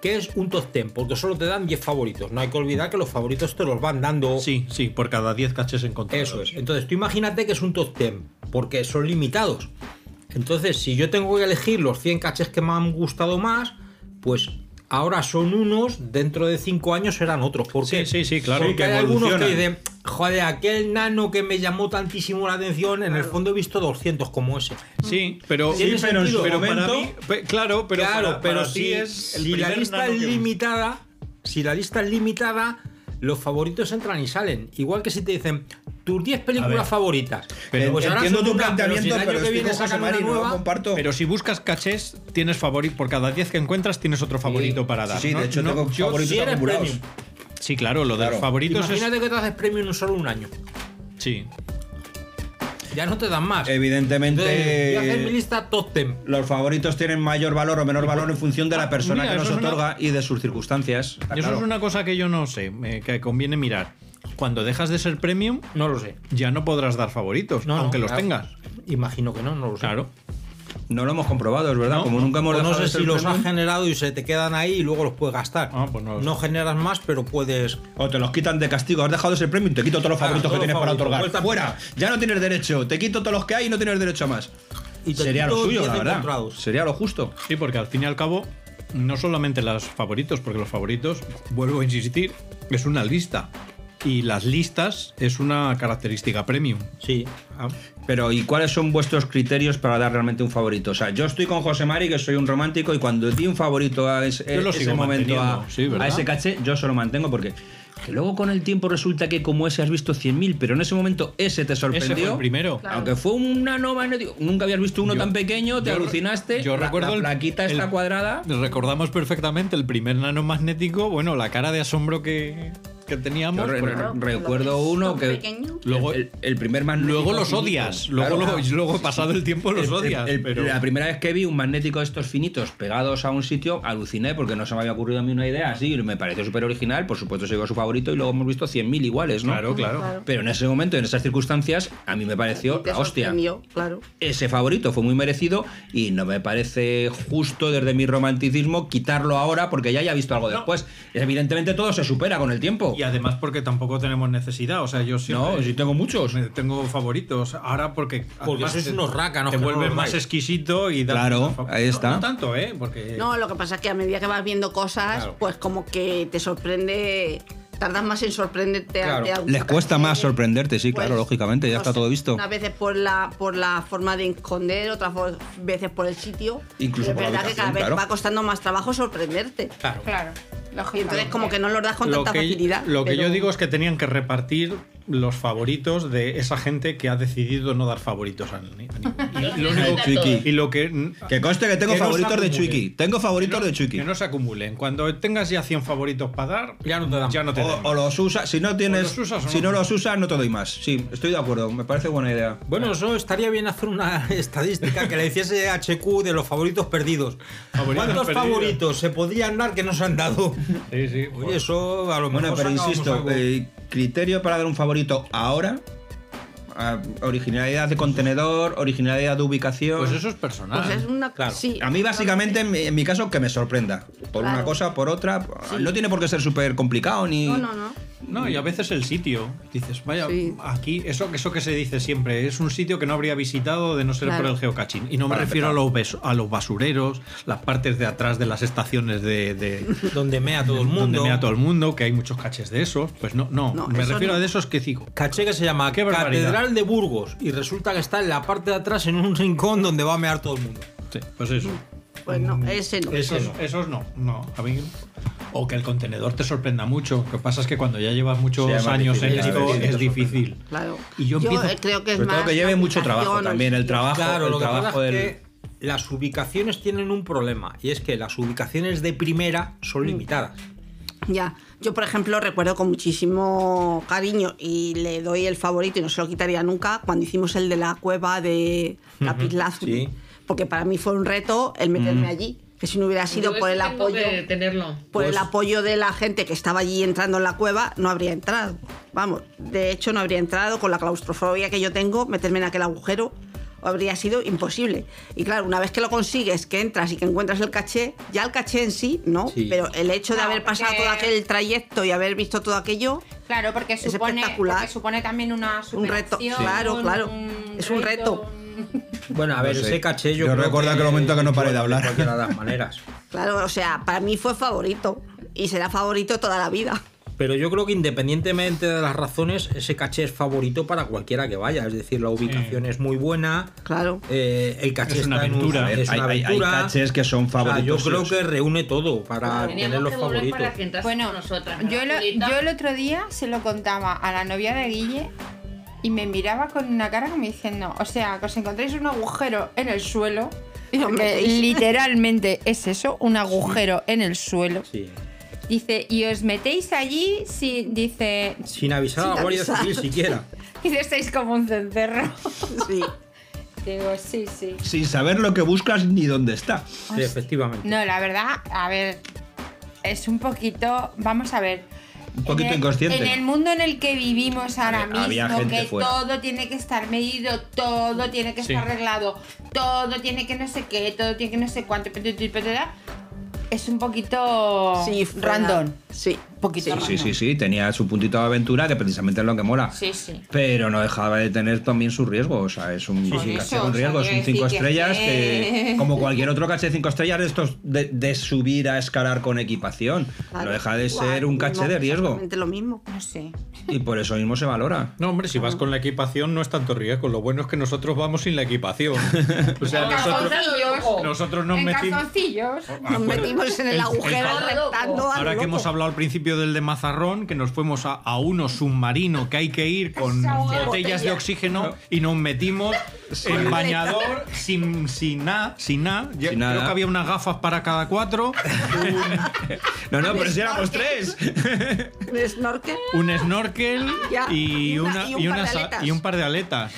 Speaker 2: que es un top 10, porque solo te dan 10 favoritos. No hay que olvidar que los favoritos te los van dando.
Speaker 6: Sí, sí, por cada 10 caches encontrados.
Speaker 2: Eso es. Entonces, tú imagínate que es un top 10, porque son limitados. Entonces, si yo tengo que elegir los 100 caches que me han gustado más, pues ahora son unos, dentro de 5 años serán otros. ¿Por qué?
Speaker 6: Sí, sí, claro.
Speaker 2: Porque
Speaker 6: que
Speaker 2: hay algunos que
Speaker 6: evolucionan.
Speaker 2: dicen, joder, aquel nano que me llamó tantísimo la atención, en el fondo he visto 200 como ese.
Speaker 6: Sí, pero,
Speaker 2: Mm. ¿Tiene
Speaker 6: pero en su
Speaker 2: sentido?
Speaker 6: pero para mí, pe- claro, pero,
Speaker 2: claro,
Speaker 6: para-
Speaker 2: pero
Speaker 6: para ti
Speaker 2: si,
Speaker 6: es el
Speaker 2: si la
Speaker 6: primer
Speaker 2: lista
Speaker 6: nano
Speaker 2: es
Speaker 6: que
Speaker 2: limitada, si la lista es limitada, los favoritos entran y salen. Igual que si te dicen tus
Speaker 6: A
Speaker 2: 10
Speaker 6: ver.
Speaker 2: películas favoritas.
Speaker 6: Pero
Speaker 2: Pues ahora
Speaker 6: entiendo
Speaker 2: son
Speaker 6: tu
Speaker 2: duras,
Speaker 6: planteamiento,
Speaker 2: pero si el año
Speaker 6: pero
Speaker 2: que
Speaker 6: estoy
Speaker 2: viene
Speaker 6: con José
Speaker 2: sacan una
Speaker 6: Mari, no
Speaker 2: nueva,
Speaker 3: comparto.
Speaker 6: Pero si buscas cachés, tienes favorito. Por cada 10 que encuentras, tienes otro favorito para dar.
Speaker 3: Sí, sí,
Speaker 6: ¿no?
Speaker 3: de hecho
Speaker 6: No,
Speaker 3: tengo
Speaker 6: yo-
Speaker 3: favoritos
Speaker 6: si eres
Speaker 3: acumulados.
Speaker 6: premium. Sí, claro, lo de
Speaker 3: Claro.
Speaker 6: los favoritos es.
Speaker 2: Imagínate que te haces premio en solo un año.
Speaker 6: Sí.
Speaker 2: Ya no te dan más.
Speaker 3: Evidentemente.
Speaker 2: Entonces, voy a hacer mi lista top 10.
Speaker 3: Los favoritos tienen mayor valor o menor valor en función de
Speaker 2: Ah,
Speaker 3: la persona
Speaker 6: mira,
Speaker 3: que nos
Speaker 6: eso es una-
Speaker 3: otorga y de sus circunstancias. Está
Speaker 6: Eso
Speaker 3: claro.
Speaker 6: es una cosa que yo no sé, eh, que conviene mirar. Cuando dejas de ser premium,
Speaker 2: no lo sé.
Speaker 6: Ya no podrás dar favoritos,
Speaker 2: No, no,
Speaker 6: aunque los
Speaker 2: claro.
Speaker 6: tengas.
Speaker 2: Imagino que no, no lo sé.
Speaker 6: Claro.
Speaker 3: No lo hemos comprobado, es verdad. Como nunca hemos
Speaker 2: O no
Speaker 3: dejado
Speaker 2: sé
Speaker 3: de
Speaker 2: si
Speaker 3: ser
Speaker 2: los
Speaker 3: premium.
Speaker 2: has generado y se te quedan ahí y luego los puedes gastar.
Speaker 6: Ah, pues no,
Speaker 2: generas más, pero puedes.
Speaker 3: O te los quitan de castigo. Has dejado de ser premium, te quito todos los
Speaker 2: Claro,
Speaker 3: favoritos que
Speaker 2: todos
Speaker 3: tienes
Speaker 2: los favoritos. pues
Speaker 3: para
Speaker 2: Vuelta
Speaker 3: otorgar. Fuera, ya no tienes derecho. Te quito todos los que hay y no tienes derecho a más.
Speaker 2: Y te
Speaker 3: Sería lo
Speaker 2: quito
Speaker 3: suyo,
Speaker 2: 10
Speaker 3: la verdad.
Speaker 2: encontrados.
Speaker 3: Sería lo justo.
Speaker 6: Sí, porque al fin y al cabo, no solamente los favoritos, porque los favoritos, vuelvo a insistir, es una lista. Y las listas es una característica premium.
Speaker 2: Sí.
Speaker 3: Ah. Pero, ¿y cuáles son vuestros criterios para dar realmente un favorito? O sea, yo estoy con José Mari, que soy un romántico, y cuando di un favorito a ese,
Speaker 6: Yo lo
Speaker 3: ese
Speaker 6: sigo
Speaker 3: momento a,
Speaker 6: manteniendo, sí, ¿verdad?
Speaker 3: a ese caché, yo se lo mantengo porque. Que luego con el tiempo resulta que como ese has visto 100.000, pero en ese momento ese te sorprendió.
Speaker 6: el primero.
Speaker 3: Aunque fue un nano más, no digo, nunca habías visto uno tan pequeño, te
Speaker 6: yo re-
Speaker 3: alucinaste.
Speaker 6: yo
Speaker 3: la-
Speaker 6: recuerdo
Speaker 3: la,
Speaker 6: el-
Speaker 3: plaquita
Speaker 6: el-
Speaker 3: esta cuadrada.
Speaker 6: Recordamos perfectamente el primer nano magnético, bueno, la cara de asombro que, que teníamos. pues,
Speaker 3: Yo re-
Speaker 6: por ejemplo.
Speaker 3: recuerdo uno que- Pequeño.
Speaker 6: luego
Speaker 3: el, primer magnético
Speaker 6: Luego los
Speaker 3: finito.
Speaker 6: odias. Luego,
Speaker 3: Claro.
Speaker 6: lo- luego pasado el tiempo los
Speaker 3: El- el-
Speaker 6: odias.
Speaker 3: el-
Speaker 6: pero-
Speaker 3: La primera vez que vi un magnético de estos finitos pegados a un sitio, aluciné porque no se me había ocurrido a mí una idea así. y Me pareció súper original, por supuesto sigo su favorito y luego hemos visto 100.000 iguales, ¿no?
Speaker 6: Claro, claro. Claro.
Speaker 3: Pero en ese momento, en esas circunstancias, a mí me pareció la hostia.
Speaker 5: Mío, claro.
Speaker 3: Ese favorito fue muy merecido y no me parece justo desde mi romanticismo quitarlo ahora porque ya haya visto algo después. Evidentemente todo se supera con el tiempo.
Speaker 6: Y además porque tampoco tenemos necesidad. O sea, yo siempre...
Speaker 3: No, sí tengo muchos.
Speaker 6: Tengo favoritos. Ahora porque...
Speaker 2: Porque
Speaker 6: además
Speaker 2: sois
Speaker 6: te-
Speaker 2: unos rácanos
Speaker 6: Te
Speaker 2: que no
Speaker 6: vuelves
Speaker 2: los
Speaker 6: más
Speaker 2: dais.
Speaker 6: exquisito y... das-
Speaker 3: Claro, ahí está.
Speaker 6: No, no tanto, ¿eh? Porque...
Speaker 5: No, lo que pasa es que a medida que vas viendo cosas,
Speaker 6: Claro.
Speaker 5: pues como que te sorprende, tardas más en sorprenderte ante
Speaker 3: Claro.
Speaker 5: algún
Speaker 3: Les cuesta más sorprenderte, sí,
Speaker 5: Pues,
Speaker 3: claro, lógicamente, ya
Speaker 5: no
Speaker 3: está
Speaker 5: sé,
Speaker 3: todo visto.
Speaker 5: Unas veces por la, por la forma de esconder, otras vo- veces por el sitio.
Speaker 3: Incluso
Speaker 5: Pero
Speaker 3: por la
Speaker 5: es verdad que
Speaker 3: habitación,
Speaker 5: cada vez
Speaker 3: claro.
Speaker 5: va costando más trabajo sorprenderte.
Speaker 6: Claro.
Speaker 8: Claro.
Speaker 5: Y entonces como que no los das con
Speaker 6: Lo
Speaker 5: tanta
Speaker 6: que,
Speaker 5: facilidad.
Speaker 6: lo que
Speaker 5: pero-
Speaker 6: yo digo es que tenían que repartir los favoritos de esa gente que ha decidido no dar favoritos a ni- a ninguno. Y lo único
Speaker 3: Chuiki.
Speaker 6: y lo que
Speaker 3: Que conste que tengo
Speaker 6: no se
Speaker 3: favoritos de
Speaker 6: acumulen.
Speaker 3: Chuiki. Tengo favoritos
Speaker 6: Que no-
Speaker 3: de Chuiki.
Speaker 6: Que no se acumulen. Cuando tengas ya 100 favoritos para dar, ya no te dan.
Speaker 3: O, o los usas, si no tienes,
Speaker 6: los usas o
Speaker 3: si
Speaker 6: no.
Speaker 3: no los usas no te doy más. Sí, estoy de acuerdo, me parece buena idea.
Speaker 2: Bueno, eso estaría bien hacer una estadística que le hiciese HQ de los favoritos perdidos.
Speaker 3: Favoritos
Speaker 2: ¿Cuántos
Speaker 3: perdidos.
Speaker 2: favoritos se podrían dar que no se han dado?
Speaker 6: Sí, sí.
Speaker 2: Oye, eso a lo mejor.
Speaker 6: pues
Speaker 3: Bueno, pero
Speaker 2: sacábamos
Speaker 3: insisto,
Speaker 2: algo.
Speaker 3: eh, criterio para dar un favorito ahora. ah, Originalidad de contenedor, originalidad de ubicación.
Speaker 6: Pues eso es personal.
Speaker 5: Pues es una- sí.
Speaker 3: a mí básicamente en mi, en mi caso que me sorprenda. Por una
Speaker 5: Claro.
Speaker 3: cosa, por otra.
Speaker 5: Sí.
Speaker 3: No tiene por qué ser súper complicado ni...
Speaker 5: No, no, no.
Speaker 6: No, y a veces el sitio. Dices, vaya,
Speaker 5: Sí.
Speaker 6: aquí, eso, eso que se dice siempre, es un sitio que no habría visitado de no ser
Speaker 5: Claro.
Speaker 6: por el geocaching. Y no me
Speaker 2: Para
Speaker 6: refiero a los, bes- a los basureros, las partes de atrás de las estaciones de. de-
Speaker 2: Donde mea todo el
Speaker 6: Donde
Speaker 2: mundo.
Speaker 6: mea todo el mundo, que hay muchos caches de esos. Pues no, no.
Speaker 2: No,
Speaker 6: me
Speaker 2: eso
Speaker 6: refiero
Speaker 2: no.
Speaker 6: a de esos que digo.
Speaker 2: Caché que se llama
Speaker 6: Qué barbaridad.
Speaker 2: Catedral de Burgos y resulta que está en la parte de atrás en un rincón donde va a mear todo el mundo.
Speaker 6: Sí, pues eso.
Speaker 5: Pues
Speaker 2: Mm,
Speaker 5: no, ese no. eh,
Speaker 6: Esos, esos no, no. A mí- o que el contenedor te sorprenda mucho. Lo que pasa es que cuando ya llevas muchos
Speaker 3: llama
Speaker 6: años en
Speaker 3: difícil,
Speaker 6: esto
Speaker 3: claro,
Speaker 6: es
Speaker 3: sí,
Speaker 6: difícil.
Speaker 5: Claro.
Speaker 6: Y yo empiezo-
Speaker 5: eh, creo que es
Speaker 3: Sobre todo
Speaker 5: más
Speaker 3: que lleve
Speaker 5: la
Speaker 3: mucho trabajo
Speaker 5: aplicación,
Speaker 3: también, el trabajo,
Speaker 2: Claro,
Speaker 3: el
Speaker 2: lo que pasa
Speaker 3: trabajo
Speaker 2: es
Speaker 3: del...
Speaker 2: que las ubicaciones tienen un problema y es que las ubicaciones de primera
Speaker 6: Mm.
Speaker 2: son limitadas.
Speaker 5: Ya, yo por ejemplo recuerdo con muchísimo cariño y le doy el favorito y no se lo quitaría nunca cuando hicimos el de la cueva de Lapislázuli, porque para mí fue un reto el
Speaker 3: Mm.
Speaker 5: meterme allí, que si no hubiera sido
Speaker 9: Yo
Speaker 5: por el
Speaker 9: ese tengo
Speaker 5: apoyo
Speaker 9: que tenerlo.
Speaker 5: por el
Speaker 9: Pues-
Speaker 5: apoyo de la gente que estaba allí entrando en la cueva, no habría entrado. Vamos, de hecho no habría entrado con la claustrofobia que yo tengo, meterme en aquel agujero habría sido imposible. Y claro, una vez que lo consigues, que entras y que encuentras el caché, ya el caché en sí, no,
Speaker 2: Sí.
Speaker 5: pero el hecho de
Speaker 8: No,
Speaker 7: Ah,
Speaker 5: haber pasado
Speaker 8: porque-
Speaker 5: todo aquel trayecto y haber visto todo aquello,
Speaker 8: Claro, porque
Speaker 5: Es
Speaker 8: supone,
Speaker 5: espectacular.
Speaker 8: porque supone también una
Speaker 5: un reto,
Speaker 8: superación,
Speaker 5: claro, claro, es un reto,
Speaker 2: Bueno, a
Speaker 3: No
Speaker 2: ver,
Speaker 3: sé.
Speaker 2: ese caché yo.
Speaker 3: Yo
Speaker 2: creo
Speaker 3: recuerdo aquel momento que no paré de hablar.
Speaker 2: De cualquiera de las maneras.
Speaker 5: claro, o sea, para mí fue favorito y será favorito toda la vida.
Speaker 2: Pero yo creo que independientemente de las razones, ese caché es favorito para cualquiera que vaya. Es decir, la ubicación es muy buena.
Speaker 5: Claro.
Speaker 2: eh, el caché
Speaker 3: Es una
Speaker 2: está en un-
Speaker 3: aventura. ¿eh?
Speaker 2: es una
Speaker 3: Hay- hay- hay
Speaker 2: aventura.
Speaker 3: cachés que son
Speaker 2: O sea,
Speaker 3: favoritos, sí
Speaker 2: yo
Speaker 3: o
Speaker 2: creo
Speaker 3: sí.
Speaker 2: que reúne todo para tener
Speaker 9: Teníamos
Speaker 2: los
Speaker 9: que volver
Speaker 2: favoritos.
Speaker 9: para que entrase
Speaker 8: Bueno,
Speaker 9: con nosotras.
Speaker 8: Yo, lo- yo el otro día se lo contaba a la novia de Guille y me miraba con una cara como diciendo, o sea, que os encontréis un agujero en el suelo,
Speaker 5: Y lo
Speaker 8: porque
Speaker 5: metéis.
Speaker 8: Eh, literalmente es eso, un agujero en el suelo.
Speaker 2: Sí.
Speaker 8: Dice, y os metéis allí si dice,
Speaker 2: Sin avisar a
Speaker 8: Sin
Speaker 2: la Guardia
Speaker 8: avisar.
Speaker 2: Civil siquiera.
Speaker 8: dice estáis como un cencerro.
Speaker 5: Sí.
Speaker 8: Digo, sí, sí.
Speaker 3: Sin saber lo que buscas ni dónde está.
Speaker 2: Sí, efectivamente.
Speaker 8: No, la verdad, a ver, es un poquito, vamos a ver.
Speaker 3: Un
Speaker 8: en
Speaker 3: poquito
Speaker 8: el-
Speaker 3: inconsciente.
Speaker 8: En el mundo en el que vivimos ahora
Speaker 3: ver, había
Speaker 8: mismo,
Speaker 3: gente
Speaker 8: que
Speaker 3: fuera.
Speaker 8: todo tiene que estar medido, todo tiene que
Speaker 6: Sí.
Speaker 8: estar arreglado, todo tiene que no sé qué, todo tiene que no sé cuánto, petu, petu, petu, es un poquito
Speaker 5: Sí, fuera.
Speaker 8: random.
Speaker 5: Sí,
Speaker 8: poquito random.
Speaker 3: Sí, sí, sí, tenía su puntito de aventura que precisamente es lo que mola.
Speaker 8: Sí, sí.
Speaker 3: Pero no dejaba de tener también su riesgo, o sea, es un,
Speaker 8: Por
Speaker 3: casi
Speaker 8: eso,
Speaker 3: un
Speaker 8: o sea,
Speaker 3: riesgo, es
Speaker 8: quiero
Speaker 3: un 5
Speaker 8: decir que-
Speaker 3: estrellas que, como cualquier otro caché 5 estrellas, de estos de, de subir a escalar con equipación,
Speaker 5: Claro.
Speaker 3: no deja de ser
Speaker 5: Igual,
Speaker 3: un caché
Speaker 5: mismo,
Speaker 3: de riesgo
Speaker 5: exactamente lo mismo.
Speaker 8: No sé.
Speaker 2: Ah,
Speaker 3: y por eso mismo se valora.
Speaker 6: No, hombre, si vas con la equipación no es tanto riesgo. Lo bueno es que nosotros vamos sin la equipación. O sea,
Speaker 8: En
Speaker 6: nosotros,
Speaker 8: calzoncillos.
Speaker 6: nosotros nos
Speaker 8: en
Speaker 6: metimos.
Speaker 8: calzoncillos.
Speaker 5: Nos metimos en el
Speaker 6: El- el
Speaker 5: agujero
Speaker 6: calor.
Speaker 5: reptando a lo
Speaker 6: Ahora que
Speaker 5: loco.
Speaker 6: hemos hablado hablado al principio del de Mazarrón, que nos fuimos a, a uno submarino que hay que ir con botellas de oxígeno y nos metimos en bañador sin, sin nada, sin nada. Yo
Speaker 3: Sin nada.
Speaker 6: Creo que había unas gafas para cada cuatro.
Speaker 3: No, no, pero si éramos
Speaker 6: tres.
Speaker 5: ¿Un snorkel?
Speaker 6: Un snorkel
Speaker 5: Ya.
Speaker 6: y,
Speaker 5: Y una-
Speaker 6: una,
Speaker 5: y un
Speaker 6: y
Speaker 5: par
Speaker 6: una
Speaker 5: de
Speaker 6: sa-
Speaker 5: aletas.
Speaker 6: y un par de aletas.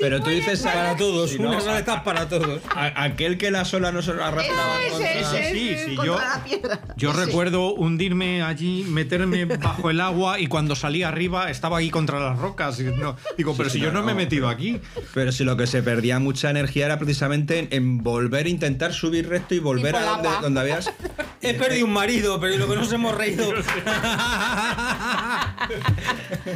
Speaker 3: Pero tú dices
Speaker 2: Para todos, unas
Speaker 3: aletas
Speaker 2: para todos.
Speaker 3: aquel que la sola no se lo arrastra.
Speaker 6: Eso es,
Speaker 3: contra-
Speaker 6: ese, Sí, ese, sí,
Speaker 5: Contra
Speaker 6: yo-
Speaker 5: la piedra.
Speaker 6: Yo
Speaker 5: Sí.
Speaker 6: recuerdo hundirme allí, meterme bajo el agua y cuando salí arriba estaba ahí contra las rocas. Y no- digo, pero si yo no, me he metido aquí.
Speaker 3: Pero si lo que se perdía mucha energía era precisamente en, en volver a intentar subir recto y volver a donde, donde habías.
Speaker 2: He perdido un marido, pero lo que nos hemos reído.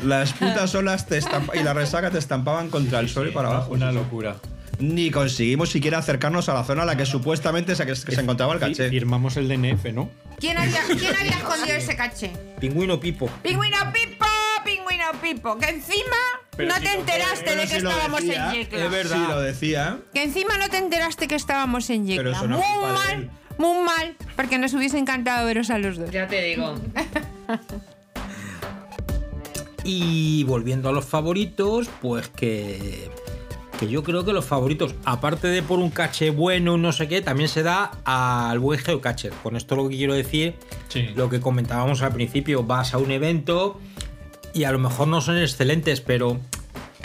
Speaker 3: Las putas olas te estampa- y la resaca te estampaban contra el sol y para abajo. Una
Speaker 6: locura.
Speaker 3: Ni conseguimos siquiera acercarnos a la zona a la que supuestamente se, que se encontraba el caché.
Speaker 6: Firmamos el DNF, ¿no?
Speaker 8: ¿Quién había, ¿Quién había escondido ese caché?
Speaker 2: Pingüino Pipo.
Speaker 8: Pingüino Pipo, pingüino Pipo, que encima
Speaker 3: Pero
Speaker 8: no
Speaker 3: si
Speaker 8: te enteraste de que estábamos en Yecla.
Speaker 3: Es verdad. Sí lo decía.
Speaker 8: Que encima no te enteraste que estábamos en Yecla.
Speaker 3: Pero eso no es
Speaker 8: muy
Speaker 3: culpa de
Speaker 8: mal,
Speaker 3: él.
Speaker 8: muy mal, porque nos hubiese encantado veros a los dos.
Speaker 9: Ya te digo.
Speaker 2: Y volviendo a los favoritos, pues que. Que yo creo que los favoritos, aparte de por un caché bueno, un no sé qué, también se da al buen geocache. Con esto lo que quiero decir, lo que comentábamos al principio, vas a un evento y a lo mejor no son excelentes, pero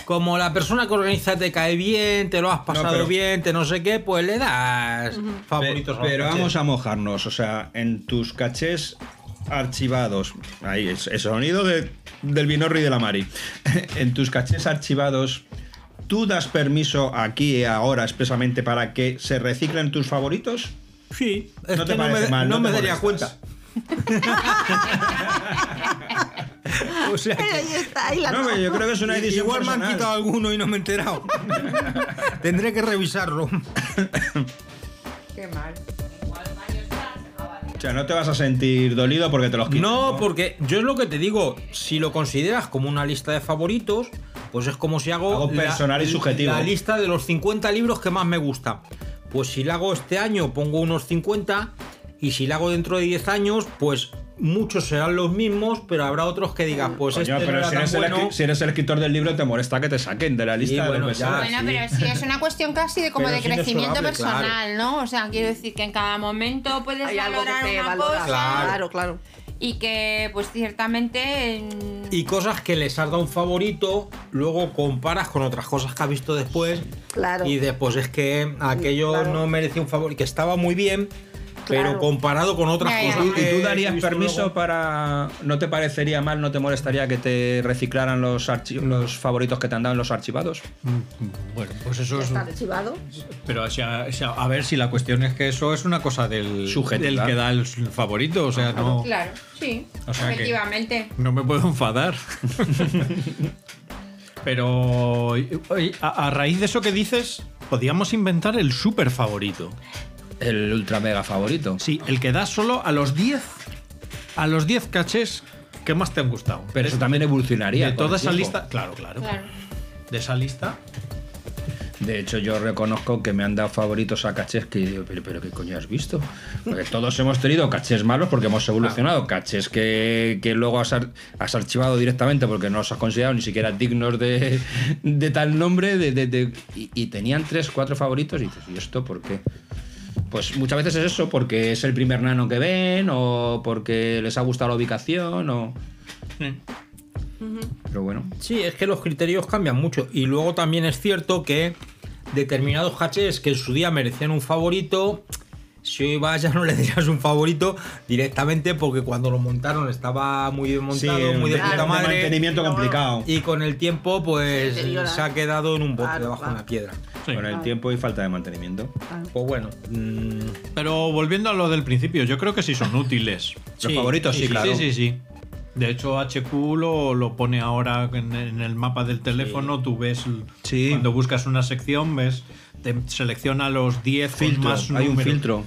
Speaker 2: como la persona que organiza te cae bien, te lo has pasado
Speaker 3: pero-
Speaker 2: bien, te no sé qué, pues le das favoritos. a los
Speaker 3: Pero
Speaker 2: cachés.
Speaker 3: vamos a mojarnos, o sea, en tus cachés archivados, ahí es el sonido de- del binorri de la Mari, en tus cachés archivados, ¿tú das permiso aquí y ahora expresamente para que se reciclen tus favoritos?
Speaker 2: Sí, es
Speaker 3: no
Speaker 2: que
Speaker 3: te
Speaker 2: no
Speaker 3: parece
Speaker 2: me-
Speaker 3: mal,
Speaker 2: no me
Speaker 3: te
Speaker 2: daría
Speaker 3: molestas.
Speaker 2: O sea que-
Speaker 5: Ahí está, ahí la
Speaker 2: No, pero yo creo que es una decisión Igual me han personal. quitado alguno y no me he enterado. Tendré que revisarlo.
Speaker 8: Qué mal.
Speaker 3: O sea, no te vas a sentir dolido porque te los quitan.
Speaker 2: No, porque yo es lo que te digo, si lo consideras como una lista de favoritos, pues es como si hago
Speaker 3: Algo personal y subjetivo.
Speaker 2: la lista de los 50 libros que más me gustan. Pues si la hago este año pongo unos 50 y si la hago dentro de 10 años, pues muchos serán los mismos, pero habrá otros que digas, pues
Speaker 3: Coño,
Speaker 2: este
Speaker 3: pero
Speaker 2: no era
Speaker 3: si
Speaker 2: tan
Speaker 3: eres, el,
Speaker 2: bueno.
Speaker 3: escri- si eres el escritor del libro te molesta que te saquen de la lista de los
Speaker 2: bueno, ya,
Speaker 3: mejores.
Speaker 8: Bueno, pero sí, es una cuestión casi de como
Speaker 3: Ah, Pero
Speaker 8: de
Speaker 3: es
Speaker 8: crecimiento
Speaker 3: inexorable, claro.
Speaker 8: personal, ¿no? O sea, quiero decir que en cada momento puedes
Speaker 5: Hay algo que
Speaker 8: valorar
Speaker 5: te
Speaker 8: una
Speaker 5: valora.
Speaker 8: cosa
Speaker 5: Claro, claro.
Speaker 8: y que, pues ciertamente, mm,
Speaker 2: y cosas que les has dado un favorito, luego comparas con otras cosas que has visto después.
Speaker 5: Claro.
Speaker 2: Y después es que aquello no merecía un favorito, que estaba muy bien, pero
Speaker 5: Claro.
Speaker 2: comparado con otras
Speaker 5: Ya, ya.
Speaker 2: cosas.
Speaker 3: ¿Y tú- y
Speaker 2: que
Speaker 3: tú
Speaker 2: he
Speaker 3: darías
Speaker 2: visto
Speaker 3: permiso
Speaker 2: luego.
Speaker 3: para.? ¿No te parecería mal, no te molestaría que te reciclaran los, archi- los favoritos que te han dado en los archivados?
Speaker 6: Bueno, pues eso es.
Speaker 5: Está archivado.
Speaker 6: Pero o sea, o sea, a ver si la cuestión es que eso es una cosa del,
Speaker 3: Subjetiva.
Speaker 6: del que da el favorito. O sea,
Speaker 3: Oh.
Speaker 6: no,
Speaker 8: claro, sí,
Speaker 6: O sea que-
Speaker 8: efectivamente.
Speaker 6: no me puedo enfadar. Pero oye, a, a raíz de eso que dices, podríamos inventar el super favorito.
Speaker 3: El ultra mega favorito.
Speaker 6: Sí, el que da solo a los 10. A los 10 cachés que más te han gustado.
Speaker 3: Pero eso también evolucionaría.
Speaker 6: De
Speaker 3: con el
Speaker 6: toda esa
Speaker 3: tiempo.
Speaker 6: lista. Claro, claro. De esa lista.
Speaker 3: De hecho, yo reconozco que me han dado favoritos a cachés que digo, pero, pero ¿qué coño has visto? Porque todos hemos tenido cachés malos porque hemos evolucionado, cachés que, que luego has, ar- has archivado directamente porque no los has considerado ni siquiera dignos de, de tal nombre, de, de- de- y, y tenían tres, cuatro favoritos y dices, ¿y esto por qué? Pues muchas veces es eso, porque es el primer nano que ven o porque les ha gustado la ubicación o... Pero bueno.
Speaker 2: Sí, es que los criterios cambian mucho. Y luego también es cierto que determinados cachés que en su día merecían un favorito, si hoy vas ya no le dirías un favorito directamente porque cuando lo montaron estaba muy bien montado, muy de
Speaker 3: de-
Speaker 2: puta
Speaker 3: de
Speaker 2: madre.
Speaker 3: mantenimiento complicado.
Speaker 2: Y con el tiempo, pues
Speaker 5: Se deteriora.
Speaker 2: se ha quedado en un bote
Speaker 5: Claro,
Speaker 2: debajo de
Speaker 5: claro.
Speaker 2: una piedra.
Speaker 3: Con el tiempo y falta de mantenimiento.
Speaker 2: Pues bueno. mm,
Speaker 6: Pero volviendo a lo del principio, yo creo que sí son útiles.
Speaker 3: Los favoritos, sí, claro.
Speaker 6: Sí, sí, sí. De hecho, HQ lo, lo pone ahora en, en el mapa del teléfono. Tú ves, l- cuando buscas una sección, ves, te selecciona los 10 con
Speaker 3: Filtro,
Speaker 6: más
Speaker 3: hay un
Speaker 6: número.
Speaker 3: filtro.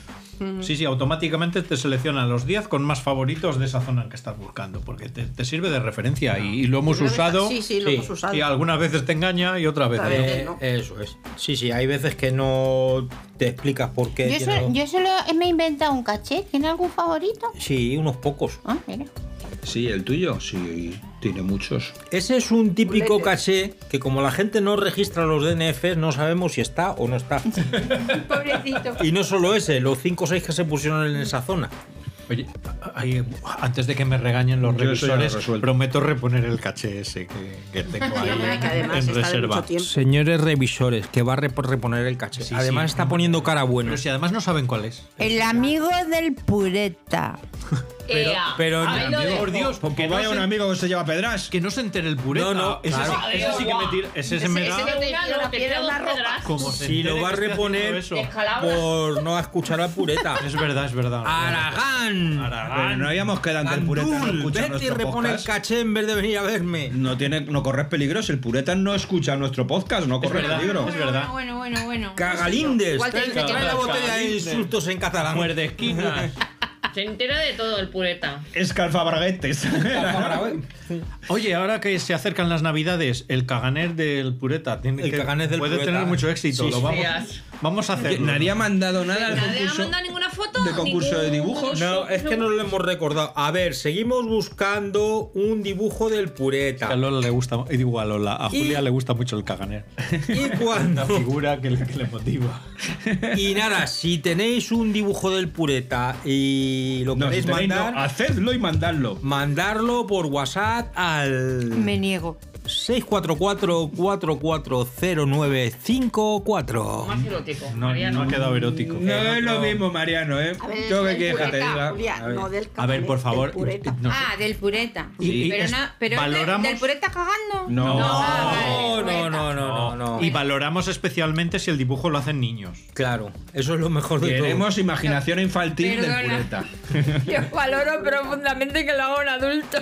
Speaker 6: Sí, sí, automáticamente te seleccionan los 10 con más favoritos de esa zona en que estás buscando, porque te, te sirve de referencia y, y lo hemos
Speaker 5: Una vez-
Speaker 6: usado.
Speaker 5: sí, sí, lo hemos usado.
Speaker 6: Y algunas veces te engaña y otras veces.
Speaker 5: Otra
Speaker 6: no.
Speaker 3: Eh,
Speaker 5: vez, ¿no?
Speaker 2: Eso es. Sí, sí, hay veces que no te explicas por qué.
Speaker 8: Yo,
Speaker 2: tiene
Speaker 8: solo,
Speaker 2: algo.
Speaker 8: yo solo me he inventado un caché. ¿Tiene algún favorito?
Speaker 2: Sí, unos pocos.
Speaker 8: Ah, mira.
Speaker 3: Sí, el tuyo, sí, tiene muchos.
Speaker 2: Ese es un típico
Speaker 8: Pues, eh,
Speaker 2: caché que como la gente no registra los DNFs, no sabemos si está o no está.
Speaker 8: Pobrecito.
Speaker 2: Y no solo ese, los 5 o 6 que se pusieron en esa zona.
Speaker 6: Oye, ahí, antes de que me regañen los
Speaker 2: Yo eso ya lo
Speaker 6: revisores,
Speaker 2: resuelto.
Speaker 6: prometo reponer el caché ese que, que tengo ahí
Speaker 2: Que además
Speaker 6: en
Speaker 2: está de
Speaker 6: reserva.
Speaker 2: mucho Señores revisores, que va a rep- reponer el caché. además está poniendo cara bueno.
Speaker 6: Pero si además no saben cuál es.
Speaker 7: El amigo del pureta.
Speaker 6: Pero, pero
Speaker 7: ahí
Speaker 6: amigo,
Speaker 7: lo dejo.
Speaker 6: por Dios,
Speaker 3: Pues vaya un amigo que se lleva pedras.
Speaker 6: Que no se entere el pureta.
Speaker 2: No, no,
Speaker 6: ese,
Speaker 2: Ah, claro.
Speaker 6: sí, ese sí que me tira. Ese, se me da.
Speaker 9: te tira dos pedras.
Speaker 6: Como se
Speaker 2: si lo
Speaker 6: entere
Speaker 2: va a
Speaker 6: que estoy haciendo
Speaker 2: reponer
Speaker 6: eso.
Speaker 2: por no escuchar a Pureta.
Speaker 6: Es verdad, es verdad.
Speaker 2: Aragán.
Speaker 3: Pero no habíamos quedado que el pureta no
Speaker 2: Gandul,
Speaker 3: escucha
Speaker 2: vete y
Speaker 3: nuestro
Speaker 2: repone el
Speaker 3: podcast.
Speaker 2: caché en vez de venir a verme.
Speaker 3: No, tiene, no corres peligro. Si el pureta no escucha nuestro podcast, no corres peligro.
Speaker 8: Bueno, bueno, bueno.
Speaker 2: Cagalindes.
Speaker 9: Igual te
Speaker 2: trae,
Speaker 9: dice que
Speaker 2: trae la
Speaker 9: no.
Speaker 2: botella de
Speaker 9: Cagalindes.
Speaker 2: insultos en catalán.
Speaker 6: Muerde esquinas.
Speaker 9: Se entera de todo el pureta.
Speaker 3: Escalfabraguetes.
Speaker 6: Oye, ahora que se acercan las navidades, el caganer del pureta tiene
Speaker 2: El
Speaker 6: que-
Speaker 2: caganer del
Speaker 6: puede
Speaker 2: Pureta.
Speaker 6: tener mucho éxito.
Speaker 2: Sí,
Speaker 6: lo
Speaker 2: sí.
Speaker 6: vamos, vamos a hacerlo.
Speaker 3: Nadie ha mandado nada al
Speaker 9: Nadie ha
Speaker 3: concurso.
Speaker 9: mandado ninguna foto. ningún-
Speaker 2: No, es que no lo hemos recordado. A ver, seguimos buscando un dibujo del
Speaker 6: A
Speaker 2: pureta.
Speaker 6: Lola le gusta, digo a Lola, a
Speaker 2: Y-
Speaker 6: Julia le gusta mucho el caganer.
Speaker 2: Y
Speaker 6: Una
Speaker 2: cuando.
Speaker 6: figura que le, que le motiva.
Speaker 2: Y nada, si tenéis un dibujo del pureta y lo
Speaker 3: No,
Speaker 2: queréis
Speaker 3: si tenéis, no,
Speaker 2: mandar,
Speaker 3: hacedlo y mandadlo.
Speaker 2: mandarlo por WhatsApp al
Speaker 7: Me niego.
Speaker 2: 644-440954.
Speaker 9: Más erótico.
Speaker 6: No, no ha quedado erótico.
Speaker 3: No es lo mismo, Mariano, ¿eh?
Speaker 8: ver,
Speaker 3: Yo que
Speaker 8: el
Speaker 3: quieres que te
Speaker 8: pureta,
Speaker 3: diga.
Speaker 8: Julia,
Speaker 3: A ver.
Speaker 8: no del
Speaker 6: A ver, por favor. no sé.
Speaker 8: Ah, del pureta.
Speaker 6: Y- y
Speaker 8: pero
Speaker 6: es-
Speaker 8: no, pero es de-
Speaker 6: valoramos-
Speaker 8: del pureta cagando.
Speaker 6: No.
Speaker 8: ah, vale.
Speaker 2: No, no, no, no, no.
Speaker 6: Y valoramos especialmente si el dibujo lo hacen niños.
Speaker 2: Claro, eso es lo mejor de todo.
Speaker 3: Queremos imaginación
Speaker 2: e
Speaker 3: infantil del
Speaker 7: Perdona.
Speaker 3: pureta.
Speaker 7: Yo valoro profundamente que lo haga un adulto.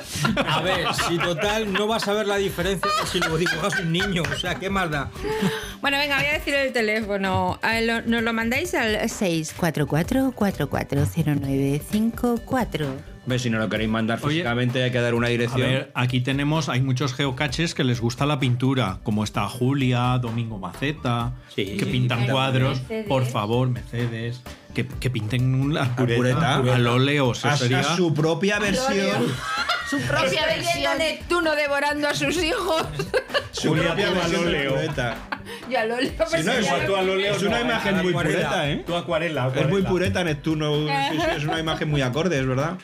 Speaker 2: A ver, si total no vas a ver la diferencia si lo dibujas un niño, o sea, qué más da.
Speaker 7: Bueno, venga, voy a decir el teléfono. A lo- nos lo mandáis al 644-440954.
Speaker 3: Ve, si no lo queréis mandar físicamente, hay que dar una
Speaker 6: A
Speaker 3: dirección.
Speaker 6: ver, aquí tenemos, hay muchos geocaches que les gusta la pintura, como está Julia, Domingo Maceta, que pintan
Speaker 3: pinta
Speaker 6: cuadros,
Speaker 3: Mercedes.
Speaker 6: por favor, Mercedes, que, que pinten la
Speaker 3: pureta,
Speaker 6: pureta,
Speaker 3: pureta.
Speaker 6: al óleo, eso
Speaker 3: Hasta
Speaker 6: sería-
Speaker 3: su propia versión.
Speaker 7: Su propia versión. Neptuno devorando a sus hijos.
Speaker 3: su
Speaker 6: Julia
Speaker 3: propia
Speaker 6: Toma
Speaker 3: versión del
Speaker 6: Loleo.
Speaker 3: pureta.
Speaker 7: Yo a lo leo,
Speaker 3: Si no,
Speaker 7: pues,
Speaker 3: es,
Speaker 7: ya lo-
Speaker 3: es una imagen muy
Speaker 2: acuarela.
Speaker 3: pureta, ¿eh?
Speaker 6: Tu acuarela,
Speaker 3: Es muy
Speaker 6: acuarela.
Speaker 3: pureta, Neptuno. Sí, sí, es una imagen muy acorde, es verdad.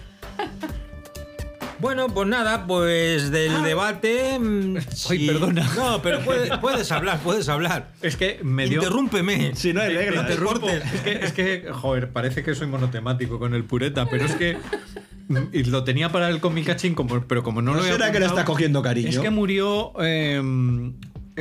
Speaker 2: Bueno, pues nada, pues del debate. mm, sí.
Speaker 6: Ah. perdona.
Speaker 2: No, pero puede- puedes hablar, puedes hablar.
Speaker 6: Es que me dio...
Speaker 2: Interrúmpeme.
Speaker 3: Si no hay
Speaker 6: Te
Speaker 3: reglas.
Speaker 6: interrumpo. Es que, es que, joder, parece que soy monotemático con el pureta, pero es que mm, y lo tenía para el comicachín, como, pero como no,
Speaker 3: ¿No
Speaker 6: lo he
Speaker 3: será que le
Speaker 6: apuntado-
Speaker 3: está cogiendo cariño?
Speaker 6: Es que murió, eh,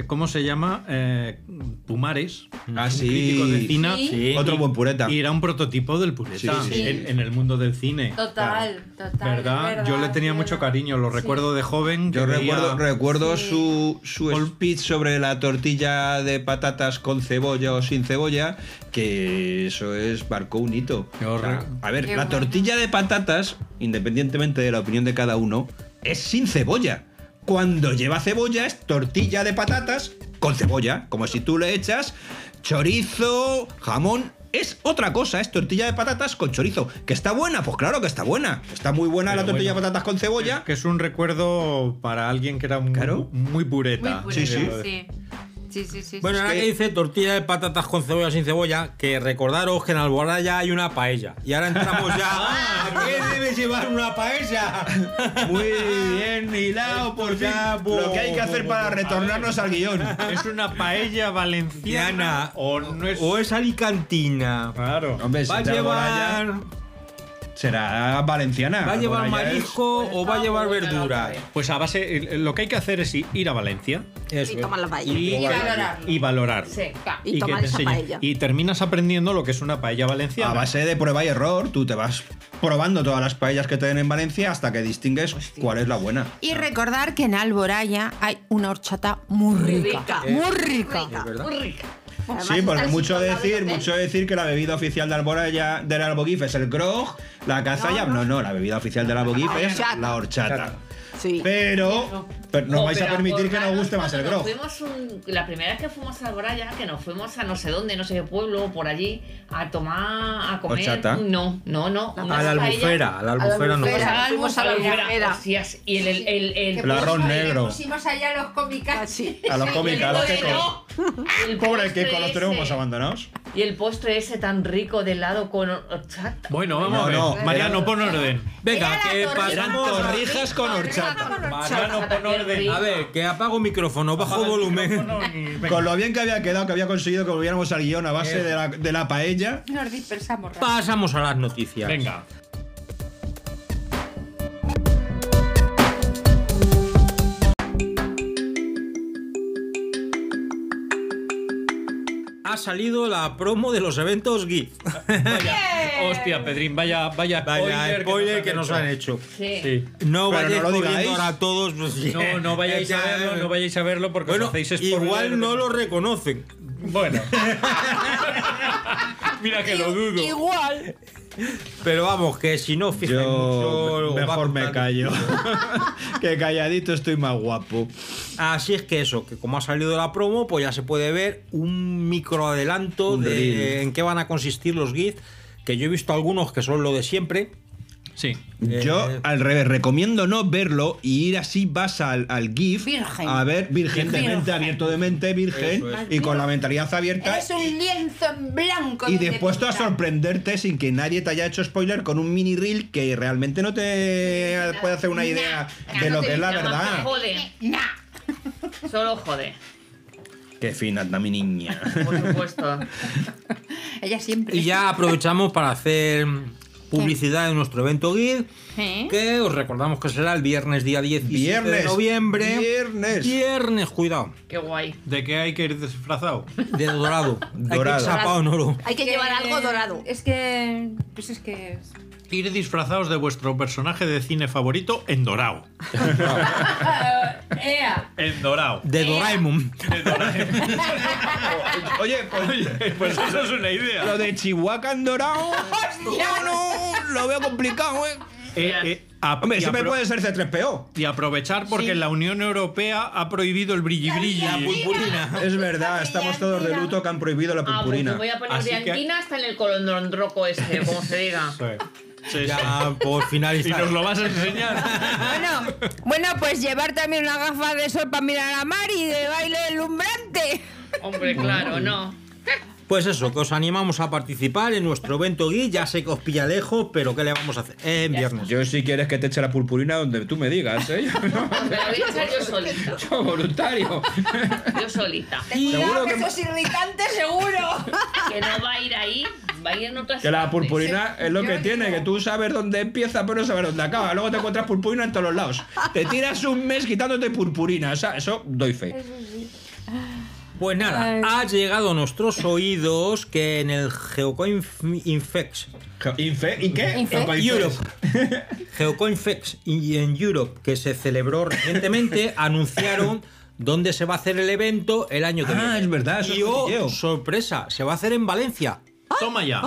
Speaker 6: ¿cómo se llama? Eh, Pumares,
Speaker 3: Ah,
Speaker 6: un
Speaker 3: sí.
Speaker 6: crítico de cine.
Speaker 8: Sí.
Speaker 3: Otro buen pureta.
Speaker 6: Y era un prototipo del pureta
Speaker 3: Sí,
Speaker 8: sí.
Speaker 6: En, en el mundo del cine.
Speaker 8: Total, total.
Speaker 6: ¿Verdad?
Speaker 8: es
Speaker 6: Yo le tenía
Speaker 8: es
Speaker 6: mucho
Speaker 8: verdad.
Speaker 6: cariño, lo recuerdo de joven. que
Speaker 3: Yo
Speaker 6: veía-
Speaker 3: recuerdo, recuerdo su, su speech sobre la tortilla de patatas con cebolla o sin cebolla, que eso es marcó un hito.
Speaker 6: Qué horror.
Speaker 3: a ver,
Speaker 8: Qué
Speaker 3: la
Speaker 8: bueno.
Speaker 3: tortilla de patatas, independientemente de la opinión de cada uno, es sin cebolla. Cuando lleva cebolla es tortilla de patatas con cebolla, como si tú le echas chorizo, jamón. Es otra cosa, es tortilla de patatas con chorizo. ¿Que está buena? Pues claro que está buena. Está muy buena
Speaker 6: Pero
Speaker 3: la tortilla
Speaker 6: bueno.
Speaker 3: de patatas con cebolla.
Speaker 6: Que es un recuerdo para alguien que era muy,
Speaker 3: Claro.
Speaker 6: muy pureta.
Speaker 8: Muy
Speaker 3: Sí, sí.
Speaker 8: pureta, sí. Sí, sí, sí.
Speaker 2: Bueno,
Speaker 8: sí.
Speaker 2: ahora que dice tortilla de patatas con cebolla sin cebolla, que recordaros que en Alboraya hay una paella. Y ahora entramos ya. ¿A qué debe llevar una paella?
Speaker 3: Muy bien hilado, por fin.
Speaker 2: Bravo.
Speaker 3: Lo que hay que hacer para retornarnos al guión.
Speaker 6: ¿Es una paella valenciana
Speaker 2: Diana,
Speaker 6: o no es?
Speaker 2: O es alicantina.
Speaker 6: Claro.
Speaker 3: Hombre,
Speaker 2: Va a
Speaker 3: si pues, te
Speaker 2: llevar,
Speaker 3: Alboraya, Será valenciana.
Speaker 2: va a llevar
Speaker 3: Alboraya es-
Speaker 2: marisco o va a llevar verdura.
Speaker 6: Pues a base, eh, lo que hay que hacer es i- ir a Valencia
Speaker 2: Eso.
Speaker 5: Y tomar la paella.
Speaker 6: y,
Speaker 8: Y valorarlo.
Speaker 6: y valorar.
Speaker 9: Sí.
Speaker 5: Y,
Speaker 6: que
Speaker 5: tomar
Speaker 6: te
Speaker 5: esa
Speaker 6: enseñen.
Speaker 5: paella.
Speaker 6: Y terminas aprendiendo lo que es una paella
Speaker 3: A
Speaker 6: valenciana.
Speaker 3: base de prueba y error, tú te vas probando todas las paellas que te den en Valencia hasta que distingues cuál es la buena.
Speaker 7: Y recordar que en Alboraya hay una horchata muy
Speaker 5: Muy
Speaker 7: rica.
Speaker 5: rica.
Speaker 7: Muy rica.
Speaker 5: Muy rica.
Speaker 3: Sí, porque mucho decir, mucho decir que la bebida oficial de Alboraya, del Albogif es el grog, la cazalla. No, no, la bebida oficial del Albogif
Speaker 9: La
Speaker 3: es
Speaker 9: horchata.
Speaker 3: la horchata.
Speaker 5: Sí.
Speaker 3: Pero, pero nos
Speaker 9: Jo,
Speaker 3: vais este a
Speaker 9: pero
Speaker 3: permitir que nos
Speaker 9: acordaros
Speaker 3: guste más el
Speaker 9: cuando
Speaker 3: grog.
Speaker 9: nos Fuimos un- la primera vez que fuimos a Alboraya, que nos fuimos a no sé dónde, no sé qué pueblo, por allí, a tomar, a comer.
Speaker 2: ¿Horchata?
Speaker 9: No, no, no.
Speaker 2: A
Speaker 9: unas
Speaker 2: la
Speaker 9: paellas.
Speaker 2: albufera, a la albufera no.
Speaker 9: Fuimos a- Fuimos a la
Speaker 8: Albufera.
Speaker 9: albufera. hostias, Y el, el, el, el-
Speaker 8: Que pusimos
Speaker 3: arroz
Speaker 8: ahí-
Speaker 3: negro.
Speaker 8: Pusimos allí a los comicachi.
Speaker 3: A los
Speaker 9: Sí,
Speaker 3: cómicos,
Speaker 9: el
Speaker 3: a los
Speaker 9: pobre
Speaker 3: quecos.
Speaker 9: no. El
Speaker 3: Pobre
Speaker 9: postre
Speaker 3: Keiko, los
Speaker 9: ese.
Speaker 3: tenemos abandonados.
Speaker 9: Y el postre ese tan rico de helado con horchata.
Speaker 6: Bueno, vamos
Speaker 3: No,
Speaker 6: a ver.
Speaker 3: no,
Speaker 6: Mariano,
Speaker 3: era-
Speaker 6: pon orden.
Speaker 2: Venga, que pasamos
Speaker 6: torrijas con horchata. Mariano, pon orden.
Speaker 2: A ver, que apago micrófono, bajo volumen.
Speaker 3: Con lo bien que había quedado, que había conseguido que volviéramos al guión a base
Speaker 2: Eh.
Speaker 3: de la, de la paella.
Speaker 8: Nos dispersamos rápido.
Speaker 2: Pasamos a las noticias. Venga. Ha salido la promo de los eventos GIF.
Speaker 6: Hostia, Pedrín, vaya, vaya spoiler,
Speaker 2: Vaya spoiler que nos han hecho.
Speaker 9: Sí.
Speaker 6: Pero
Speaker 2: No vayáis
Speaker 6: no lo
Speaker 2: corriendo
Speaker 6: digáis.
Speaker 2: ahora a todos. pues,
Speaker 6: No, no vayáis a
Speaker 2: ya-
Speaker 6: verlo, no vayáis a verlo porque
Speaker 2: Bueno,
Speaker 6: os hacéis spoiler.
Speaker 2: igual no lo reconocen.
Speaker 6: Bueno. Mira que lo dudo.
Speaker 8: Igual.
Speaker 2: Pero vamos, que si no fijáis
Speaker 3: Yo
Speaker 2: mucho, va
Speaker 3: mejor me
Speaker 2: contando.
Speaker 3: callo. que calladito estoy más guapo.
Speaker 2: Así es que eso, que como ha salido la promo, pues ya se puede ver un micro adelanto
Speaker 3: Un reel.
Speaker 2: de en qué van a consistir los GIFs, que yo he visto algunos que son lo de siempre.
Speaker 6: Sí.
Speaker 8: Eh.
Speaker 3: Yo al revés, recomiendo no verlo y ir así vas al, al GIF
Speaker 8: Virgen.
Speaker 3: a ver virgen de
Speaker 8: Virgen.
Speaker 3: mente, abierto de mente, virgen
Speaker 8: Eso es.
Speaker 3: y con la mentalidad abierta
Speaker 8: Es un lienzo en blanco.
Speaker 3: y
Speaker 8: donde
Speaker 3: dispuesto a
Speaker 8: pintar.
Speaker 3: sorprenderte sin que nadie te haya hecho spoiler con un mini reel que realmente no te puede hacer una idea de lo que es la
Speaker 9: Nada más que
Speaker 3: verdad.
Speaker 9: Jode. Solo jode.
Speaker 3: Qué fina anda mi niña.
Speaker 8: Ella siempre.
Speaker 2: Y ya aprovechamos para hacer publicidad de nuestro evento GIF,
Speaker 8: ¿Eh?
Speaker 2: que os recordamos que será el viernes día 17 de
Speaker 3: Viernes,
Speaker 2: noviembre.
Speaker 3: viernes.
Speaker 2: Viernes, cuidado.
Speaker 9: Qué guay.
Speaker 6: ¿De qué hay que ir disfrazado?
Speaker 2: De dorado. Hay que
Speaker 6: Dorado.
Speaker 2: ir chapado en oro.
Speaker 5: Hay que llevar algo dorado.
Speaker 7: Es que. Pues es que.
Speaker 6: Ir disfrazados de vuestro personaje de cine favorito en dorado.
Speaker 8: Ea.
Speaker 6: En dorado.
Speaker 2: De Doraemon.
Speaker 3: Oye, pues,
Speaker 6: pues eso es una idea.
Speaker 3: Lo de Chihuahua en dorado. No, no, lo veo complicado, eh.
Speaker 6: Eh, eh, a-
Speaker 3: Hombre,
Speaker 6: y
Speaker 3: siempre
Speaker 6: apro-
Speaker 3: puede ser C3PO.
Speaker 6: Y aprovechar
Speaker 3: Sí.
Speaker 6: porque la Unión Europea ha prohibido el brilli-brilli.
Speaker 3: La purpurina. Es verdad, estamos todos de luto que han prohibido la
Speaker 9: Ah, pues
Speaker 3: purpurina.
Speaker 9: me voy a poner
Speaker 3: Así
Speaker 9: de
Speaker 3: que-
Speaker 9: anquina hasta en el colondrondroco este, como se diga.
Speaker 2: Ya por finalizar.
Speaker 6: Y nos lo vas a enseñar.
Speaker 7: Bueno, bueno, pues llevar también una gafa de sol para mirar a Mari de baile deslumbrante.
Speaker 9: Hombre, claro, no.
Speaker 2: Pues eso, que os animamos a participar en nuestro evento Gui. Ya sé que os pilla lejos, pero ¿qué le vamos a hacer? En viernes.
Speaker 3: Yo si quieres que te eche la purpurina donde tú me digas, ¿eh?
Speaker 9: Me lo voy a echar yo solita.
Speaker 3: Yo voluntario.
Speaker 9: Yo solita.
Speaker 3: Seguro que,
Speaker 8: es irritante, seguro.
Speaker 9: Que no va a ir ahí, va a ir en otras
Speaker 3: que la
Speaker 9: partes.
Speaker 3: purpurina es lo que tiene, que tú sabes dónde empieza pero no sabes dónde acaba. Luego te encuentras purpurina en todos los lados. Te tiras un mes quitándote purpurina. O sea, eso doy fe.
Speaker 2: Pues nada, ha llegado a nuestros oídos que en el Geocoin Infex.
Speaker 3: Infe ¿Y qué?
Speaker 2: En
Speaker 3: Geocoin
Speaker 2: Europe. Geocoinfex y en Europe, que se celebró recientemente, anunciaron dónde se va a hacer el evento el año que
Speaker 3: Ah,
Speaker 2: viene.
Speaker 3: es verdad, eso
Speaker 2: Y
Speaker 3: es
Speaker 2: oh,
Speaker 3: cotilleo. Ah,
Speaker 2: sorpresa, se va a hacer en Valencia.
Speaker 6: Toma
Speaker 5: ah, ¡Oh!
Speaker 6: ya.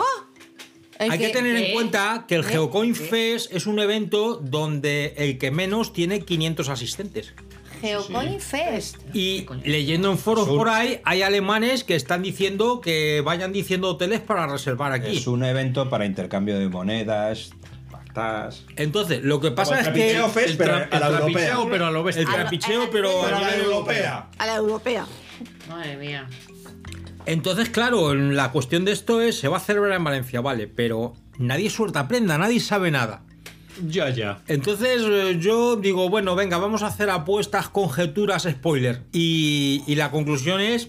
Speaker 2: Hay que tener en cuenta que el
Speaker 6: ¿Eh?
Speaker 2: Geocoin Fest es un evento donde el que menos tiene 500 asistentes.
Speaker 8: Geocoin Fest.
Speaker 2: Y leyendo en foros por ahí, hay alemanes que están diciendo que vayan diciendo hoteles para reservar aquí.
Speaker 3: un evento para intercambio de monedas, pactas...
Speaker 2: Entonces, lo que pasa
Speaker 3: Como
Speaker 2: es
Speaker 3: el
Speaker 2: que.
Speaker 3: trapicheo fest, pero a la europea.
Speaker 6: pero a lo bestia.
Speaker 2: El trapicheo, pero a nivel europeo.
Speaker 5: A la europea.
Speaker 9: Madre mía.
Speaker 2: Entonces, claro, la cuestión de esto es: se va a celebrar en Valencia, vale, pero nadie suelta prenda, nadie sabe nada.
Speaker 6: Ya, ya.
Speaker 2: Entonces eh, yo digo, bueno, venga, vamos a hacer apuestas, conjeturas, spoiler. Y, y la conclusión es,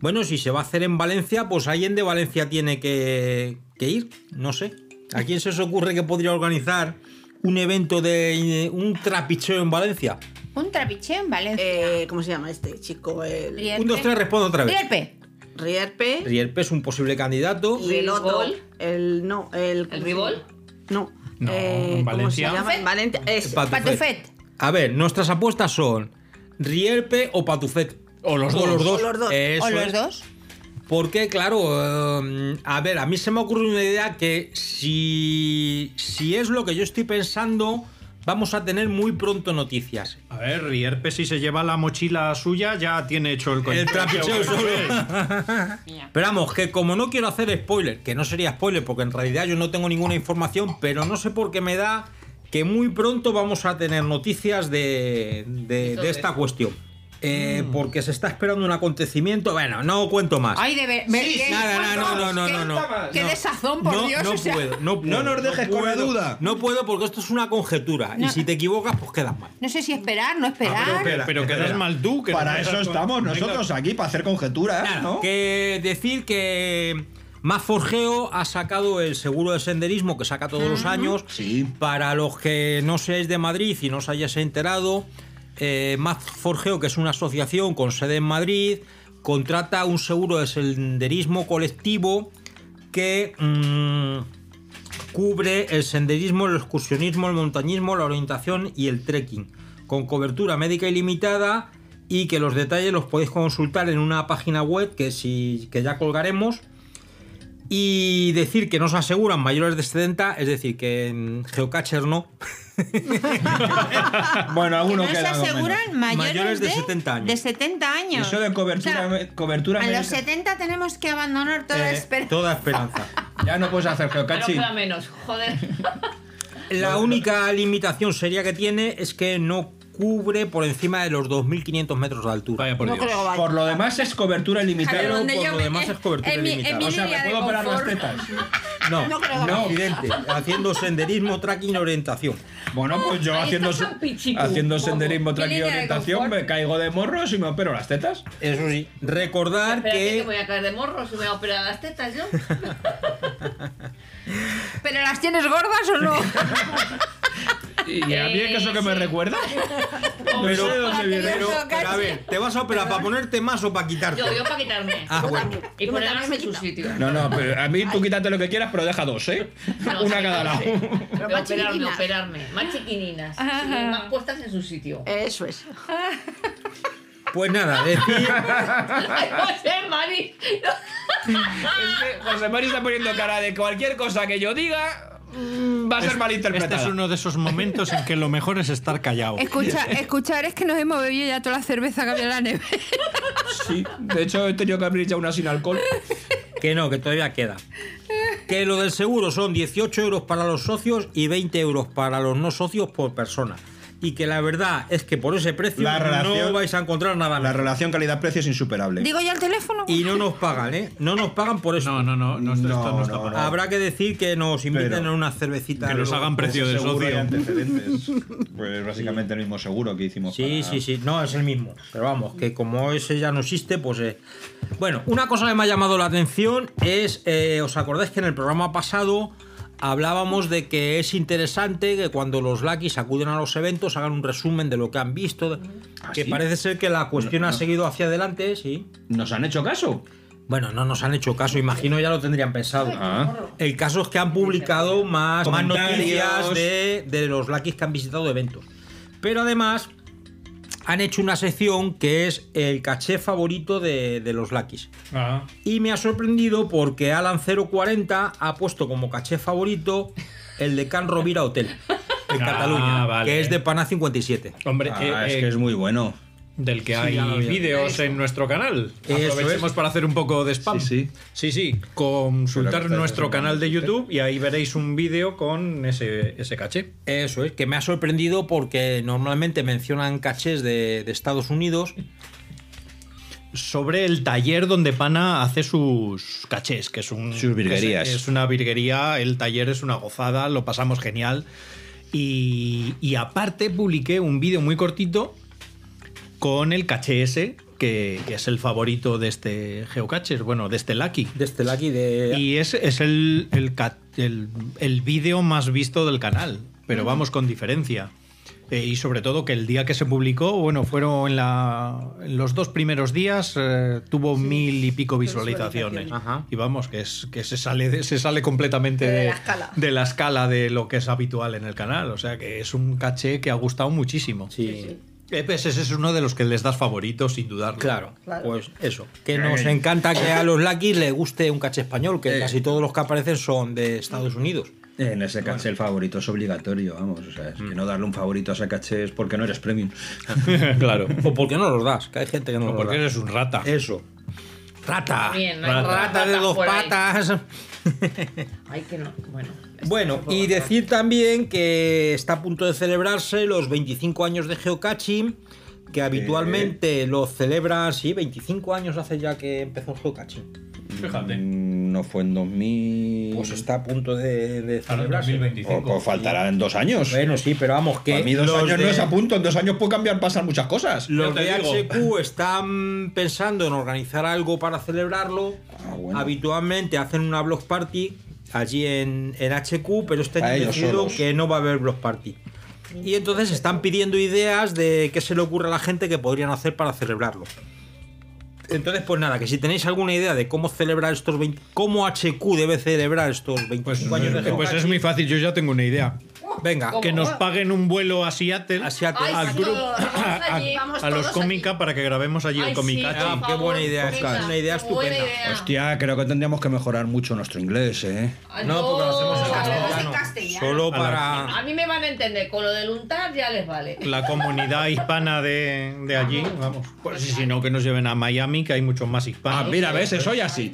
Speaker 2: bueno, si se va a hacer en Valencia, pues alguien de Valencia tiene que, que ir, no sé. ¿A quién se os ocurre que podría organizar un evento de eh, un trapicheo en Valencia?
Speaker 8: Un trapicheo en Valencia.
Speaker 5: ¿Cómo se llama este chico? El...
Speaker 2: Un, dos, tres, respondo otra vez.
Speaker 7: Rierpe.
Speaker 5: Rierpe.
Speaker 2: Rierpe es un posible candidato.
Speaker 5: ¿Eh? Y el otro. El, no, el. ¿El
Speaker 9: Ribol?
Speaker 5: No. Eh,
Speaker 2: No, en Valencia.
Speaker 5: ¿Cómo se llama? En Valencia. Es
Speaker 2: Patufet. A ver, nuestras apuestas son Rierpe o Patufet. O
Speaker 5: los dos. O los dos.
Speaker 2: Eso
Speaker 5: O los
Speaker 2: es.
Speaker 5: dos.
Speaker 2: Porque, claro, eh, a ver, a mí se me ocurre una idea que si, si es lo que yo estoy pensando, vamos a tener muy pronto noticias.
Speaker 6: A ver, Rierpe, si se lleva la mochila suya, ya tiene hecho el
Speaker 2: El trapicheo solo.
Speaker 6: este
Speaker 2: Pero vamos, que como no quiero hacer spoiler, que no sería spoiler porque en realidad yo no tengo ninguna información, pero no sé por qué me da que muy pronto vamos a tener noticias de, de- de esta cuestión. Eh, Porque se está esperando un acontecimiento. Bueno, no cuento más.
Speaker 8: Mm. Ay, de ver. ver que-
Speaker 2: Nada, no, no, no, no, no, no.
Speaker 8: Qué desazón, por
Speaker 2: no,
Speaker 8: Dios.
Speaker 2: no
Speaker 8: o sea,
Speaker 2: puedo, no puedo.
Speaker 3: nos dejes con la
Speaker 2: puedo,
Speaker 3: duda.
Speaker 2: No puedo porque esto es una conjetura. Y
Speaker 8: No.
Speaker 2: si te equivocas, pues quedas mal.
Speaker 8: no sé si esperar,
Speaker 2: Ah,
Speaker 8: no esperar.
Speaker 6: quedas mal tú.
Speaker 2: que
Speaker 3: para
Speaker 2: no
Speaker 3: eso
Speaker 2: estás con-
Speaker 3: estamos
Speaker 2: Venga.
Speaker 3: nosotros aquí, para hacer conjeturas,
Speaker 2: Nada,
Speaker 3: ¿no?
Speaker 2: Que decir que Más Forgeo ha sacado el seguro de senderismo que saca todos los años. Para los que no seáis de Madrid y no os hayáis enterado, eh, Más Forgeo, que es una asociación con sede en Madrid, contrata un seguro de senderismo colectivo que mm, cubre el senderismo, el excursionismo, el montañismo, la orientación y el trekking, con cobertura médica ilimitada y que los detalles los podéis consultar en una página web que, si, que ya colgaremos. Y decir que no se aseguran mayores de 70, es decir, que en Geocacher no.
Speaker 3: bueno,
Speaker 8: alguno Que no se queda, alguno aseguran menos. mayores
Speaker 2: de,
Speaker 8: de-
Speaker 2: 70 años.
Speaker 8: De 70 años.
Speaker 3: Eso de cobertura,
Speaker 8: O sea,
Speaker 3: cobertura
Speaker 8: a
Speaker 3: médica-
Speaker 8: los 70 tenemos que abandonar toda
Speaker 3: Eh,
Speaker 8: esperanza.
Speaker 2: Toda esperanza.
Speaker 3: ya no puedes hacer
Speaker 9: Pero
Speaker 3: geocaching.
Speaker 9: queda menos, joder.
Speaker 2: La única limitación seria que tiene es que no cubre por encima de los 2.500 metros de altura.
Speaker 6: por
Speaker 9: No Dios. creo, vaya.
Speaker 3: Por lo demás es cobertura limitada.
Speaker 2: Pero por lo demás es cobertura limitada.
Speaker 3: o sea, me puedo operar las tetas.
Speaker 2: No,
Speaker 3: No
Speaker 2: no,
Speaker 3: creo que vaya.
Speaker 2: accidente. Haciendo senderismo, tracking, orientación.
Speaker 3: Bueno, pues yo haciendo, haciendo senderismo, tranquilo, orientación, me caigo de morros y me opero las tetas.
Speaker 2: Eso sí. Recordar
Speaker 9: Espera, ¿qué? que
Speaker 2: que
Speaker 9: voy a caer de morro si me voy a operar las tetas yo.
Speaker 8: ¿Pero las tienes gordas o no?
Speaker 3: ¿Y a mí es que eso que me recuerda? No
Speaker 2: Pero,
Speaker 3: sé de dónde viene.
Speaker 2: pero- pero a ver, ¿te vas a operar para ponerte más o para quitarte?
Speaker 9: Yo, yo para quitarme.
Speaker 2: Ah, bueno.
Speaker 9: Y ponerlas en su sitio.
Speaker 3: No, no, pero a mí tú quítate lo que quieras, pero deja dos, ¿eh?
Speaker 9: No,
Speaker 3: Una
Speaker 9: sí,
Speaker 3: cada
Speaker 9: no
Speaker 3: lado.
Speaker 9: sé. Pero
Speaker 5: más
Speaker 9: operarme,
Speaker 5: chiquininas.
Speaker 9: operarme. Más chiquininas. sí,
Speaker 8: Ah.
Speaker 5: Ajá.
Speaker 9: más puestas en su sitio.
Speaker 5: Eso es.
Speaker 2: Pues nada, decir.
Speaker 9: Ay, José Mari.
Speaker 3: José Mari está poniendo cara de cualquier cosa que yo diga mm, va a ser malinterpretada.
Speaker 6: Este es uno de esos momentos en que lo mejor es estar callado.
Speaker 7: Escucha, escuchar es que nos hemos bebido ya toda la cerveza que había en la neve.
Speaker 3: Sí, de hecho he tenido que abrir ya una sin alcohol.
Speaker 2: Que no, que todavía queda. Que lo del seguro son 18 euros para los socios y 20 euros para los no socios por persona. Y que la verdad es que por ese precio
Speaker 3: La
Speaker 2: no
Speaker 3: relación-
Speaker 2: vais a encontrar nada.
Speaker 3: La relación calidad-precio es insuperable.
Speaker 7: Digo yo al teléfono.
Speaker 2: Y no nos pagan, ¿eh? No nos pagan por eso. No, no, no.
Speaker 3: esto no está pagado.
Speaker 2: Habrá que decir que nos inviten a una cervecita.
Speaker 6: que nos
Speaker 2: luego. pues,
Speaker 6: hagan precio de
Speaker 3: Seguro hay
Speaker 6: socio.
Speaker 3: antecedentes. Pues básicamente el mismo seguro que hicimos.
Speaker 2: Sí, sí, sí. No, es el mismo. Pero vamos, que como ese ya no existe, pues... eh. Bueno, una cosa que me ha llamado la atención es... eh, ¿Os acordáis que en el programa pasado hablábamos de que es interesante que cuando los Lucky acuden a los eventos hagan un resumen de lo que han visto? que
Speaker 3: Ah, sí?
Speaker 2: parece ser que la cuestión ha seguido hacia adelante, sí.
Speaker 3: ¿Nos han hecho caso?
Speaker 2: Bueno, no nos han hecho caso, imagino ya lo tendrían pensado.
Speaker 3: Ah.
Speaker 2: El caso es que han publicado más, más
Speaker 3: Comentarios.
Speaker 2: noticias de, de los Luckies que han visitado eventos. Pero además han hecho una sección que es el caché favorito de, de los Luckies.
Speaker 6: Ah.
Speaker 2: Y me ha sorprendido porque Alan040 ha puesto como caché favorito el de Can Rovira Hotel en
Speaker 6: Ah,
Speaker 2: Cataluña,
Speaker 6: vale.
Speaker 2: que es de Pana 57.
Speaker 6: Hombre,
Speaker 3: Ah,
Speaker 6: eh, eh,
Speaker 3: muy bueno.
Speaker 6: Del que
Speaker 2: Sí,
Speaker 6: hay
Speaker 2: ya lo vi.
Speaker 6: vídeos en nuestro canal.
Speaker 2: Eso
Speaker 6: Aprovechemos
Speaker 2: es.
Speaker 6: para hacer un poco de spam. Sí, sí. Consultar
Speaker 2: Pero que está-
Speaker 6: nuestro canal de YouTube y ahí veréis un vídeo con ese, ese caché.
Speaker 2: Eso es, que me ha sorprendido porque normalmente mencionan cachés de, de Estados Unidos.
Speaker 6: Sobre el taller donde Pana hace sus cachés, que es un.
Speaker 3: Sus virguerías.
Speaker 6: que Es, es una virguería, el taller es una gozada, lo pasamos genial. Y, y aparte publiqué un vídeo muy cortito con el caché ese, que, que es el favorito de este geocacher, bueno, de este Lucky.
Speaker 2: De este Lucky, de...
Speaker 6: Y es, es el, el, ca- el- el vídeo más visto del canal,
Speaker 2: Mm.
Speaker 6: pero vamos con diferencia. Eh, y sobre todo que el día que se publicó, bueno, fueron en, la, en los dos primeros días, eh, tuvo mil y pico visualizaciones. Y vamos, que, es, que se, sale, de- se sale completamente de,
Speaker 5: De la escala.
Speaker 6: de la escala de lo que es habitual en el canal. O sea que es un caché que ha gustado muchísimo.
Speaker 2: Sí.
Speaker 6: EPS ese es uno de los que les das favoritos, sin dudar.
Speaker 2: Claro,
Speaker 6: Claro.
Speaker 2: pues eso. Que nos encanta que a los Lucky les guste un caché español,
Speaker 6: Eh.
Speaker 2: que casi todos los que aparecen son de Estados Unidos.
Speaker 3: En ese caché el favorito es obligatorio, vamos. O sea, es que no darle un favorito a ese caché es porque no eres premium.
Speaker 2: claro. O porque no los das, que hay gente que no
Speaker 3: O
Speaker 2: los
Speaker 3: porque
Speaker 2: da.
Speaker 3: eres
Speaker 6: un rata.
Speaker 2: Eso. Rata.
Speaker 9: Bien, no hay
Speaker 2: rata.
Speaker 9: rata
Speaker 2: de dos
Speaker 9: por ahí.
Speaker 2: patas.
Speaker 9: Ay, que no. Bueno.
Speaker 3: Este
Speaker 2: Bueno, y decir también que está a punto de celebrarse los 25 años de Geocaching, que habitualmente los celebran, sí, 25 años hace ya que empezó el Geocaching.
Speaker 6: Fíjate.
Speaker 3: Mm, No fue en 2000.
Speaker 2: Pues está a punto de, de celebrarse.
Speaker 3: O, pues faltará en dos años.
Speaker 2: Bueno, sí, pero vamos, que.
Speaker 3: A mí dos
Speaker 2: los
Speaker 3: años
Speaker 2: de-
Speaker 3: no es a punto. En dos años puede cambiar, pasar muchas cosas.
Speaker 2: Los de HQ están pensando en organizar algo para celebrarlo.
Speaker 3: Ah,
Speaker 2: Habitualmente hacen una blog party allí en, en HQ, pero este
Speaker 3: A
Speaker 2: año han
Speaker 3: ellos
Speaker 2: decidido
Speaker 3: solos.
Speaker 2: que no va a haber blog party. Y entonces están pidiendo ideas de qué se le ocurre a la gente que podrían hacer para celebrarlo. Entonces, pues nada, que si tenéis alguna idea de cómo celebrar estos 20, cómo HQ debe celebrar estos 25 años de
Speaker 6: eh, pues es
Speaker 2: Geocache,
Speaker 6: muy fácil, yo ya tengo una idea.
Speaker 2: Venga,
Speaker 6: que nos paguen un vuelo a Seattle,
Speaker 2: Ay,
Speaker 6: al
Speaker 2: sí,
Speaker 6: grupo,
Speaker 2: todos,
Speaker 9: vamos
Speaker 6: a,
Speaker 9: allí,
Speaker 6: a-
Speaker 9: vamos
Speaker 6: a los
Speaker 9: todos
Speaker 6: cómica para que grabemos allí
Speaker 9: Ay,
Speaker 6: el
Speaker 9: sí,
Speaker 6: comica.
Speaker 9: por Ah, qué favor, buena idea, venga, Oscar. una idea buena estupenda. idea.
Speaker 3: Hostia, creo que tendríamos que mejorar mucho nuestro inglés, ¿eh?
Speaker 2: No, porque lo hacemos en
Speaker 9: en
Speaker 2: castellano.
Speaker 9: castellano.
Speaker 2: Solo
Speaker 6: A la-
Speaker 2: para.
Speaker 9: A mí me van a entender, con lo del untar ya les vale.
Speaker 6: La comunidad hispana de, de allí, vamos. Pues si no, que nos lleven a Miami, que hay muchos más hispanos.
Speaker 3: Ah, mira, ves, eso ya sí.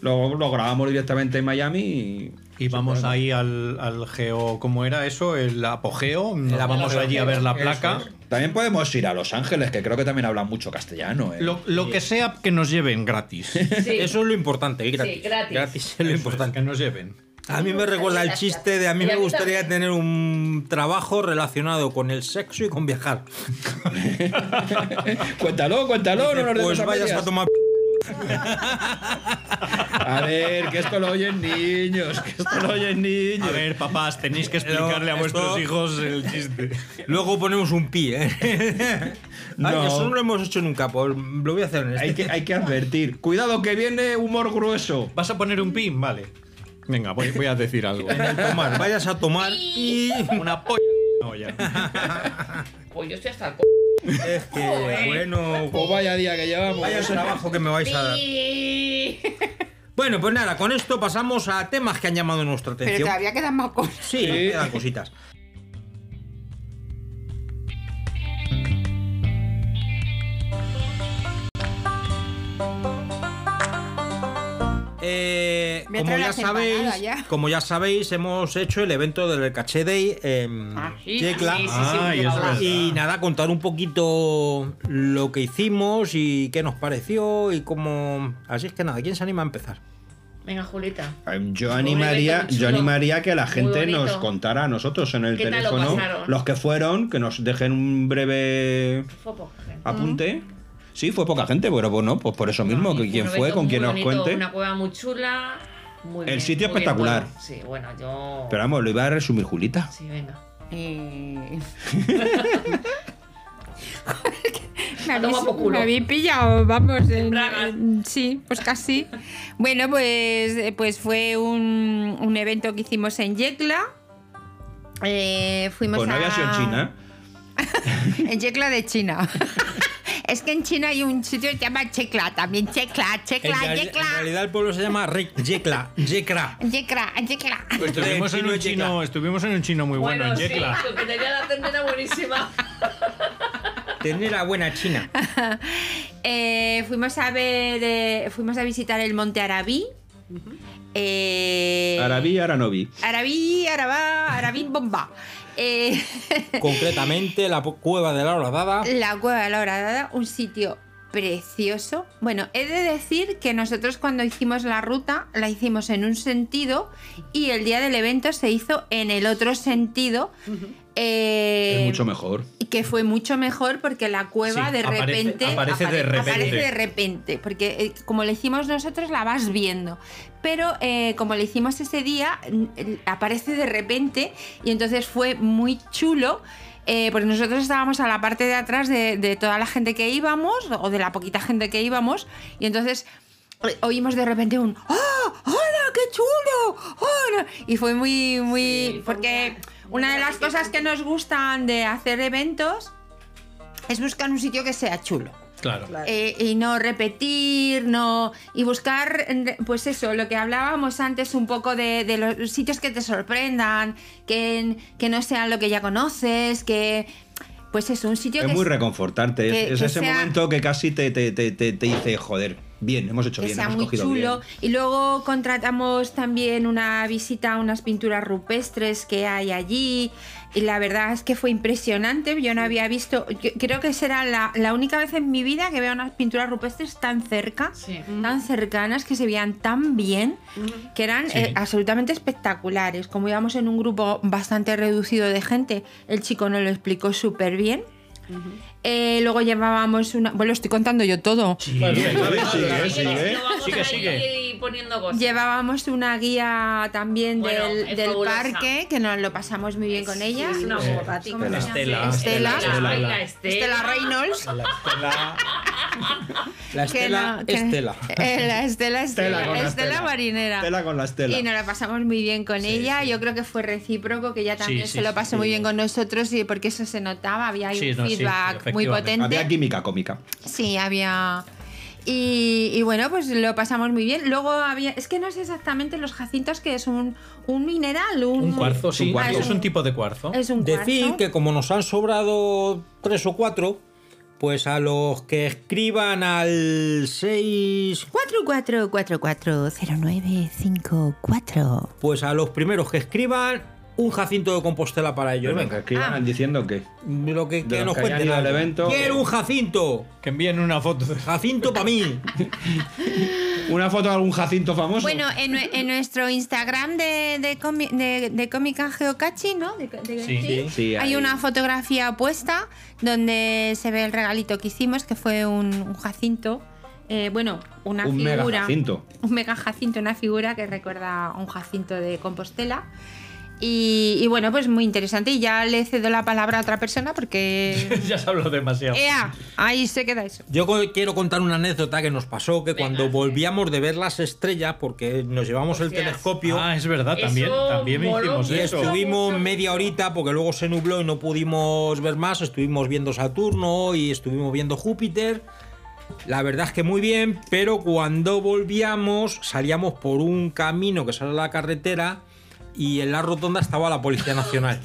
Speaker 3: Lo, lo grabamos directamente en Miami y.
Speaker 6: Y vamos ahí al, al geo, ¿cómo era eso? El apogeo. Nos vamos allí a ver la placa.
Speaker 3: También podemos ir a Los Ángeles, que creo que también hablan mucho castellano, ¿eh?
Speaker 6: Lo, lo que sea que nos lleven gratis.
Speaker 2: Eso es lo importante, ir gratis.
Speaker 9: Sí, gratis.
Speaker 2: es lo importante.
Speaker 6: que nos lleven.
Speaker 2: A mí me recuerda el chiste de a mí
Speaker 9: Y a
Speaker 2: me
Speaker 9: mí
Speaker 2: gustaría tener un trabajo relacionado con el sexo y con viajar.
Speaker 3: cuéntalo, cuéntalo, no nos
Speaker 2: Pues
Speaker 3: demos a
Speaker 2: vayas
Speaker 3: medias.
Speaker 2: a tomar
Speaker 3: A ver, que esto lo oyen niños, que esto lo oyen niños.
Speaker 6: A ver, papás, tenéis que
Speaker 2: explicarle a vuestros
Speaker 6: hijos el chiste.
Speaker 2: Luego ponemos un pi, ¿eh? Ay,
Speaker 3: No.
Speaker 2: eso no lo hemos hecho nunca, pues lo voy a hacer en este.
Speaker 3: Hay que, hay que advertir. Cuidado que viene humor grueso.
Speaker 6: ¿Vas a poner un pin? Vale. Venga, voy, voy a decir algo.
Speaker 2: En el tomar, vayas a tomar y...
Speaker 6: Una polla. No, ya.
Speaker 9: Pues yo estoy hasta el
Speaker 2: Es que, bueno...
Speaker 3: Pues vaya día que llevamos.
Speaker 2: Vaya trabajo que me vais a dar.
Speaker 9: co-
Speaker 2: Bueno, pues nada, con esto pasamos a temas que han llamado nuestra atención.
Speaker 7: Pero todavía quedan más cosas.
Speaker 2: Sí, quedan cositas. Eh,
Speaker 7: Me
Speaker 2: como,
Speaker 7: trae
Speaker 2: ya
Speaker 7: las
Speaker 2: sabéis,
Speaker 7: empanadas ya.
Speaker 2: como ya sabéis, hemos hecho el evento del Caché Day en
Speaker 7: sí,
Speaker 2: Yecla.
Speaker 7: sí, sí, sí, Ah,
Speaker 6: y es verdad.
Speaker 2: y nada, contar un poquito lo que hicimos y qué nos pareció y cómo... Así es que nada, ¿quién se anima a empezar?
Speaker 9: Venga, Julita.
Speaker 3: Yo
Speaker 9: Muy
Speaker 3: animaría,
Speaker 9: bonito,
Speaker 3: yo
Speaker 9: chulo.
Speaker 3: animaría que la
Speaker 9: Muy
Speaker 3: gente
Speaker 9: bonito.
Speaker 3: nos contara a nosotros en el
Speaker 9: ¿Qué tal lo
Speaker 3: teléfono.
Speaker 9: pasaron? Mm.
Speaker 3: los que fueron, que nos dejen un breve
Speaker 9: Fopo. gente.
Speaker 3: apunte. Sí, fue poca gente, pero bueno, pues por eso mismo, que quien
Speaker 9: Un
Speaker 3: fue,
Speaker 9: evento
Speaker 3: con
Speaker 9: muy
Speaker 3: quien nos
Speaker 9: bonito,
Speaker 3: cuente.
Speaker 9: Una cueva muy chula. Muy
Speaker 3: El
Speaker 9: bien,
Speaker 3: sitio
Speaker 9: muy bien,
Speaker 3: espectacular.
Speaker 9: bueno. Sí, bueno, yo.
Speaker 3: Pero vamos, lo iba a resumir Julita.
Speaker 9: Sí, venga.
Speaker 7: Me
Speaker 9: Toma
Speaker 7: habéis,
Speaker 9: por culo.
Speaker 7: me habéis pillado, vamos. en- en- sí, pues casi. Bueno, pues, eh, pues fue un, un evento que hicimos en Yecla. Eh, fuimos
Speaker 3: Pues no
Speaker 7: a...
Speaker 3: había sido en China. ¿eh?
Speaker 7: En Yecla de China. es que en China hay un sitio que se llama Checla, también Checla,
Speaker 2: En,
Speaker 7: Checla,
Speaker 2: real-
Speaker 7: Yecla.
Speaker 2: en realidad el pueblo se llama Re- Yecla, Yecla.
Speaker 7: Yecla, Yecla.
Speaker 6: Estuvimos en, un chino, estuvimos en un chino muy bueno, en Yecla.
Speaker 9: sí, que tenía la tendera buenísima.
Speaker 2: Tener la buena China.
Speaker 7: Eh, fuimos a ver, eh, fuimos a visitar el Monte Arabí. Eh,
Speaker 3: Arabí, Aranovi.
Speaker 7: Arabí, Arabá, Arabí Bomba. Eh,
Speaker 2: Concretamente, la pu- cueva de la horadada.
Speaker 7: la cueva de la Horadada, un sitio precioso. Bueno, he de decir que nosotros cuando hicimos la ruta la hicimos en un sentido y el día del evento se hizo en el otro sentido. eh,
Speaker 3: es mucho mejor.
Speaker 7: que fue mucho mejor porque la cueva
Speaker 6: Sí,
Speaker 7: de
Speaker 6: aparece-
Speaker 7: repente
Speaker 6: aparece de repente.
Speaker 7: aparece de repente, porque eh, como le hicimos nosotros la vas viendo pero eh, como le hicimos ese día n- el- aparece de repente y entonces fue muy chulo eh, porque nosotros estábamos a la parte de atrás de, de toda la gente que íbamos o de la poquita gente que íbamos y entonces eh, oímos de repente un ¡Ah! ¡Hola! ¡Qué chulo! ¡Hola! Y fue muy, muy... porque una de las cosas que nos gustan de hacer eventos es buscar un sitio que sea chulo.
Speaker 6: Claro.
Speaker 7: Eh, y no repetir, no. Y buscar, eh, pues eso, lo que hablábamos antes un poco de, de los sitios que te sorprendan, que, que no sean lo que ya conoces, que. Pues eso, un sitio
Speaker 3: Es
Speaker 7: que.
Speaker 3: muy reconfortante. es-
Speaker 7: que-
Speaker 3: es
Speaker 7: que
Speaker 3: ese
Speaker 7: sea-
Speaker 3: momento que casi te, te, te, te- te dice, joder, bien, hemos hecho
Speaker 7: que
Speaker 3: bien,
Speaker 7: sea
Speaker 3: hemos
Speaker 7: muy
Speaker 3: cogido
Speaker 7: chulo.
Speaker 3: bien.
Speaker 7: Y luego contratamos también una visita a unas pinturas rupestres que hay allí. Y la verdad es que fue impresionante. Yo no había visto, yo creo que será la, la única vez en mi vida que veo unas pinturas rupestres tan cerca, tan cercanas, que se veían tan bien, que eran
Speaker 8: Sí.
Speaker 7: eh, absolutamente espectaculares. Como íbamos en un grupo bastante reducido de gente, el chico nos lo explicó súper bien. Eh, luego llevábamos una... Bueno, lo estoy contando yo todo.
Speaker 12: Bueno,
Speaker 9: Sí,
Speaker 12: venga, venga,
Speaker 9: sí,
Speaker 12: venga,
Speaker 9: sí,
Speaker 12: venga,
Speaker 9: sí,
Speaker 12: venga,
Speaker 9: no vamos
Speaker 12: sigue,
Speaker 9: a
Speaker 12: sigue.
Speaker 9: ir poniendo cosas.
Speaker 7: Llevábamos una guía también
Speaker 9: Bueno,
Speaker 7: del,
Speaker 9: es
Speaker 7: del
Speaker 9: fabulosa.
Speaker 7: parque, que nos lo pasamos muy bien con ella.
Speaker 9: es una Eh, borratica.
Speaker 7: ¿Cómo se llama?
Speaker 9: Estela,
Speaker 7: Estela.
Speaker 9: Estela, Ay, la este. Estela.
Speaker 7: Estela Reynolds.
Speaker 2: La
Speaker 7: Que
Speaker 2: Estela,
Speaker 7: no, que-
Speaker 2: Estela.
Speaker 7: Eh, la Estela,
Speaker 2: Estela
Speaker 7: Estela,
Speaker 2: con la
Speaker 7: Estela
Speaker 2: Estela.
Speaker 7: marinera.
Speaker 2: Estela con la Estela.
Speaker 7: Y nos la pasamos muy bien con ella. Yo creo que fue recíproco, que ella también
Speaker 3: sí,
Speaker 7: se lo
Speaker 3: sí,
Speaker 7: pasó
Speaker 3: sí.
Speaker 7: muy bien con nosotros y porque eso se notaba. Había ahí un feedback muy potente.
Speaker 3: Había química cómica.
Speaker 7: Sí, había. Y, y bueno, pues lo pasamos muy bien. Luego había. Es que no sé exactamente los jacintos que es un, un mineral, un.
Speaker 6: Un cuarzo, sí.
Speaker 7: Ah, es
Speaker 6: Es un tipo de cuarzo.
Speaker 7: Es un
Speaker 2: Decir
Speaker 7: cuarzo.
Speaker 2: que como nos han sobrado tres o cuatro, pues a los que escriban al 6,
Speaker 7: 44440954.
Speaker 2: pues a los primeros que escriban un jacinto de Compostela para ellos.
Speaker 3: Venga,
Speaker 2: Venga,
Speaker 3: que
Speaker 7: Ah.
Speaker 3: iban diciendo que.
Speaker 2: Lo que, que
Speaker 3: los
Speaker 2: nos
Speaker 3: que hayan
Speaker 2: cuenten
Speaker 3: ido al
Speaker 2: algo.
Speaker 3: evento.
Speaker 2: Quiero un jacinto.
Speaker 6: Que envíen una foto.
Speaker 2: Jacinto para mí.
Speaker 3: Una foto de algún jacinto famoso.
Speaker 7: Bueno, en, nue- en nuestro Instagram de, de, comi- de- de cómica Geocachi, ¿no? De- de-
Speaker 3: Sí, sí, sí,
Speaker 7: hay
Speaker 3: ahí.
Speaker 7: una fotografía puesta donde se ve el regalito que hicimos, que fue un, un jacinto. Eh, bueno, una
Speaker 3: Un
Speaker 7: figura.
Speaker 3: mega jacinto.
Speaker 7: Un mega jacinto, una figura que recuerda a un jacinto de Compostela. Y, y bueno, pues muy interesante. Y ya le cedo la palabra a otra persona porque.
Speaker 6: ya se habló demasiado.
Speaker 7: ¡Ea! Ahí se queda eso.
Speaker 2: Yo co- quiero contar una anécdota que nos pasó, que cuando volvíamos de ver las estrellas, porque nos llevamos el telescopio... Ah,
Speaker 6: es verdad, también- Eso también moló hicimos
Speaker 2: y
Speaker 6: eso.
Speaker 2: Estuvimos media horita, porque luego se nubló y no pudimos ver más, estuvimos viendo Saturno y estuvimos viendo Júpiter. La verdad es que muy bien, pero cuando volvíamos salíamos por un camino que sale a la carretera y en la rotonda estaba la Policía Nacional.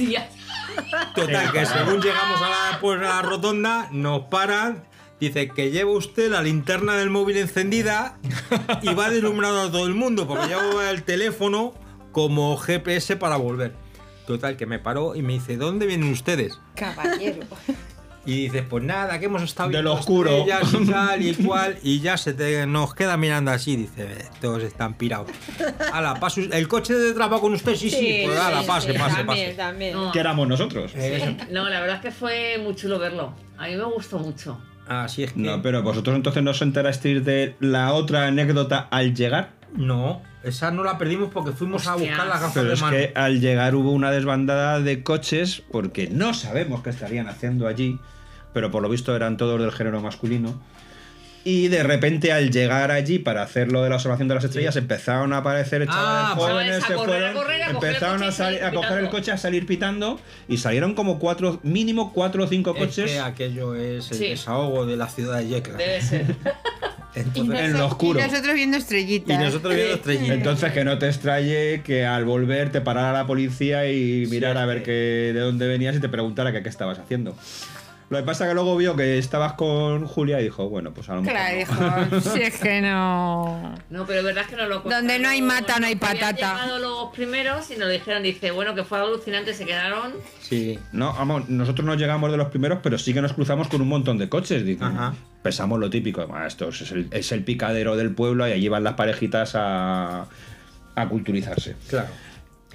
Speaker 2: Total, que según llegamos a la, pues, a la rotonda, nos paran. Dice que lleva usted la linterna del móvil encendida y va deslumbrando a todo el mundo porque lleva el teléfono como GPS para volver. Total, que me paró y me dice, ¿dónde vienen ustedes?
Speaker 7: Caballero.
Speaker 2: Y dices, pues nada, que hemos estado
Speaker 3: Del
Speaker 2: viendo
Speaker 3: oscuro.
Speaker 2: estrellas y tal y cual. Y ya se te, nos queda mirando así, dice, "Eh, todos están pirados. Ala, pase us- el coche de trabajo con usted, sí, sí, pues ala, pase, pase, pase.
Speaker 9: No,
Speaker 3: Que éramos nosotros.
Speaker 9: no, la verdad es que fue muy chulo verlo. A mí me gustó mucho.
Speaker 2: Así Ah, es que.
Speaker 3: No, pero vosotros entonces no os enterasteis de la otra anécdota al llegar.
Speaker 2: No, esa no la perdimos porque fuimos a buscar las gafas
Speaker 3: Pero
Speaker 2: de
Speaker 3: es
Speaker 2: mano.
Speaker 3: que al llegar hubo una desbandada de coches porque no sabemos qué estarían haciendo allí, pero por lo visto eran todos del género masculino. Y de repente al llegar allí para hacer lo de la observación de las estrellas empezaron a aparecer chavales
Speaker 2: Ah,
Speaker 3: jóvenes,
Speaker 2: chavales a
Speaker 3: se
Speaker 2: correr,
Speaker 3: fueron,
Speaker 2: a correr, a coger el
Speaker 3: empezaron
Speaker 2: coche
Speaker 3: a,
Speaker 2: y salir
Speaker 3: sali- a coger el
Speaker 2: pitando.
Speaker 3: coche, a salir pitando y salieron como cuatro, mínimo cuatro o cinco
Speaker 2: Es
Speaker 3: coches
Speaker 2: que aquello es el
Speaker 3: Sí.
Speaker 2: desahogo de la ciudad de ¿eh? Yecla.
Speaker 9: Debe ser.
Speaker 3: en lo oscuro.
Speaker 7: Y nosotros viendo estrellitas.
Speaker 3: Entonces que no te extrañe que al volver te parara la policía y mirara a ver que, de dónde venías y te preguntara que qué estabas haciendo. Lo que pasa que luego vio que estabas con Julia y dijo, bueno, pues a lo mejor
Speaker 7: Claro,
Speaker 3: no.
Speaker 7: hijo, si es que no.
Speaker 9: No, pero la verdad es que no lo
Speaker 7: Donde no hay mata, no hay
Speaker 9: Habían
Speaker 7: patata.
Speaker 9: llegado los primeros y nos dijeron, dice, bueno, que fue alucinante, se quedaron.
Speaker 3: Sí. No, vamos, nosotros no llegamos de los primeros, pero sí que nos cruzamos con un montón de coches. Dicen. Pensamos lo típico, "Ah, esto es el, es el picadero del pueblo y allí van las parejitas a, a culturizarse.
Speaker 2: Claro.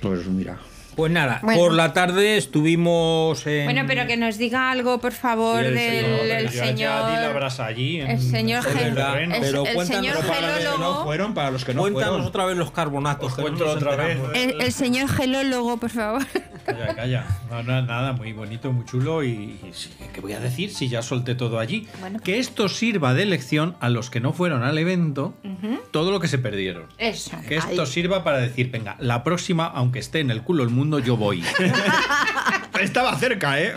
Speaker 3: Pues mira.
Speaker 2: Pues nada,
Speaker 7: Bueno.
Speaker 2: por la tarde estuvimos en.
Speaker 7: Bueno, pero que nos diga algo, por favor, del el
Speaker 6: Ya di la
Speaker 7: señor.
Speaker 6: brasa allí. en-
Speaker 7: El señor
Speaker 6: en
Speaker 7: Gen-
Speaker 6: terreno.
Speaker 7: el- Pero el cuéntanos señor para los que no
Speaker 3: no
Speaker 7: geólogo-
Speaker 3: fueron, para los que no
Speaker 2: Cuéntanos
Speaker 3: fueron.
Speaker 2: otra vez los carbonatos. que no
Speaker 6: cuento
Speaker 2: nos
Speaker 6: otra vez.
Speaker 2: enteramos.
Speaker 7: El, el señor gelólogo, por favor.
Speaker 6: Calla, calla. No, no, nada, muy bonito, muy chulo. Y, y sí, ¿qué voy a decir si ya solté todo allí? Que esto sirva de lección a los que no fueron al evento
Speaker 8: Ujú.
Speaker 6: todo lo que se perdieron.
Speaker 8: Eso.
Speaker 6: Que esto sirva para decir, venga, la próxima, aunque esté en el culo el mundo, yo voy. Estaba cerca, ¿eh?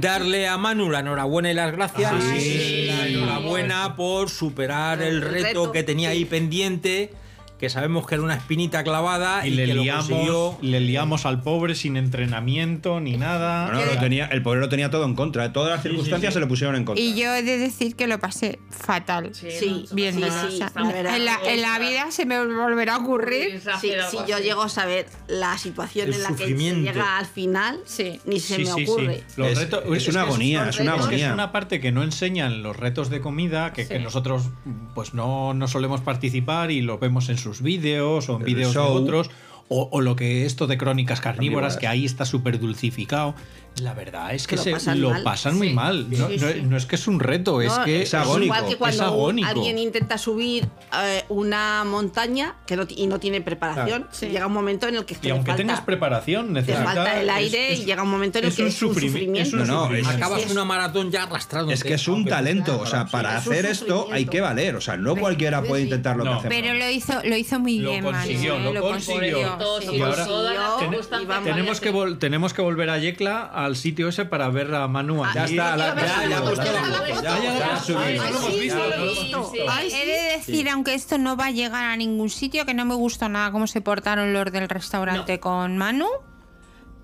Speaker 2: Darle a Manu la enhorabuena y las gracias.
Speaker 6: Sí.
Speaker 2: La enhorabuena por superar el
Speaker 6: El
Speaker 2: reto,
Speaker 6: reto,
Speaker 2: que tenía ahí pendiente, que sabemos que era una espinita clavada
Speaker 6: Y
Speaker 2: y,
Speaker 6: le
Speaker 2: que lo
Speaker 6: liamos,
Speaker 2: consiguió.
Speaker 6: le liamos al pobre sin entrenamiento ni nada.
Speaker 3: No, no, lo tenía- el pobre lo tenía todo en contra. ¿eh? Todas las circunstancias se lo pusieron en contra.
Speaker 7: Y yo he de decir que lo pasé fatal. Sí,
Speaker 5: sí, sí, está
Speaker 7: en, la, en la vida se me volverá a ocurrir.
Speaker 5: Si, si yo llego a saber la situación
Speaker 7: El
Speaker 5: en la que se
Speaker 7: sufrimiento.
Speaker 5: llega al final, ni se
Speaker 6: Sí,
Speaker 5: me
Speaker 6: sí, sí.
Speaker 5: ocurre.
Speaker 6: Los
Speaker 3: Es-
Speaker 6: retos-
Speaker 3: es una
Speaker 6: que
Speaker 3: agonía, es una
Speaker 6: que
Speaker 3: agonía.
Speaker 6: Es una parte que no enseñan los retos de comida, que, que
Speaker 3: Sí.
Speaker 6: nosotros pues no, no solemos participar y lo vemos en sus vídeos o en
Speaker 3: El
Speaker 6: vídeos de
Speaker 3: show.
Speaker 6: otros. O, o lo que esto de crónicas carnívoras,
Speaker 3: Carnívoras.
Speaker 6: que ahí está súper dulcificado. La verdad es que
Speaker 5: Lo
Speaker 6: se- lo pasan,
Speaker 5: pasan mal.
Speaker 6: muy mal. No,
Speaker 5: Sí,
Speaker 6: no-
Speaker 5: sí.
Speaker 6: no es que es un reto, es
Speaker 5: No,
Speaker 6: que
Speaker 5: igual que
Speaker 6: es
Speaker 5: cuando
Speaker 6: agónico.
Speaker 5: alguien intenta subir eh, una montaña que no ti- y no tiene preparación,
Speaker 6: Claro.
Speaker 5: llega un momento en el que es que
Speaker 6: Y
Speaker 5: le
Speaker 6: aunque
Speaker 5: falta-
Speaker 6: tengas preparación,
Speaker 5: te
Speaker 6: necesitas.
Speaker 5: falta el aire y llega un momento en el
Speaker 6: es
Speaker 5: que
Speaker 6: un
Speaker 5: es un
Speaker 6: sufrimi-
Speaker 5: sufrimiento.
Speaker 6: es un No, sufrimiento. Eh, es-
Speaker 2: Acabas una maratón ya arrastrando.
Speaker 3: Es que es un talento, o sea, para
Speaker 2: es un
Speaker 3: hacer esto hay que valer, o sea, no cualquiera puede intentar lo que hace.
Speaker 7: Pero lo hizo, lo hizo muy bien, Manu,
Speaker 6: consiguió,
Speaker 7: ¿eh?
Speaker 6: Este lo consiguió.
Speaker 7: sí.
Speaker 6: Y ahora
Speaker 5: Consiguió,
Speaker 6: ten-
Speaker 5: y vamos
Speaker 6: tenemos,
Speaker 5: a-
Speaker 6: que vol- tenemos que volver a Yecla al sitio ese para ver a Manu allí.
Speaker 3: ya está, la- ya, ya, pues, ya, ya, ya, ya, ya, subimos.
Speaker 6: Ya lo hemos
Speaker 3: Sí,
Speaker 6: visto,
Speaker 3: ya lo
Speaker 6: ya lo
Speaker 3: hemos
Speaker 6: hemos
Speaker 3: visto.
Speaker 6: visto.
Speaker 7: He de decir, aunque esto no va a llegar a ningún sitio, que no me gustó nada cómo se portaron los del restaurante con Manu.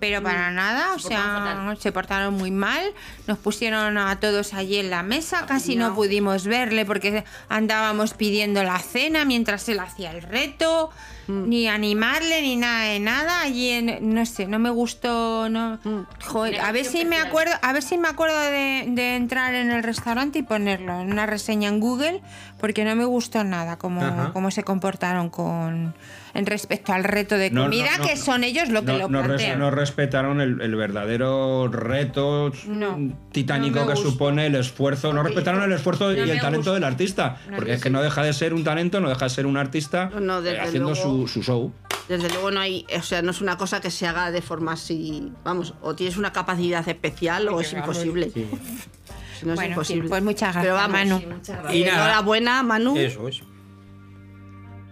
Speaker 7: Pero para nada, o sea, Mm. se portaron muy mal. Nos pusieron a todos allí en la mesa, casi no pudimos verle porque andábamos pidiendo la cena mientras él hacía el reto, ni animarle ni nada de nada. Allí, en- no sé, no me gustó. No, Joder, a ver si me acuerdo, a ver si me acuerdo de, de entrar en el restaurante y ponerlo en una reseña en Google, porque no me gustó nada cómo,
Speaker 3: Ajá.
Speaker 7: cómo se comportaron con en respecto al reto de
Speaker 3: No, no,
Speaker 7: comida,
Speaker 3: no,
Speaker 7: que
Speaker 3: no.
Speaker 7: son ellos lo que
Speaker 3: No-
Speaker 7: lo
Speaker 3: no res-
Speaker 7: plantean.
Speaker 3: no respetaron el, el verdadero reto
Speaker 7: No.
Speaker 3: titánico
Speaker 7: No me
Speaker 3: que
Speaker 7: gustó.
Speaker 3: supone el esfuerzo. No respetaron el esfuerzo
Speaker 5: No
Speaker 3: y
Speaker 5: me
Speaker 3: el talento
Speaker 5: gustó.
Speaker 3: del artista,
Speaker 5: No,
Speaker 3: porque
Speaker 5: no
Speaker 3: es que no deja de ser un talento, no deja de ser un artista
Speaker 5: No, desde
Speaker 3: eh, haciendo su,
Speaker 5: luego.
Speaker 3: su show.
Speaker 5: Desde luego no hay, o sea, no es una cosa que se haga de forma así, vamos, o tienes una capacidad especial o es imposible. No es
Speaker 7: Bueno, en fin,
Speaker 5: imposible.
Speaker 7: pues muchas gracias,
Speaker 5: Pero vamos,
Speaker 7: Manu.
Speaker 5: sí, muchas
Speaker 2: gracias. Y nada.
Speaker 5: Enhorabuena, Manu.
Speaker 2: Eso es.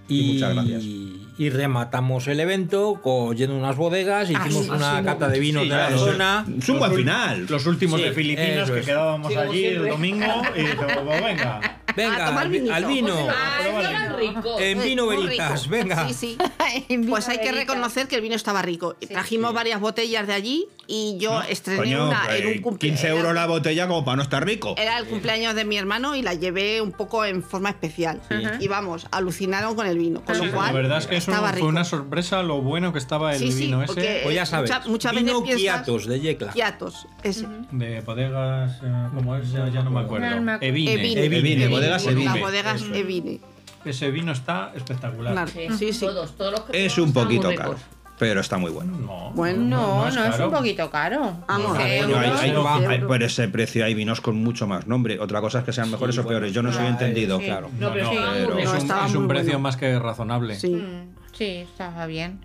Speaker 2: Y, muchas gracias. Y rematamos el evento co- yendo a unas bodegas,
Speaker 7: Ah,
Speaker 2: hicimos
Speaker 6: sí,
Speaker 2: una
Speaker 6: sí,
Speaker 2: cata de vinos
Speaker 6: sí,
Speaker 2: de la
Speaker 6: ya, eso es.
Speaker 2: zona.
Speaker 6: Es un buen final. Los últimos de Filipinas que quedábamos allí el domingo y dijimos, "Pues venga".
Speaker 2: Venga, al,
Speaker 7: Pues
Speaker 2: vi- al vino. En vino
Speaker 5: Muy
Speaker 2: veritas,
Speaker 5: rico.
Speaker 2: venga.
Speaker 5: Sí, sí. Pues hay que reconocer que el vino estaba rico. Y Trajimos varias botellas de allí y yo estrené
Speaker 3: Coño,
Speaker 5: una en
Speaker 3: eh,
Speaker 5: un cumpleaños.
Speaker 3: 15 euros la botella como para no estar rico.
Speaker 5: Era el cumpleaños de mi hermano y la llevé un poco en forma especial. Y vamos, alucinaron con el vino. Con lo
Speaker 6: La
Speaker 5: cual,
Speaker 6: verdad es que eso
Speaker 5: estaba rico.
Speaker 6: fue una sorpresa lo bueno que estaba el
Speaker 5: Sí, sí,
Speaker 6: vino
Speaker 5: porque,
Speaker 6: ese.
Speaker 5: Pues ya eh, sabes, mucha- muchas veces vino piensas- Quiatos
Speaker 2: de Yecla.
Speaker 5: Quiatos, ese.
Speaker 6: De bodegas, eh, ¿cómo es? Ya, ya no me acuerdo.
Speaker 5: No me acuerdo.
Speaker 6: Evine.
Speaker 5: Evine. Evine, Las bodegas
Speaker 6: Eso es.
Speaker 5: Evine.
Speaker 6: Ese vino está espectacular.
Speaker 5: Claro, Sí, sí. Todos,
Speaker 9: todos los
Speaker 3: Es un poquito caro, pero está muy bueno.
Speaker 7: Bueno,
Speaker 3: no
Speaker 7: no,
Speaker 3: es
Speaker 7: no, es un
Speaker 3: caro.
Speaker 7: poquito caro.
Speaker 5: Vamos,
Speaker 7: Dice,
Speaker 3: Pero hay- hay- hay- por ese precio hay vinos con mucho más nombre. Otra cosa es que sean mejores o peores. Yo no soy entendido,
Speaker 7: sí.
Speaker 3: claro.
Speaker 7: No, pero estaba muy bueno.
Speaker 6: es un,
Speaker 7: Estaba
Speaker 6: es un
Speaker 7: muy
Speaker 6: precio
Speaker 7: bueno.
Speaker 6: más que razonable.
Speaker 7: Mm, sí, estaba bien.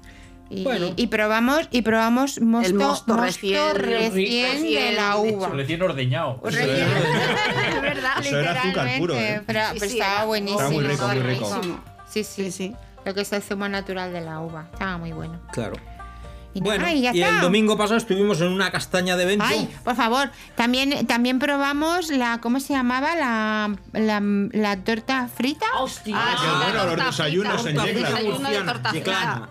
Speaker 7: Y, y probamos y probamos mosto,
Speaker 5: mosto
Speaker 7: mosto
Speaker 5: recién-
Speaker 7: recién, de la uva.
Speaker 6: Recién ordeñado.
Speaker 5: Pues
Speaker 7: Es verdad,
Speaker 6: Eso era azúcar puro,
Speaker 7: literalmente,
Speaker 6: ¿eh?
Speaker 7: Pero,
Speaker 6: Sí,
Speaker 7: pero
Speaker 6: sí,
Speaker 7: estaba
Speaker 6: era-
Speaker 7: buenísimo.
Speaker 6: Estaba muy rico, muy rico.
Speaker 7: buenísimo. Sí sí. Lo que es el zumo natural de la uva. Estaba muy bueno.
Speaker 2: Claro.
Speaker 7: Y nada,
Speaker 2: Bueno,
Speaker 7: y ya
Speaker 2: y el
Speaker 7: está.
Speaker 2: domingo pasado estuvimos en una castaña de evento.
Speaker 7: Ay, por favor, también, también probamos la, ¿cómo se llamaba? La, la, la torta frita.
Speaker 9: ¡Hostia!
Speaker 3: Ah, qué bueno, los desayunos en Yecla.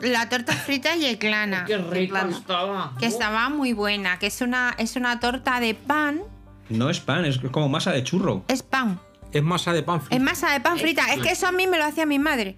Speaker 7: La, torta frita yeclana.
Speaker 9: Qué rico estaba.
Speaker 7: Que estaba muy buena, que es una, es una torta de pan.
Speaker 3: No es pan, es como masa de churro.
Speaker 7: Es pan.
Speaker 2: Es masa de pan frito.
Speaker 7: Es masa de pan frita. Es que eso a mí me lo hacía mi madre.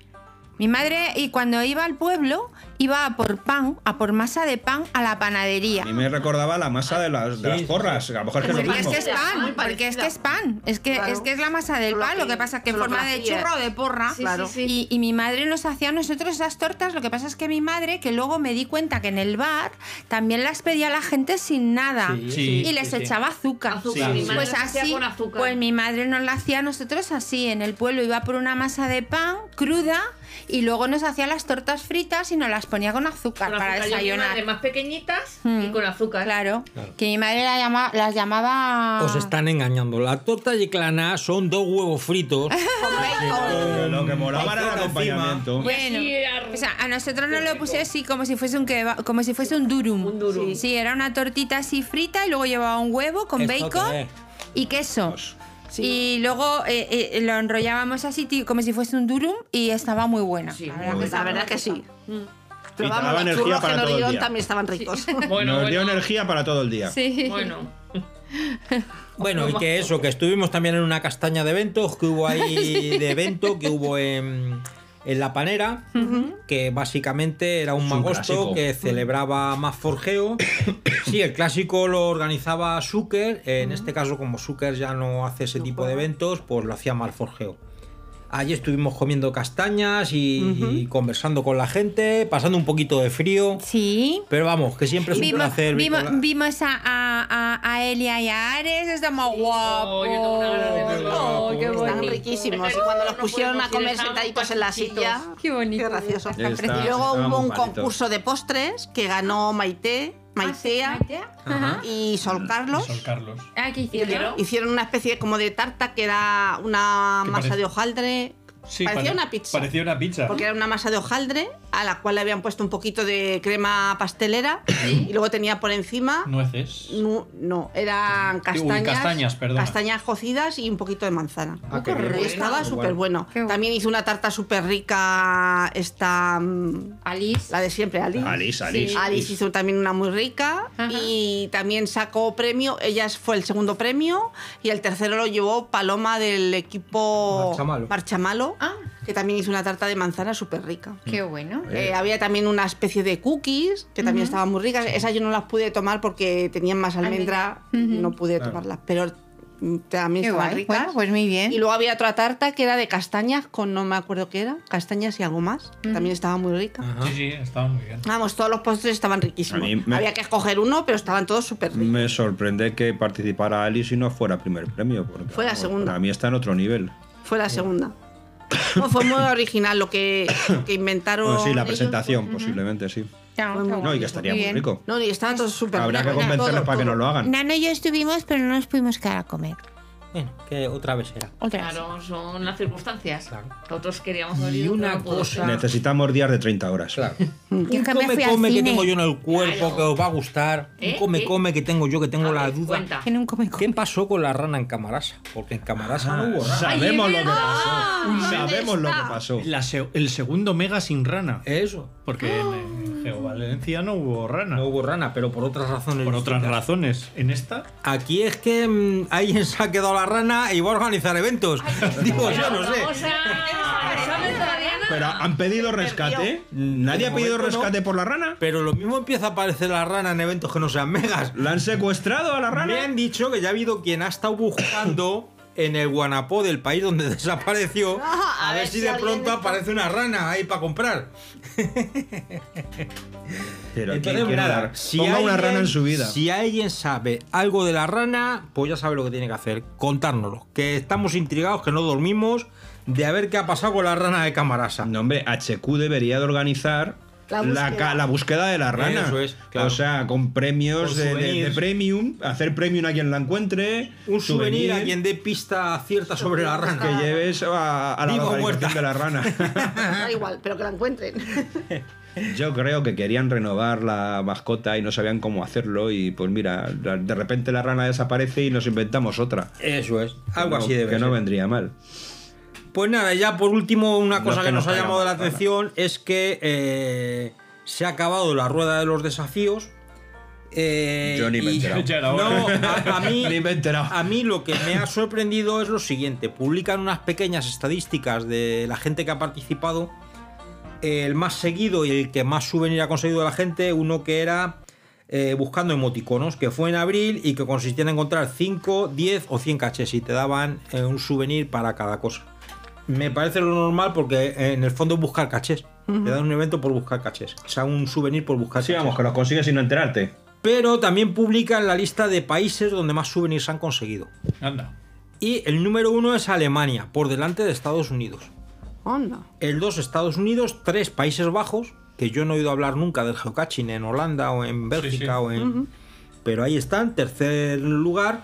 Speaker 7: Mi madre, y cuando iba al pueblo, iba a por pan, a por masa de pan a la panadería.
Speaker 3: Y me recordaba la masa de las, de las porras. A lo mejor es que es lo
Speaker 7: Porque es
Speaker 3: mismo.
Speaker 7: que es pan, porque es que es pan, es que, es que es la masa del pan, lo que pasa es que en
Speaker 5: solo que
Speaker 7: forma de
Speaker 5: hacía.
Speaker 7: churro o de porra.
Speaker 5: Sí, Claro. sí,
Speaker 7: Y, y mi madre nos hacía a nosotros esas tortas, lo que pasa es que mi madre, que luego me di cuenta que en el bar también las pedía la gente sin nada
Speaker 9: Sí, sí,
Speaker 7: y les
Speaker 9: sí, sí.
Speaker 7: echaba azúcar.
Speaker 9: Azúcar, Sí, mi sí. madre
Speaker 7: Pues
Speaker 9: las hacía
Speaker 7: así,
Speaker 9: con azúcar.
Speaker 7: pues mi madre nos la hacía a nosotros así, en el pueblo iba por una masa de pan cruda y luego nos hacía las tortas fritas y nos las las ponía con azúcar
Speaker 9: Con
Speaker 7: para
Speaker 9: azúcar, yo vi una
Speaker 7: desayunar.
Speaker 9: de más pequeñitas
Speaker 7: y con
Speaker 9: azúcar.
Speaker 7: Claro. Que mi madre la llama- las llamaba.
Speaker 2: Os están engañando. La torta yeclana son dos huevos fritos.
Speaker 3: Lo que molaba era el acompañamiento.
Speaker 7: Bueno, o sea, a nosotros nos lo puse así como si fuese un keba- como si fuese un durum. Sí. Sí, era una tortita así frita y luego llevaba un huevo con
Speaker 9: ¿Esto
Speaker 7: bacon
Speaker 9: qué es?
Speaker 7: y queso.
Speaker 3: Pues,
Speaker 7: Y luego eh, eh, lo enrollábamos así ti- como si fuese un durum y estaba muy buena. la verdad,
Speaker 5: La verdad que sí.
Speaker 3: Y te
Speaker 5: Pero vamos,
Speaker 3: daba
Speaker 5: los
Speaker 3: energía
Speaker 5: churros
Speaker 3: para
Speaker 5: que nos
Speaker 3: todo el
Speaker 5: dieron
Speaker 3: día.
Speaker 5: también estaban ricos.
Speaker 3: Nos dio energía para todo el día.
Speaker 7: Sí.
Speaker 9: Bueno.
Speaker 2: Bueno, y que eso, que estuvimos también en una castaña de eventos, que hubo ahí de evento, que hubo en, en La Panera, que básicamente era un
Speaker 3: un
Speaker 2: magosto
Speaker 3: clásico.
Speaker 2: que celebraba más forjeo. Sí, el clásico lo organizaba Zucker, en este caso como Zucker ya no hace ese tipo de eventos, pues lo hacía más forjeo. Allí estuvimos comiendo castañas y, y conversando con la gente, pasando un poquito de frío.
Speaker 7: Sí.
Speaker 2: Pero vamos, que siempre es un
Speaker 7: Vimos,
Speaker 2: placer.
Speaker 7: vimos-
Speaker 2: Nicolás.
Speaker 7: vimos a, a- a- a Elia y a Ares, estamos guapos. Oh, qué
Speaker 5: Estaban
Speaker 7: bonito.
Speaker 5: riquísimos. Y cuando los pusieron a comer sentaditos en la silla,
Speaker 7: qué bonito.
Speaker 5: Qué gracioso.
Speaker 7: Está precioso.
Speaker 5: y luego
Speaker 7: Estábamos
Speaker 5: hubo un
Speaker 7: palitos.
Speaker 5: concurso de postres que
Speaker 7: Ah.
Speaker 5: ganó Maite, Maitea
Speaker 7: Ajá.
Speaker 5: y
Speaker 6: Mm.
Speaker 5: Sol Carlos.
Speaker 6: Carlos.
Speaker 7: Ah, ¿qué
Speaker 5: Y
Speaker 7: hicieron?
Speaker 5: Hicieron una especie como de tarta que era una
Speaker 6: Que
Speaker 5: masa
Speaker 6: parece-
Speaker 5: de hojaldre. parecía una pizza.
Speaker 6: Parecía una pizza.
Speaker 5: Porque era una masa de hojaldre a la cual le habían puesto un poquito de crema pastelera y luego tenía por encima
Speaker 6: Nueces.
Speaker 5: No, no, eran castañas.
Speaker 6: castañas, perdona.
Speaker 5: castañas cocidas y un poquito de manzana.
Speaker 6: Ah, qué rico.
Speaker 5: Y estaba
Speaker 6: Qué
Speaker 5: súper bueno. También hizo una tarta súper rica esta... mm, La de siempre, Alice.
Speaker 3: Alice, Alice.
Speaker 5: Sí. Alice hizo también una muy rica y también sacó premio. Ella fue el segundo premio y el tercero lo llevó Paloma del equipo
Speaker 2: Marchamalo.
Speaker 5: Marchamalo, que también hizo una tarta de manzana súper rica.
Speaker 7: Qué bueno.
Speaker 5: Eh, había también una especie de cookies que también
Speaker 7: Ujú.
Speaker 5: estaban muy ricas. Esas yo no las pude tomar porque tenían más almendra,
Speaker 7: Almendra.
Speaker 5: no pude
Speaker 7: Claro.
Speaker 5: tomarlas, pero mm, también
Speaker 7: Qué
Speaker 5: estaban
Speaker 7: guay.
Speaker 5: ricas.
Speaker 7: Bueno, pues muy bien.
Speaker 5: Y luego había otra tarta que era de castañas con no me acuerdo qué era, castañas y algo más, que también estaba muy rica.
Speaker 6: Sí, sí, estaba muy bien.
Speaker 5: Vamos, todos los postres estaban riquísimos.
Speaker 3: A mí me-
Speaker 5: Había que escoger uno, pero estaban todos súper ricos.
Speaker 3: Me sorprende que participara Alice y no fuera primer premio. Porque,
Speaker 5: Fue la
Speaker 3: vamos,
Speaker 5: segunda.
Speaker 3: Para mí está en otro nivel.
Speaker 5: Fue la segunda. No, fue muy original lo que, lo que inventaron.
Speaker 3: Bueno, sí, la
Speaker 5: ellos.
Speaker 3: presentación, posiblemente, sí.
Speaker 5: Fue muy
Speaker 3: No, y que estaría muy, rico.
Speaker 5: No, y estaban todos súper
Speaker 3: Habrá que
Speaker 5: ricos.
Speaker 3: convencerles para que nos lo hagan.
Speaker 7: Nano y yo estuvimos, pero no nos pudimos quedar a comer.
Speaker 2: Bueno, que otra vez era.
Speaker 9: Claro, son las circunstancias. Nosotros queríamos
Speaker 2: Y
Speaker 9: abrir
Speaker 2: una cosa-
Speaker 3: Necesitamos días de 30 horas. Claro.
Speaker 7: Yo que me
Speaker 2: come,
Speaker 7: fui al
Speaker 2: come que
Speaker 7: cine.
Speaker 2: tengo yo en el cuerpo que os va a gustar. Un
Speaker 7: ¿Eh?
Speaker 2: come,
Speaker 7: ¿Eh?
Speaker 2: come que tengo yo que tengo la duda.
Speaker 7: cuenta. Que no come,
Speaker 2: ¿Qué pasó con la rana en Camarasa? Porque en Camarasa
Speaker 6: Ah,
Speaker 2: no hubo rana.
Speaker 6: sabemos Ay, es lo que verdad.
Speaker 3: Sabemos lo que pasó.
Speaker 6: La se- el segundo mega sin rana.
Speaker 2: Eso.
Speaker 6: Porque en, en Geovalencia no hubo rana.
Speaker 2: No hubo rana, pero por otras razones.
Speaker 6: Por otras razones. En esta.
Speaker 2: Aquí es que mm, alguien se ha quedado la rana y va a organizar eventos. Digo, yo no sé.
Speaker 3: Pero han pedido rescate. Nadie ha pedido rescate por la rana.
Speaker 2: Pero lo mismo empieza a aparecer la rana en eventos que no sean megas.
Speaker 3: ¿La han secuestrado a la rana?
Speaker 2: Me han dicho que ya ha habido quien ha estado buscando en el Guanapó del país donde desapareció.
Speaker 5: Ah,
Speaker 2: a, ver si, de
Speaker 5: alguien
Speaker 2: pronto aparece una rana ahí para comprar.
Speaker 3: Pero ¿quién
Speaker 2: Entonces,
Speaker 3: quiere
Speaker 2: nada,
Speaker 3: dar-
Speaker 2: si
Speaker 3: Ponga una
Speaker 2: alguien-
Speaker 3: rana en su vida.
Speaker 2: Si alguien sabe algo de la rana, pues ya sabe lo que tiene que hacer. Contárnoslo. Que estamos intrigados, que no dormimos, de a ver qué ha pasado con la rana de Camarasa.
Speaker 3: No, hombre, HQ debería de organizar la
Speaker 2: La búsqueda.
Speaker 3: ca- la, búsqueda de la rana.
Speaker 2: Eso es, claro.
Speaker 3: O sea, con premios
Speaker 2: Con
Speaker 3: de, de- de
Speaker 2: souvenirs.
Speaker 3: premium, hacer premium a quien la encuentre.
Speaker 2: Un souvenir a quien dé pista cierta sobre la rana.
Speaker 3: Que lleves a, a la
Speaker 2: Viva o
Speaker 3: localización
Speaker 2: muerta.
Speaker 3: de la rana.
Speaker 5: Da igual, pero que la encuentren.
Speaker 3: Yo creo que querían renovar la mascota y no sabían cómo hacerlo. Y pues mira, la- de repente la rana desaparece y nos inventamos otra.
Speaker 2: Eso es, algo
Speaker 3: No,
Speaker 2: así debe
Speaker 3: Que no
Speaker 2: ser.
Speaker 3: vendría mal.
Speaker 2: Pues nada, ya por último, una
Speaker 3: No es
Speaker 2: cosa que
Speaker 3: que
Speaker 2: nos
Speaker 3: no
Speaker 2: ha
Speaker 3: caiga
Speaker 2: llamado la
Speaker 3: más rana.
Speaker 2: atención es que eh, se ha acabado la rueda de los desafíos. eh,
Speaker 3: Yo ni me he
Speaker 2: y-
Speaker 3: enterado. Ya era hora.
Speaker 2: No, a, a mí,
Speaker 3: Ni me he enterado.
Speaker 2: a mí lo que me ha sorprendido es lo siguiente: publican unas pequeñas estadísticas de la gente que ha participado. El más seguido y el que más souvenir ha conseguido la gente, uno que era eh, buscando emoticonos, que fue en abril y que consistía en encontrar 5, 10 o 100 cachés y te daban eh, un souvenir para cada cosa. Me parece lo normal porque eh, en el fondo es buscar cachés. Te dan un evento por buscar cachés. O sea, un souvenir por buscar
Speaker 3: Sí,
Speaker 2: cachés.
Speaker 3: vamos, que los consigues sin enterarte.
Speaker 2: Pero también publican la lista de países donde más souvenirs han conseguido.
Speaker 6: Anda.
Speaker 2: Y el número uno es Alemania, por delante de Estados Unidos.
Speaker 5: Onda.
Speaker 2: El 2 Estados Unidos, 3 Países Bajos, que yo no he oído hablar nunca del geocaching en Holanda o en Bélgica o en... Pero ahí están, tercer lugar.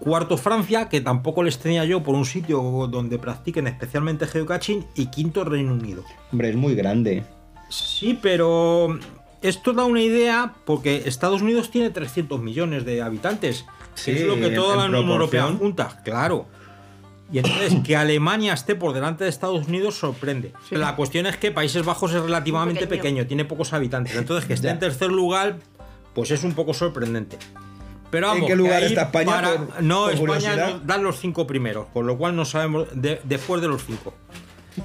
Speaker 2: Cuarto Francia, que tampoco les tenía yo por un sitio donde practiquen especialmente geocaching. Y quinto Reino Unido.
Speaker 3: Hombre, es muy grande.
Speaker 2: Sí, pero esto da una idea porque Estados Unidos tiene 300 millones de habitantes.
Speaker 3: Sí,
Speaker 2: es lo que
Speaker 3: en-
Speaker 2: toda
Speaker 3: en
Speaker 2: la Unión Europea
Speaker 3: proporción.
Speaker 2: junta, claro. Y entonces que Alemania esté por delante de Estados Unidos sorprende. La cuestión es que Países Bajos es relativamente
Speaker 3: Muy
Speaker 2: pequeño.
Speaker 3: pequeño.
Speaker 2: tiene pocos habitantes. Entonces que esté en tercer lugar, pues es un poco sorprendente. Pero
Speaker 3: ¿En
Speaker 2: vamos,
Speaker 3: qué lugar
Speaker 2: que ahí
Speaker 3: está España,
Speaker 2: para-
Speaker 3: por-
Speaker 2: no,
Speaker 3: por
Speaker 2: España
Speaker 3: curiosidad?
Speaker 2: no- dan los cinco primeros, con lo cual no sabemos de- después de los cinco.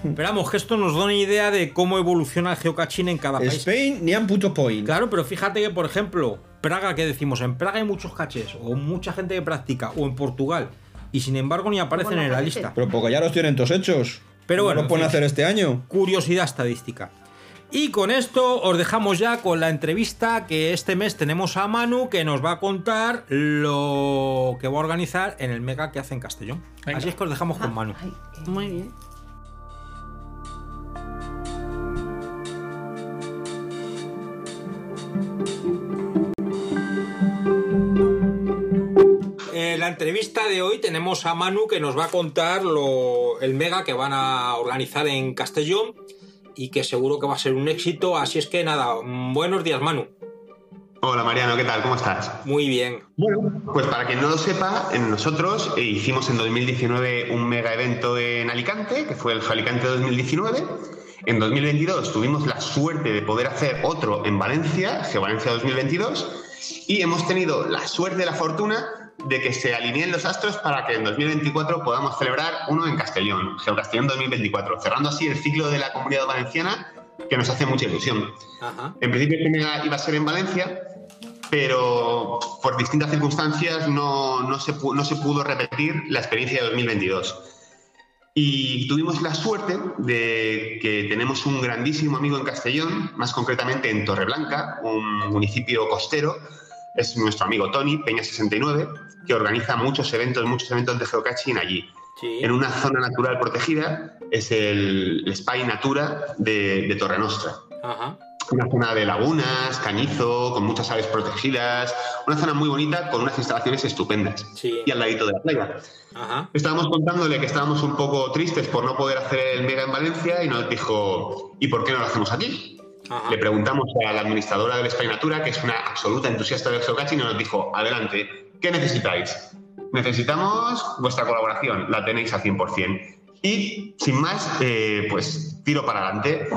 Speaker 2: Esperamos que esto nos da una idea de cómo evoluciona el geocaching en cada país.
Speaker 3: Spain ni han puto point.
Speaker 2: Claro, pero fíjate que, por ejemplo, Praga, que decimos, en Praga hay muchos caches, o mucha gente que practica, o en Portugal, y sin embargo ni aparecen
Speaker 3: Bueno, pues
Speaker 2: en la
Speaker 3: aparecen.
Speaker 2: lista.
Speaker 3: Pero porque ya los tienen todos hechos.
Speaker 2: Pero
Speaker 3: No
Speaker 2: bueno,
Speaker 3: los pueden
Speaker 2: en fin.
Speaker 3: hacer este año.
Speaker 2: Curiosidad estadística. Y con esto os dejamos ya con la entrevista que este mes tenemos a Manu, que nos va a contar lo que va a organizar en el Mega que hace en Castellón. Así es que os dejamos con Manu.
Speaker 5: Muy bien.
Speaker 2: En Eh, la entrevista de hoy tenemos a Manu que nos va a contar lo, el mega que van a organizar en Castellón y que seguro que va a ser un éxito. Así es que nada, mm, buenos días Manu.
Speaker 14: Hola Mariano, ¿qué tal? ¿Cómo estás?
Speaker 2: Muy bien.
Speaker 14: Bueno, pues para quien no lo sepa, en nosotros eh, hicimos en 2019 un mega evento en Alicante, que fue el Alicante 2019. En 2022 tuvimos la suerte de poder hacer otro en Valencia, Geovalencia 2022, y hemos tenido la suerte y la fortuna de que se alineen los astros para que en 2024 podamos celebrar uno en Castellón, Geocastellón 2024, cerrando así el ciclo de la comunidad valenciana que nos hace mucha ilusión. En principio este mega iba a ser en Valencia, pero por distintas circunstancias no, no se, pu- no se pudo repetir la experiencia de 2022. Y tuvimos la suerte de que tenemos un grandísimo amigo en Castellón, más concretamente en Torreblanca, un municipio costero. Es nuestro amigo Tony, Peña69, que organiza muchos eventos, muchos eventos de geocaching allí. En una zona natural protegida, es el Spy Natura de, de Torre Nostra
Speaker 2: Ajá.
Speaker 14: una zona de lagunas, cañizo, con muchas aves protegidas, una zona muy bonita con unas instalaciones estupendas y al ladito de la playa.
Speaker 2: Ajá.
Speaker 14: Estábamos contándole que estábamos un poco tristes por no poder hacer el mega en Valencia y nos dijo, ¿y por qué no lo hacemos aquí? Le preguntamos a la administradora del Spy Natura, que es una absoluta entusiasta del geocaching, y nos dijo, adelante, ¿qué necesitáis? Necesitamos vuestra colaboración, la tenéis al 100%. Y sin más, eh, pues tiro para adelante.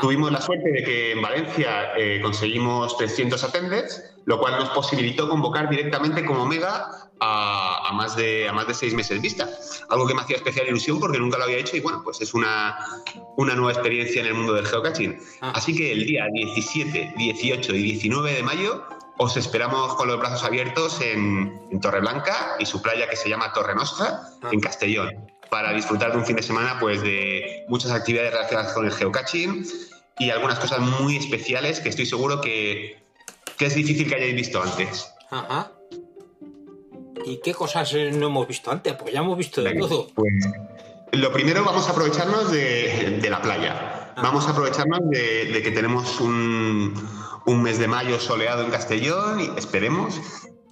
Speaker 14: Tuvimos la suerte de que en Valencia eh, conseguimos 300 attenders, lo cual nos posibilitó convocar directamente como Mega a, a más de, a más de seis meses vista. Algo que me hacía especial ilusión porque nunca lo había hecho y bueno, pues es una, una nueva experiencia en el mundo del geocaching.
Speaker 2: Ah.
Speaker 14: Así que el día 17, 18 y 19 de mayo os esperamos con los brazos abiertos en, en Torreblanca y su playa que se llama Torre Nostra,
Speaker 2: Ah.
Speaker 14: en Castellón, para disfrutar de un fin de semana pues de muchas actividades relacionadas con el geocaching y algunas cosas muy especiales que estoy seguro que, que es difícil que hayáis visto antes.
Speaker 2: Ajá. ¿Y qué cosas eh, no hemos visto antes? Pues ya hemos visto de
Speaker 14: Venga,
Speaker 2: todo.
Speaker 14: pues, lo primero vamos a aprovecharnos de, de la playa.
Speaker 2: Ah.
Speaker 14: Vamos a aprovecharnos de, de que tenemos un, un mes de mayo soleado en Castellón, y esperemos,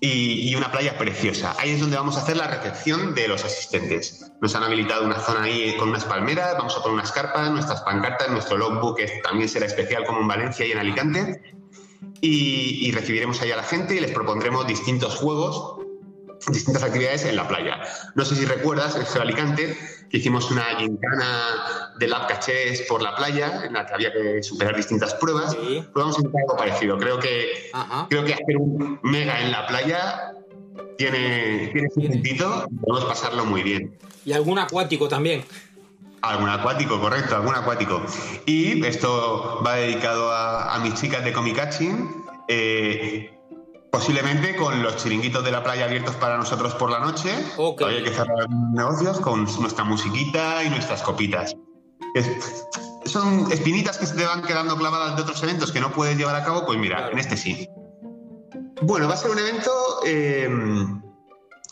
Speaker 14: y, y una playa preciosa. Ahí es donde vamos a hacer la recepción de los asistentes. Nos han habilitado una zona ahí con unas palmeras, vamos a poner unas carpas, nuestras pancartas, nuestro logbook, que también será especial como en Valencia y en Alicante y, y recibiremos ahí a la gente y les propondremos distintos juegos, distintas actividades en la playa. No sé si recuerdas, en Geo Alicante, que hicimos una gincana de lab cachés por la playa, en la que había que superar distintas pruebas. Pero vamos a intentar algo parecido. Creo que, creo que hacer un mega en la playa tiene, tiene su sentido y podemos pasarlo muy bien.
Speaker 2: Y algún acuático también.
Speaker 14: Algún acuático, correcto, algún acuático. Y esto va dedicado a, a mis chicas de Comicachin. eh, posiblemente con los chiringuitos de la playa abiertos para nosotros por la noche. Todavía hay que cerrar algunos negocios con nuestra musiquita y nuestras copitas. Es- son espinitas que se te van quedando clavadas de otros eventos que no puedes llevar a cabo, pues mira, en este sí. Bueno, va a ser un evento eh,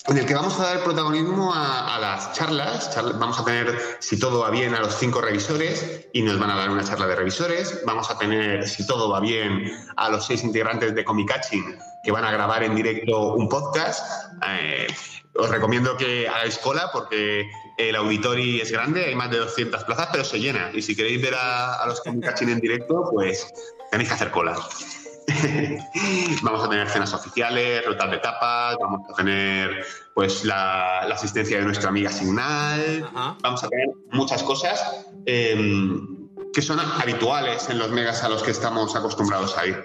Speaker 14: en el que vamos a dar protagonismo a, a las charlas. Charla- Vamos a tener, si todo va bien, a los cinco revisores y nos van a dar una charla de revisores. Vamos a tener, si todo va bien, a los seis integrantes de Comicachin que van a grabar en directo un podcast. Eh, os recomiendo que hagáis cola porque el auditori es grande, hay más de 200 plazas, pero se llena. Y si queréis ver a, a los Comicachin en directo, pues tenéis que hacer cola. vamos a tener cenas oficiales, rutas de tapas, vamos a tener pues la, la asistencia de nuestra amiga Signal, vamos a tener muchas cosas eh, que son habituales en los megas a los que estamos acostumbrados a ir.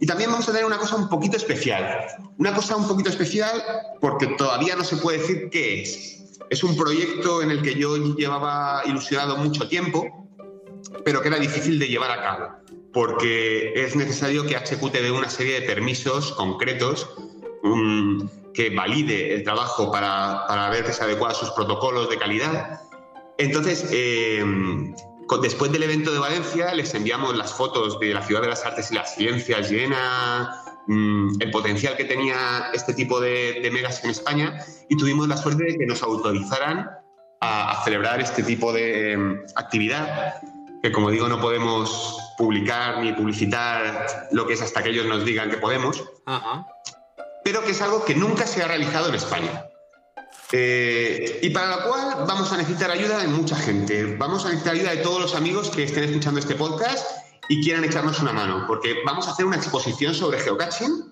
Speaker 14: Y también vamos a tener una cosa un poquito especial, una cosa un poquito especial porque todavía no se puede decir qué es. Es un proyecto en el que yo llevaba ilusionado mucho tiempo, pero que era difícil de llevar a cabo, porque es necesario que HQ te dé una serie de permisos concretos mm, que valide el trabajo para, para ver que se adecua a sus protocolos de calidad. Entonces, eh, con- después del evento de Valencia, les enviamos las fotos de la Ciudad de las Artes y las Ciencias llena, mm, el potencial que tenía este tipo de, de megas en España, y tuvimos la suerte de que nos autorizaran a, a celebrar este tipo de em, actividad que como digo no podemos publicar ni publicitar lo que es hasta que ellos nos digan que podemos, pero que es algo que nunca se ha realizado en España. Eh, y para lo cual vamos a necesitar ayuda de mucha gente. Vamos a necesitar ayuda de todos los amigos que estén escuchando este podcast y quieran echarnos una mano, porque vamos a hacer una exposición sobre geocaching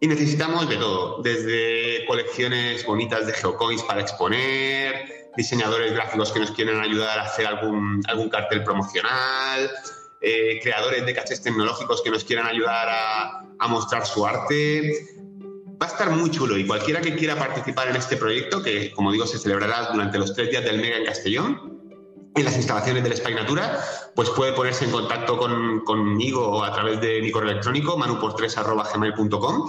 Speaker 14: y necesitamos de todo, desde colecciones bonitas de geocoins para exponer, diseñadores gráficos que nos quieran ayudar a hacer algún, algún cartel promocional, eh, creadores de caches tecnológicos que nos quieran ayudar a, a mostrar su arte. Va a estar muy chulo y cualquiera que quiera participar en este proyecto, que como digo se celebrará durante los tres días del Mega en Castellón, en las instalaciones de la Espainatura, pues puede ponerse en contacto con- conmigo a través de mi correo electrónico, manuportres.gmail.com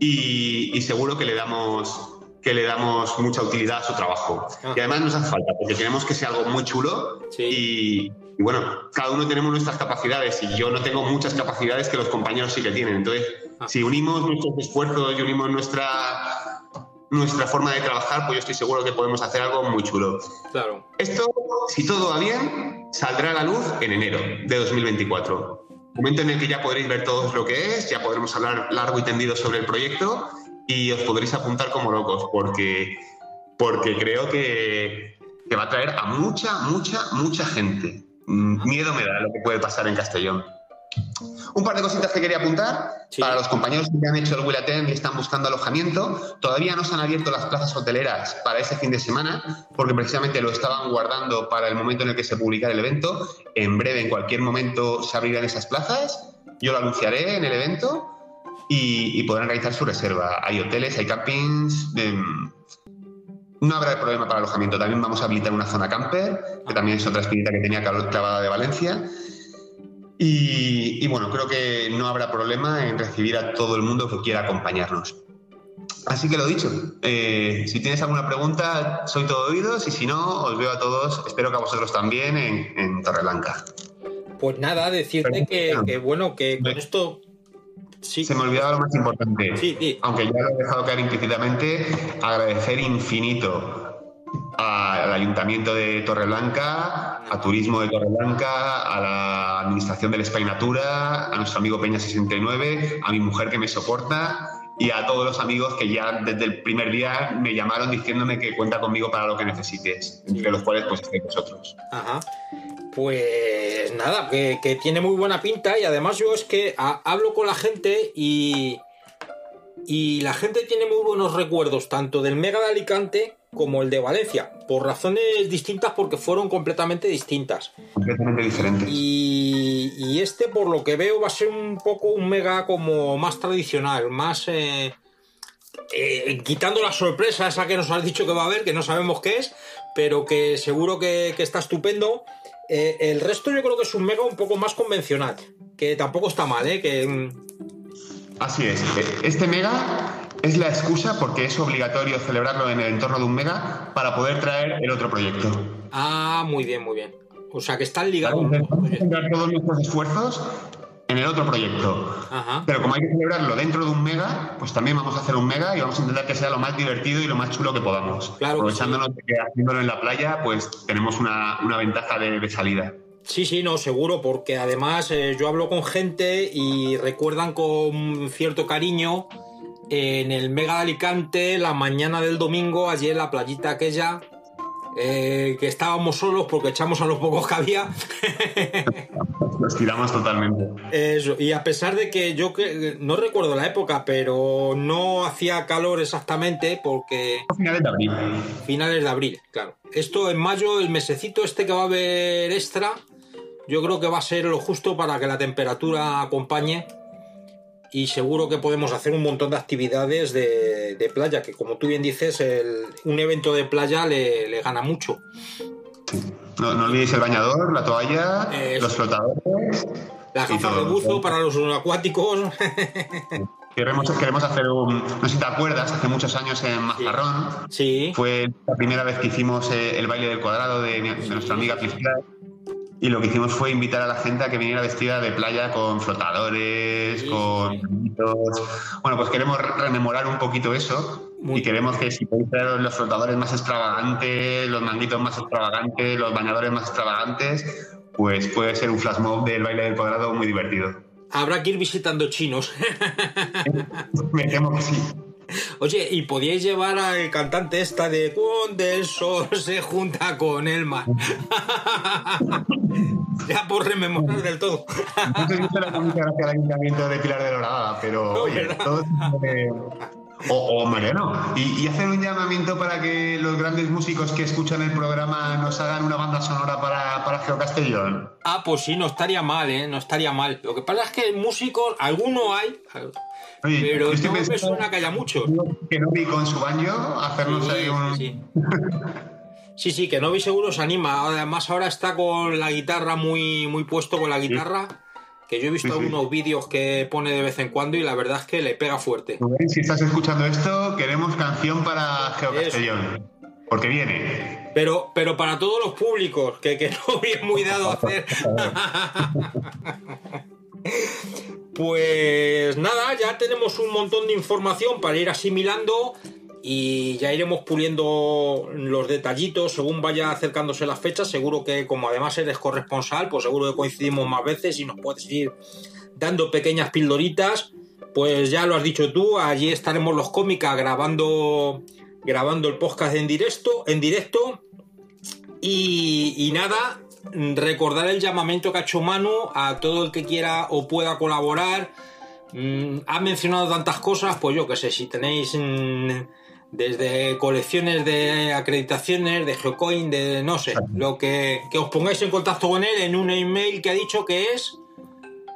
Speaker 14: y, y seguro que le damos que le damos mucha utilidad a su trabajo. Y además nos hace falta, porque queremos que sea algo muy chulo y, y bueno, cada uno tenemos nuestras capacidades y yo no tengo muchas capacidades que los compañeros sí que tienen. Entonces, si unimos nuestros esfuerzos y unimos nuestra, nuestra forma de trabajar, pues yo estoy seguro que podemos hacer algo muy chulo.
Speaker 2: Claro.
Speaker 14: Esto, si todo va bien, saldrá a la luz en enero de 2024. Momento en el que ya podréis ver todos lo que es, ya podremos hablar largo y tendido sobre el proyecto y os podréis apuntar como locos, porque, porque creo que, que va a traer a mucha, mucha, mucha gente. Mm, Miedo me da lo que puede pasar en Castellón. Un par de cositas que quería apuntar. Para los compañeros que han hecho el Will Attend y están buscando alojamiento, todavía no se han abierto las plazas hoteleras para ese fin de semana, porque precisamente lo estaban guardando para el momento en el que se publicara el evento. En breve, en cualquier momento, se abrirán esas plazas. Yo lo anunciaré en el evento y, y podrán realizar su reserva. Hay hoteles, hay campings. em, no habrá problema para alojamiento. También vamos a habilitar una zona camper, que también es otra espinita que tenía clavada de Valencia. Y, y bueno, creo que no habrá problema en recibir a todo el mundo que quiera acompañarnos. Así que lo dicho, eh, si tienes alguna pregunta, soy todo oídos y si no, os veo a todos, espero que a vosotros también en, en Torreblanca.
Speaker 2: Pues nada, decirte que, que, bueno, que con esto
Speaker 14: Se me olvidaba lo más importante,
Speaker 2: Sí, sí.
Speaker 14: aunque ya lo he dejado caer implícitamente, agradecer infinito al Ayuntamiento de Torreblanca, a Turismo de Torreblanca, a la Administración de la Espainatura, a nuestro amigo Peña69, a mi mujer que me soporta y a todos los amigos que ya desde el primer día me llamaron diciéndome que cuenta conmigo para lo que necesites, entre los cuales pues estáis vosotros.
Speaker 2: Ajá. Pues nada, que, que tiene muy buena pinta y además yo es que ha- hablo con la gente y, y la gente tiene muy buenos recuerdos, tanto del Mega de Alicante como el de Valencia, por razones distintas porque fueron completamente distintas.
Speaker 14: Completamente diferentes.
Speaker 2: Y, y este, por lo que veo, va a ser un poco un Mega como más tradicional, más... eh, eh, quitando la sorpresa esa que nos has dicho que va a haber, que no sabemos qué es, pero que seguro que, que está estupendo. Eh, el resto yo creo que es un mega un poco más convencional, que tampoco está mal, ¿eh? Que, mm,
Speaker 14: Así es. Este mega es la excusa, porque es obligatorio celebrarlo en el entorno de un mega, para poder traer el otro proyecto.
Speaker 2: ah, muy bien, muy bien. O sea, que están ligados.
Speaker 14: Vamos a centrar todos nuestros esfuerzos en el otro proyecto. Pero como hay que celebrarlo dentro de un mega, pues también vamos a hacer un mega y vamos a intentar que sea lo más divertido y lo más chulo que podamos. Aprovechándonos de que haciéndolo en la playa, pues tenemos una, una ventaja de, de salida.
Speaker 2: Sí, sí, no, seguro, porque además eh, yo hablo con gente y recuerdan con cierto cariño en el Mega de Alicante la mañana del domingo, allí en la playita aquella, eh, que estábamos solos porque echamos a los pocos que había.
Speaker 14: Nos tiramos totalmente.
Speaker 2: Eso, y a pesar de que yo que- no recuerdo la época, pero no hacía calor exactamente porque...
Speaker 14: Finales de abril.
Speaker 2: Finales de abril, claro. Esto en mayo, el mesecito este que va a haber extra, yo creo que va a ser lo justo para que la temperatura acompañe. Y seguro que podemos hacer un montón de actividades de, de playa, que como tú bien dices, el- un evento de playa le, le gana mucho.
Speaker 14: No, no olvidéis el bañador, la toalla, los flotadores.
Speaker 2: Las
Speaker 14: y
Speaker 2: gafas de
Speaker 14: todo.
Speaker 2: buzo para los acuáticos.
Speaker 14: Queremos, queremos hacer un. No sé si te acuerdas, hace muchos años en Mazarrón.
Speaker 2: Sí.
Speaker 14: Fue la primera vez que hicimos eh, el baile del cuadrado de, mi- de nuestra amiga Cristina. Y lo que hicimos fue invitar a la gente a que viniera vestida de playa con flotadores, con. pañitos. Bueno, pues queremos re- rememorar un poquito eso. y queremos que si podéis traer los flotadores más extravagantes, los manguitos más extravagantes, los bañadores más extravagantes, pues puede ser un flash mob del baile del cuadrado muy divertido.
Speaker 2: Habrá que ir visitando chinos.
Speaker 14: Me temo que sí.
Speaker 2: Oye, ¿y podíais llevar al cantante esta de cuando el sol se junta con el mar? ya por rememorar del todo.
Speaker 14: No sé si será mucha gracia al ayuntamiento de Pilar de Lorada, pero oye, todos, eh, o, o Mariano. Y, y hacer un llamamiento para que los grandes músicos que escuchan el programa nos hagan una banda sonora para, para Geo Castellón.
Speaker 2: Ah, pues sí, no estaría mal, ¿eh? No estaría mal. Lo que pasa es que músicos, alguno hay,
Speaker 14: Oye,
Speaker 2: pero
Speaker 14: yo estoy
Speaker 2: no me
Speaker 14: pensando-
Speaker 2: suena que haya muchos.
Speaker 14: Que no vi con su baño hacernos ahí un.
Speaker 2: Sí, sí, que Novi seguro se anima. Además, ahora está con la guitarra muy, muy puesto con la guitarra. Que yo he visto
Speaker 14: Sí, sí.
Speaker 2: algunos vídeos que pone de vez en cuando y la verdad es que le pega fuerte.
Speaker 14: Rubén, Si estás escuchando esto, queremos canción para Geo Castellón. Porque viene.
Speaker 2: Pero, pero para todos los públicos, que, que no bien muy dado a hacer. pues nada, ya tenemos un montón de información para ir asimilando y ya iremos puliendo los detallitos según vaya acercándose las fechas. Seguro que como además eres corresponsal, pues seguro que coincidimos más veces y nos puedes ir dando pequeñas pildoritas. Pues ya lo has dicho tú, allí estaremos los cómicas grabando grabando el podcast en directo, en directo. Y, y nada, recordar el llamamiento que ha hecho Manu a todo el que quiera o pueda colaborar. Mm, ha mencionado tantas cosas, pues yo qué sé, si tenéis mm, desde colecciones de acreditaciones, de Geocoin, de no sé, lo que, que os pongáis en contacto con él en un email que ha dicho que es...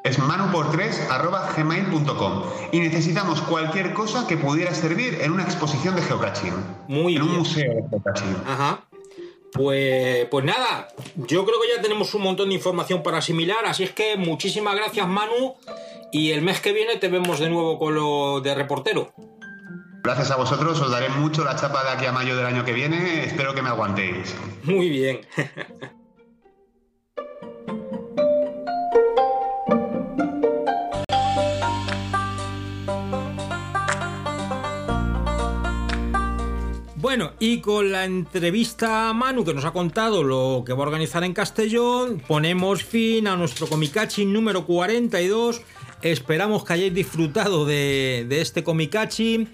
Speaker 14: es manuportres arroba gmail.com y necesitamos cualquier cosa que pudiera servir en una exposición de geocaching.
Speaker 2: Muy
Speaker 14: en un museo de geocaching.
Speaker 2: Ajá. Pues, pues nada, yo creo que ya tenemos un montón de información para asimilar, así es que muchísimas gracias Manu y el mes que viene te vemos de nuevo con lo de reportero.
Speaker 14: Gracias a vosotros, os daré mucho la chapa de aquí a mayo del año que viene, espero que me aguantéis.
Speaker 2: Muy bien. Bueno, y con la entrevista a Manu que nos ha contado lo que va a organizar en Castellón, ponemos fin a nuestro Comicachi número 42. Esperamos que hayáis disfrutado de, de este Comicachi.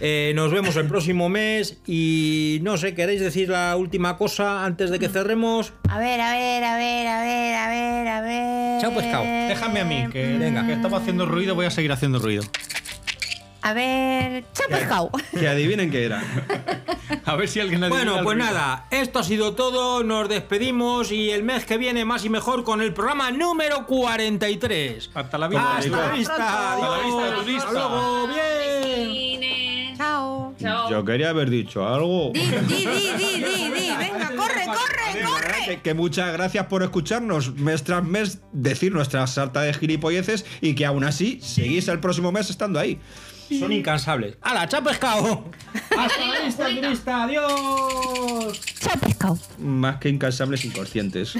Speaker 2: Eh, nos vemos el próximo mes y no sé, ¿queréis decir la última cosa antes de que cerremos?
Speaker 7: A ver, a ver, a ver, a ver, a ver, a ver.
Speaker 2: Chao, pescado.
Speaker 6: Déjame a mí, que, que estaba haciendo ruido, voy a seguir haciendo ruido.
Speaker 7: A ver. Chao, pescado.
Speaker 6: Que adivinen qué era. A ver si alguien adivina
Speaker 2: Bueno,
Speaker 6: el
Speaker 2: pues
Speaker 6: ruido.
Speaker 2: nada, esto ha sido todo, nos despedimos y el mes que viene más y mejor con el programa número 43. Hasta la
Speaker 6: vista,
Speaker 2: Hasta la
Speaker 6: Maribel.
Speaker 2: vista,
Speaker 6: Hasta la
Speaker 2: adiós.
Speaker 6: vista, turista.
Speaker 2: Hasta luego, bien.
Speaker 7: Chao.
Speaker 12: Yo quería haber dicho algo.
Speaker 7: Di, di, di, di, di. Venga, corre, corre, corre.
Speaker 12: Que, que muchas gracias por escucharnos mes tras mes decir nuestra sarta de gilipolleces y que aún así seguís el próximo mes estando ahí.
Speaker 2: Son incansables. ¡A la chapa, pescado! ¡Hasta la vista, turista! ¡Adiós!
Speaker 7: Chao, pescado.
Speaker 12: Más que incansables, inconscientes.